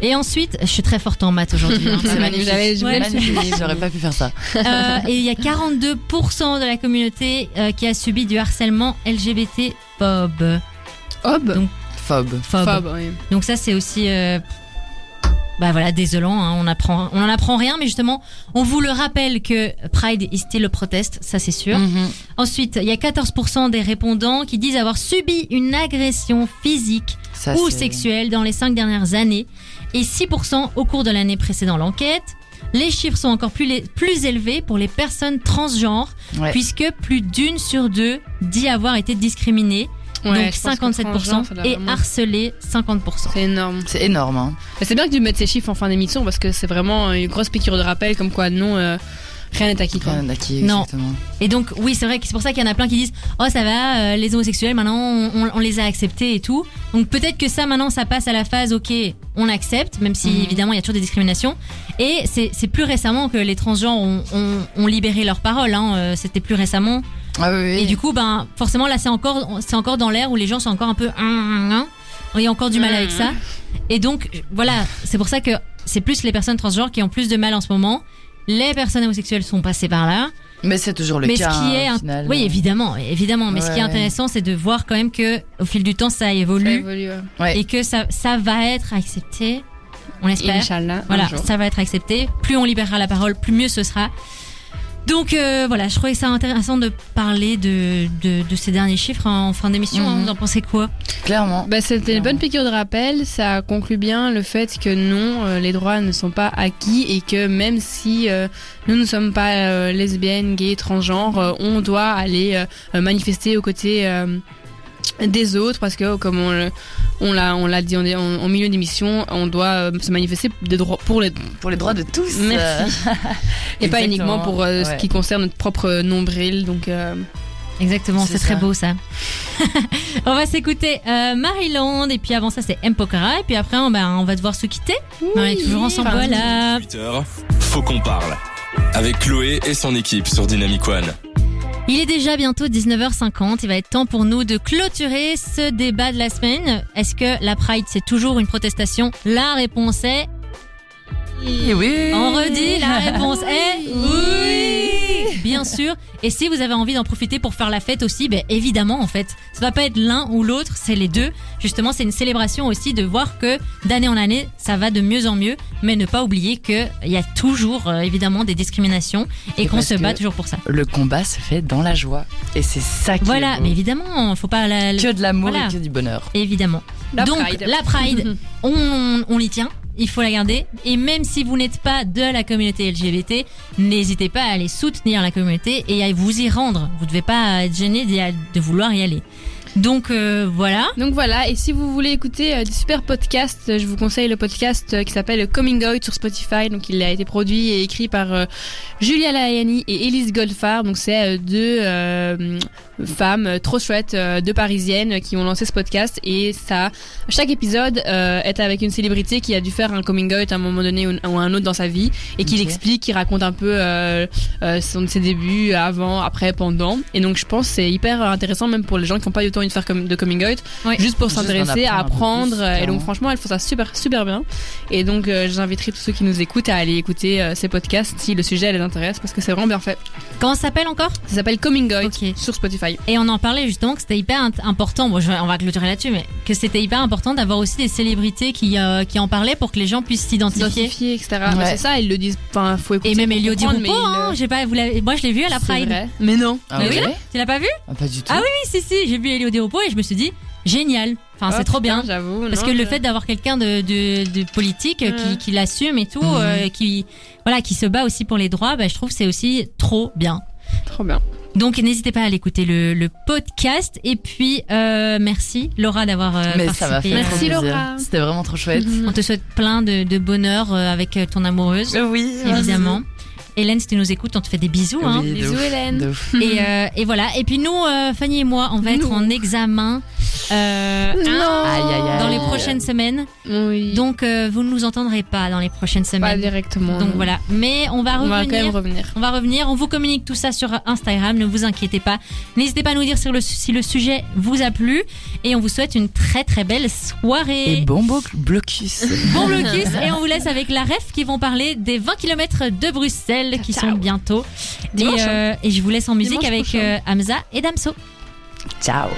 [SPEAKER 2] Et ensuite, je suis très forte en maths aujourd'hui. hein,
[SPEAKER 4] C'est
[SPEAKER 2] c'est
[SPEAKER 4] magnifique.
[SPEAKER 3] J'avais- je voulais le
[SPEAKER 4] Magnifique,
[SPEAKER 3] souligner.
[SPEAKER 4] J'aurais pas pu faire ça.
[SPEAKER 2] Euh, et il y a 42% de la communauté euh, qui a subi du harcèlement LGBT phobe.
[SPEAKER 3] Hob
[SPEAKER 4] Phobe.
[SPEAKER 2] Phobe.
[SPEAKER 3] Phobe, oui.
[SPEAKER 2] Donc ça c'est aussi euh, bah voilà désolant. hein, on apprend, on en apprend rien, mais justement on vous le rappelle que Pride is still a protest, ça c'est sûr.
[SPEAKER 4] Mhm.
[SPEAKER 2] Ensuite il y a 14% des répondants qui disent avoir subi une agression physique
[SPEAKER 4] Ça,
[SPEAKER 2] ou
[SPEAKER 4] c'est-
[SPEAKER 2] sexuelle dans les cinq dernières années et 6% au cours de l'année précédant l'enquête. Les chiffres sont encore plus, les- plus élevés pour les personnes transgenres,
[SPEAKER 4] Ouais.
[SPEAKER 2] puisque plus d'une sur deux dit avoir été discriminée,
[SPEAKER 3] Ouais,
[SPEAKER 2] donc
[SPEAKER 3] je pense que
[SPEAKER 2] 57%,
[SPEAKER 3] transgenre, ça doit
[SPEAKER 2] et
[SPEAKER 3] vraiment-
[SPEAKER 2] harcelée 50%.
[SPEAKER 3] C'est énorme.
[SPEAKER 4] C'est énorme, hein.
[SPEAKER 3] Mais c'est bien que tu mettes ces chiffres en fin d'émission parce que c'est vraiment une grosse piqûre de rappel comme quoi non, euh, rien n'est acquis.
[SPEAKER 2] Euh,
[SPEAKER 3] Quoi.
[SPEAKER 4] Rien d'acquis,
[SPEAKER 2] Non.
[SPEAKER 4] Euh, exactement.
[SPEAKER 2] Et donc oui, c'est vrai que c'est pour ça qu'il y en a plein qui disent "Oh ça va, euh, les homosexuels maintenant on, on- on les a acceptés et tout." Donc peut-être que ça maintenant ça passe à la phase OK, on accepte même si
[SPEAKER 4] Mhm.
[SPEAKER 2] évidemment il y a toujours des discriminations et c'est c'est plus récemment que les transgenres ont, ont- ont libéré leur parole hein, euh, c'était plus récemment
[SPEAKER 4] Ah oui, oui.
[SPEAKER 2] et du coup ben forcément là c'est encore c'est encore dans l'air où les gens sont encore un peu Hum, hum, hum et encore du mal avec ça.
[SPEAKER 4] Mhm.
[SPEAKER 2] Et donc voilà, c'est pour ça que c'est plus les personnes transgenres qui ont plus de mal en ce moment. Les personnes homosexuelles sont passées par là.
[SPEAKER 4] Mais c'est toujours le
[SPEAKER 2] Mais
[SPEAKER 4] cas.
[SPEAKER 2] ce qui
[SPEAKER 4] hein,
[SPEAKER 2] est
[SPEAKER 4] au
[SPEAKER 2] int-
[SPEAKER 4] final.
[SPEAKER 2] oui évidemment évidemment mais ce qui est
[SPEAKER 4] Ouais.
[SPEAKER 2] intéressant c'est de voir quand même que au fil du temps ça
[SPEAKER 3] Ça
[SPEAKER 2] évolue
[SPEAKER 3] évolue, ouais.
[SPEAKER 4] Ouais.
[SPEAKER 2] et que ça ça va être accepté on l'espère
[SPEAKER 3] Inch'Allah, un
[SPEAKER 2] voilà
[SPEAKER 3] jour.
[SPEAKER 2] ça va être accepté plus on libérera la parole plus mieux ce sera donc euh, voilà je trouvais ça intéressant de parler de de, de ces derniers chiffres en fin d'émission hein.
[SPEAKER 4] Mhm.
[SPEAKER 2] vous en pensez quoi
[SPEAKER 4] Clairement.
[SPEAKER 3] Bah, c'était une bonne piqûre de rappel, ça conclut bien le fait que non, euh, les droits ne sont pas acquis et que même si euh, nous ne sommes pas euh, lesbiennes, gays, transgenres, euh, on doit aller euh, manifester aux côtés euh, des autres parce que comme on, le- on l'a on l'a dit en, en- en milieu d'émission, on doit euh, se manifester des droits pour les
[SPEAKER 4] Pour les droits de tous.
[SPEAKER 3] Merci. et pas
[SPEAKER 4] Exactement.
[SPEAKER 3] uniquement pour euh,
[SPEAKER 4] Ouais.
[SPEAKER 3] ce qui concerne notre propre nombril. Donc euh,
[SPEAKER 2] Exactement,
[SPEAKER 4] C'est
[SPEAKER 2] c'est très
[SPEAKER 4] ça.
[SPEAKER 2] beau ça. on va s'écouter euh, Maryland et puis avant ça c'est M. Pokora et puis après on, ben, on va devoir se quitter. on est toujours ensemble,
[SPEAKER 3] pardon.
[SPEAKER 2] voilà.
[SPEAKER 1] 18 heures. Faut qu'on parle. Avec Chloé et son équipe sur Dynamic One.
[SPEAKER 2] Il est déjà bientôt 19h50. Il va être temps pour nous de clôturer ce débat de la semaine. Est-ce que la Pride, c'est toujours une protestation La réponse est.
[SPEAKER 4] Et oui.
[SPEAKER 2] On redit, la réponse est. Oui Bien sûr. Et si vous avez envie d'en profiter pour faire la fête aussi, ben évidemment, en fait. Ça ne va pas être l'un ou l'autre, c'est les deux. Justement, c'est une célébration aussi de voir que d'année en année, ça va de mieux en mieux. Mais ne pas oublier qu'il y a toujours, euh, évidemment, des discriminations et
[SPEAKER 4] Et
[SPEAKER 2] qu'on
[SPEAKER 4] parce
[SPEAKER 2] se bat
[SPEAKER 4] que-
[SPEAKER 2] toujours pour ça.
[SPEAKER 4] Le combat se fait dans la joie. Et c'est ça qui
[SPEAKER 2] Voilà,
[SPEAKER 4] est beau.
[SPEAKER 2] mais évidemment, faut pas la.
[SPEAKER 4] Que de l'amour
[SPEAKER 2] Voilà.
[SPEAKER 4] et que du bonheur.
[SPEAKER 2] Évidemment.
[SPEAKER 3] La
[SPEAKER 2] Donc,
[SPEAKER 3] Pride.
[SPEAKER 2] la Pride, on, on l'y tient. Il faut la garder. Et même si vous n'êtes pas de la communauté LGBT, n'hésitez pas à aller soutenir la communauté et à vous y rendre. Vous ne devez pas être gêné d'y a- de vouloir y aller. Donc euh, voilà.
[SPEAKER 3] Donc voilà, et si vous voulez écouter euh, des super podcasts, euh, je vous conseille le podcast euh, qui s'appelle Coming Out sur Spotify. Donc il a été produit et écrit par euh, Julia Laiani et Elise Goldfarb. Donc c'est euh, deux euh, femmes euh, trop chouettes, euh, deux parisiennes euh, qui ont lancé ce podcast. Et ça, chaque épisode euh, est avec une célébrité qui a dû faire un coming out à un moment donné ou, ou un autre dans sa vie et qui
[SPEAKER 4] Ok.
[SPEAKER 3] l'explique, qui raconte un peu euh, euh, son, ses débuts, avant, après, pendant. Et donc je pense que c'est hyper intéressant même pour les gens qui n'ont pas eu le temps de faire com- de coming out
[SPEAKER 2] Ouais.
[SPEAKER 3] juste pour
[SPEAKER 4] Juste d'en
[SPEAKER 3] s'intéresser, à
[SPEAKER 4] apprendre
[SPEAKER 3] apprendre.
[SPEAKER 4] un peu plus,
[SPEAKER 3] euh, et
[SPEAKER 4] clairement.
[SPEAKER 3] donc franchement, elles font ça super super bien. Et donc euh, j'inviterai tous ceux qui nous écoutent à aller écouter euh, ces podcasts si le sujet les intéresse parce que c'est vraiment bien fait.
[SPEAKER 2] Comment ça s'appelle encore
[SPEAKER 3] Ça s'appelle Coming Out
[SPEAKER 2] Ok.
[SPEAKER 3] sur Spotify.
[SPEAKER 2] Et on en parlait justement que c'était hyper int- important. Bon, je vais- on va clôturer là-dessus, mais que c'était hyper important d'avoir aussi des célébrités qui, euh, qui en parlaient pour que les gens puissent s'identifier.
[SPEAKER 3] Identifier, etc.
[SPEAKER 4] Ouais.
[SPEAKER 3] Bah, c'est ça, ils le disent. Enfin, faut écouter.
[SPEAKER 2] Et même
[SPEAKER 3] pour
[SPEAKER 2] Elio Di
[SPEAKER 3] comprendre,
[SPEAKER 2] Rupo,
[SPEAKER 3] mais
[SPEAKER 2] hein,
[SPEAKER 3] ils
[SPEAKER 2] j'ai pas, vous l'avez- moi je l'ai vu à
[SPEAKER 3] le-
[SPEAKER 2] la
[SPEAKER 3] c'est
[SPEAKER 2] Pride.
[SPEAKER 3] vrai. Mais non.
[SPEAKER 4] Ah
[SPEAKER 2] Mais
[SPEAKER 4] ouais
[SPEAKER 2] oui. Tu l'as pas vu
[SPEAKER 4] Ah, Pas du tout.
[SPEAKER 2] Ah Oui, si, si, j'ai vu Elio Di Rupo et je me suis dit, génial. Enfin,
[SPEAKER 3] Ah,
[SPEAKER 2] c'est trop
[SPEAKER 3] putain,
[SPEAKER 2] bien.
[SPEAKER 3] J'avoue.
[SPEAKER 2] Parce
[SPEAKER 3] non,
[SPEAKER 2] que le
[SPEAKER 3] je-
[SPEAKER 2] fait d'avoir quelqu'un de, de, de politique euh, qui,
[SPEAKER 3] Ouais. Mhm.
[SPEAKER 2] qui l'assume et tout, euh, qui voilà, qui se bat aussi pour les droits, bah, je trouve que c'est aussi trop bien.
[SPEAKER 3] Trop bien.
[SPEAKER 2] Donc n'hésitez pas à aller écouter le, le podcast et puis euh, merci Laura d'avoir euh,
[SPEAKER 4] Mais ça
[SPEAKER 2] participé.
[SPEAKER 4] m'a fait
[SPEAKER 3] Merci,
[SPEAKER 4] trop plaisir.
[SPEAKER 3] Laura.
[SPEAKER 4] C'était vraiment trop chouette.
[SPEAKER 3] Mm.
[SPEAKER 2] On te souhaite plein de, de bonheur euh, avec euh, ton amoureuse,
[SPEAKER 4] Oui,
[SPEAKER 2] évidemment. Hélène, si tu nous écoutes, on te fait des bisous. Hein.
[SPEAKER 4] Oui, de
[SPEAKER 3] Bisous,
[SPEAKER 4] ouf,
[SPEAKER 3] Hélène.
[SPEAKER 4] de ouf.
[SPEAKER 2] Et, euh, et voilà. Et puis nous, euh, Fanny et moi, on va être
[SPEAKER 3] Nous.
[SPEAKER 2] en examen euh,
[SPEAKER 3] Non.
[SPEAKER 4] Aïe, aïe, aïe.
[SPEAKER 2] dans les prochaines semaines.
[SPEAKER 3] Oui.
[SPEAKER 2] Donc euh, vous ne nous entendrez pas dans les prochaines
[SPEAKER 3] pas
[SPEAKER 2] semaines.
[SPEAKER 3] directement.
[SPEAKER 2] Donc
[SPEAKER 3] non.
[SPEAKER 2] voilà. Mais on va
[SPEAKER 3] On va
[SPEAKER 2] revenir.
[SPEAKER 3] quand même revenir.
[SPEAKER 2] on va revenir, on vous communique tout ça sur Instagram, ne vous inquiétez pas. N'hésitez pas à nous dire si le, si le sujet vous a plu et on vous souhaite une très très belle soirée.
[SPEAKER 4] Et bon beau blocus.
[SPEAKER 2] Bon blocus et on vous laisse avec la ref qui vont parler des 20 km de Bruxelles qui sont bientôt. Et,
[SPEAKER 3] Dimanche, hein.
[SPEAKER 2] euh, et je vous laisse en musique
[SPEAKER 3] Dimanche
[SPEAKER 2] avec
[SPEAKER 3] prochain.
[SPEAKER 2] euh, Hamza et Damso.
[SPEAKER 4] Ciao.